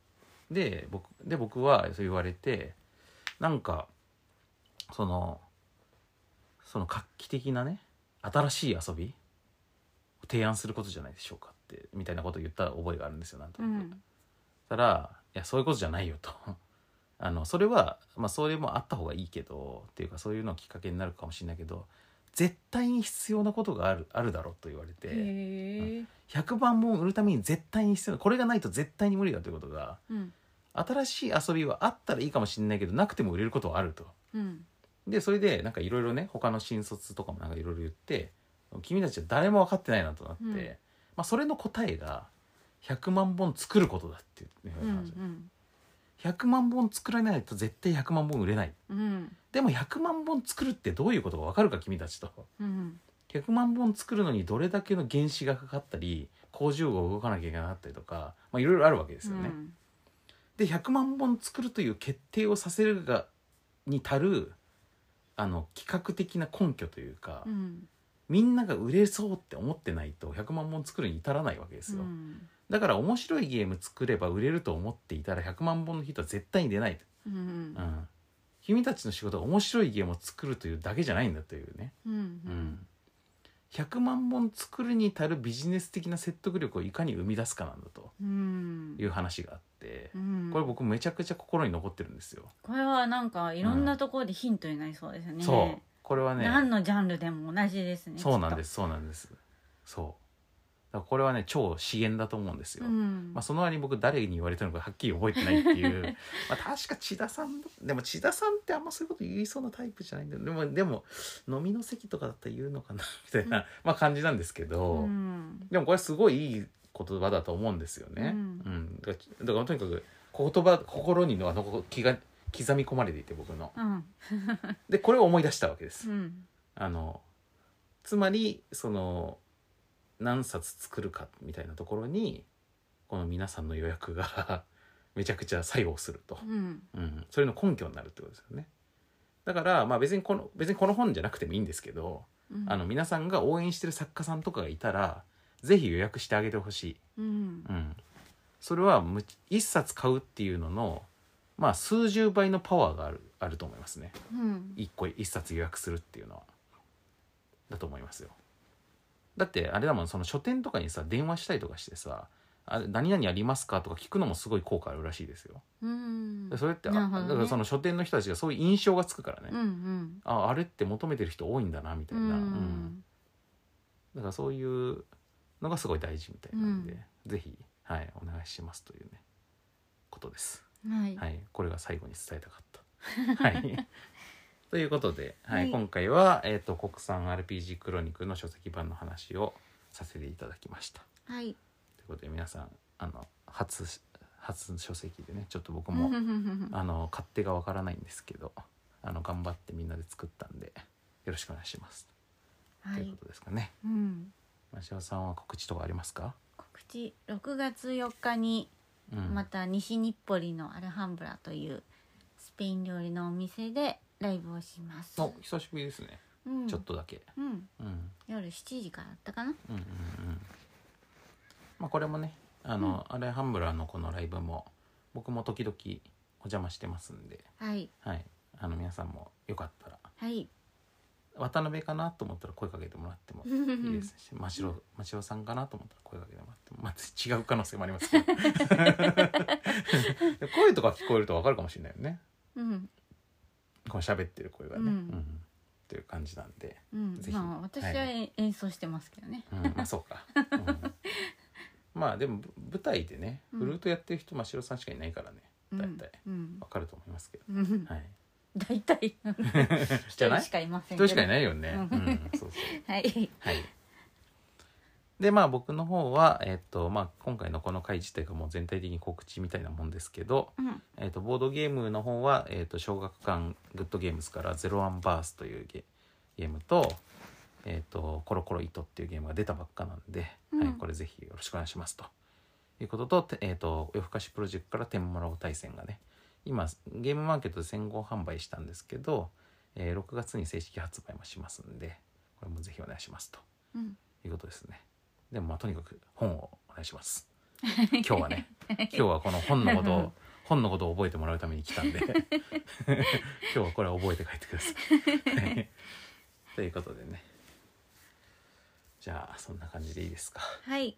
A: で僕で僕はそう言われてなんかそのその画期的なね新しい遊びを提案することじゃないでしょうかってみたいなことを言った覚えがあるんですよなんと
B: う
A: なく。
B: ん
A: たら「いやそういうことじゃないよ」と *laughs* あのそれはまあそれもあった方がいいけどっていうかそういうのをきっかけになるかもしれないけど絶対に必要なことがあるあるだろうと言われて。
B: へえ
A: 100万本売るために絶対に必要なこれがないと絶対に無理だということが
B: うん
A: 新しい遊びはあったらいいかもしれないけどなくても売れることはあると
B: うん
A: でそれでなんかいろいろね他の新卒とかもなんかいろいろ言って君たちは誰も分かってないなとなって、
B: うん
A: まあ、それの答えが100万本作ることだっていう
B: う
A: 話、
B: ん
A: 100万本作らないと絶対100万本売れない
B: うん
A: でも100万本作るってどういうことが分かるか君たちと
B: うん
A: 100万本作るのにどれだけの原資がかかったり工場が動かなきゃいけなかったりとか、まあ、いろいろあるわけですよね、で100万本作るという決定をさせるがに足るあの企画的な根拠というか、
B: うん
A: みんなが売れそうって思ってないと100万本作るに至らないわけですよ、
B: うん
A: だから面白いゲーム作れば売れると思っていたら100万本のヒットは絶対に出ない、
B: うん
A: うん、君たちの仕事は面白いゲームを作るというだけじゃないんだというね、
B: うんう
A: うんん、100万本作るに至るビジネス的な説得力をいかに生み出すかなんだと
B: うん
A: いう話があって、
B: うん
A: これ僕めちゃくちゃ心に残ってるんですよ、
B: これはなんかいろんなところでヒントになりそうですね。
A: そうこれはね
B: 何のジャンルでも同じですね。。
A: そうなんですすそうなんですそうだからこれはね超資源だと思うんですよ、
B: うん。
A: まあ、その割に僕誰に言われたのかはっきり覚えてないっていう
B: *laughs*
A: まあ確か千田さんでも千田さんってあんまそういうこと言いそうなタイプじゃないんだよでもでも飲みの席とかだったら言うのかな *laughs* みたいな、
B: うん
A: まあ感じなんですけ
B: う
A: ど、
B: ん。
A: でもこれすごいいい言葉だと思うんですよね、う
B: う
A: んんだからだからとにかく言葉心にのあの気が刻み込まれていて僕の
B: うん。
A: でこれを思い出したわけです
B: うん。
A: あのつまりその何冊作るかみたいなところにこの皆さんの予約が *laughs* めちゃくちゃ作用すると、
B: うん
A: うん、それの根拠になるってことですよねだからまあ別にこの別にこの本じゃなくてもいいんですけど、
B: うん
A: あの皆さんが応援してる作家さんとかがいたらぜひ予約してあげてほしい、
B: うん
A: うん、それはむ一冊買うっていうののまあ数十倍のパワーがあるあると思いますね
B: うん
A: 一個一冊予約するっていうのはだと思いますよだってあれだもんその書店とかにさ電話したりとかしてさ「あ何々ありますか?」とか聞くのもすごい効果あるらしいですよ
B: うん
A: でそれってあ
B: なるほどね
A: だからその書店の人たちがそういう印象がつくからね、
B: うん
A: ああれって求めてる人多いんだなみた
B: う
A: いな、うん
B: ん
A: だからそういうのがすごい大事みたいなんで、ぜひ、はい、お願いしますというねことです、
B: はい
A: はい、これが最後に伝えたかった。
B: *laughs*
A: はいということで、はい
B: はい
A: 今回は、えーと「国産 RPG クロニク」の書籍版の話をさせていただきました。
B: はい
A: ということで皆さんあの初初書籍でねちょっと僕
B: う
A: も、
B: んうん
A: あの勝手がわからないんですけどあの頑張ってみんなで作ったんでよろしくお願いします、
B: は
A: というこ
B: い
A: とですかね。
B: うん
A: マシオさんは告知とかありますか、
B: 告知6月4日に
A: うん
B: また西日暮里のアルハンブラというスペイン料理のお店でライブをします
A: お久しぶりですね、
B: うん
A: ちょっとだけ、
B: うん
A: うん、
B: 夜7時からだったかな
A: うんうんうんまあこれもねあの、アレハンブラのこのライブも僕も時々お邪魔してますんで
B: はい
A: はいあの皆さんもよかったら
B: はい
A: 渡辺かなと思ったら声かけてもらってもいいですし真白真白さんかなと思ったら声かけてもらっても、まあ、違う可能性もありますけ
B: *laughs*
A: ど声とか聞こえるとわかるかもしれないよね
B: うん
A: この喋ってる声がね、
B: うん
A: という感じなんで、
B: うん
A: ぜひ
B: まあ私は
A: は
B: え演奏してますけどね
A: うん、まあそう
B: *laughs*
A: か、うんまあでもぶ舞台でね
B: うん
A: フルートやってる人真白さんしかいないからね
B: う
A: 大
B: ん
A: 体
B: うん
A: わかると思いますけど、
B: うん
A: はい、
B: 大体一
A: じゃな
B: 人
A: い
B: しかいません
A: 人しかい
B: い
A: ないよね、
B: う
A: うんんそうそう
B: はい
A: はい。で、まあ僕の方は、えっ、と、まあ今回のこの回自体がもう全体的に告知みたいなもんですけど、
B: うん
A: えっ、と、ボードゲームの方は、えっ、と、小学館グッドゲームズからゼロワンバースというゲゲームと、えっ、と、コロコロ糸っていうゲームが出たばっかなんで、
B: うん
A: はい、これぜひよろしくお願いしますと。いうことと、てえっ、と、夜更かしプロジェクトから天もらおう対戦がね、今、ゲームマーケットで先行販売したんですけど、えー6月に正式発売もしますんで、これもぜひお願いしますと。
B: うん
A: ということですね。でもまあとにかく本をお願いします。今日はね、今日はこの本のことを本のことを覚えてもらうために来たんで、今日はこれは覚えて帰ってください。はい *laughs* ということでね。じゃあそんな感じでいいですか。
B: はい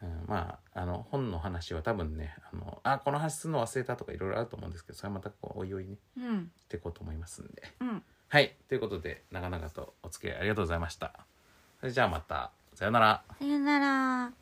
A: うん、まああの本の話は多分ね、あのあこの話するの忘れたとかいろいろあると思うんですけど、それはまたこうおいおいね
B: うん
A: していこうと思いますんで。
B: うん
A: はい、ということで長々とお付き合いありがとうございました。それじゃあまたさようなら。
B: さよなら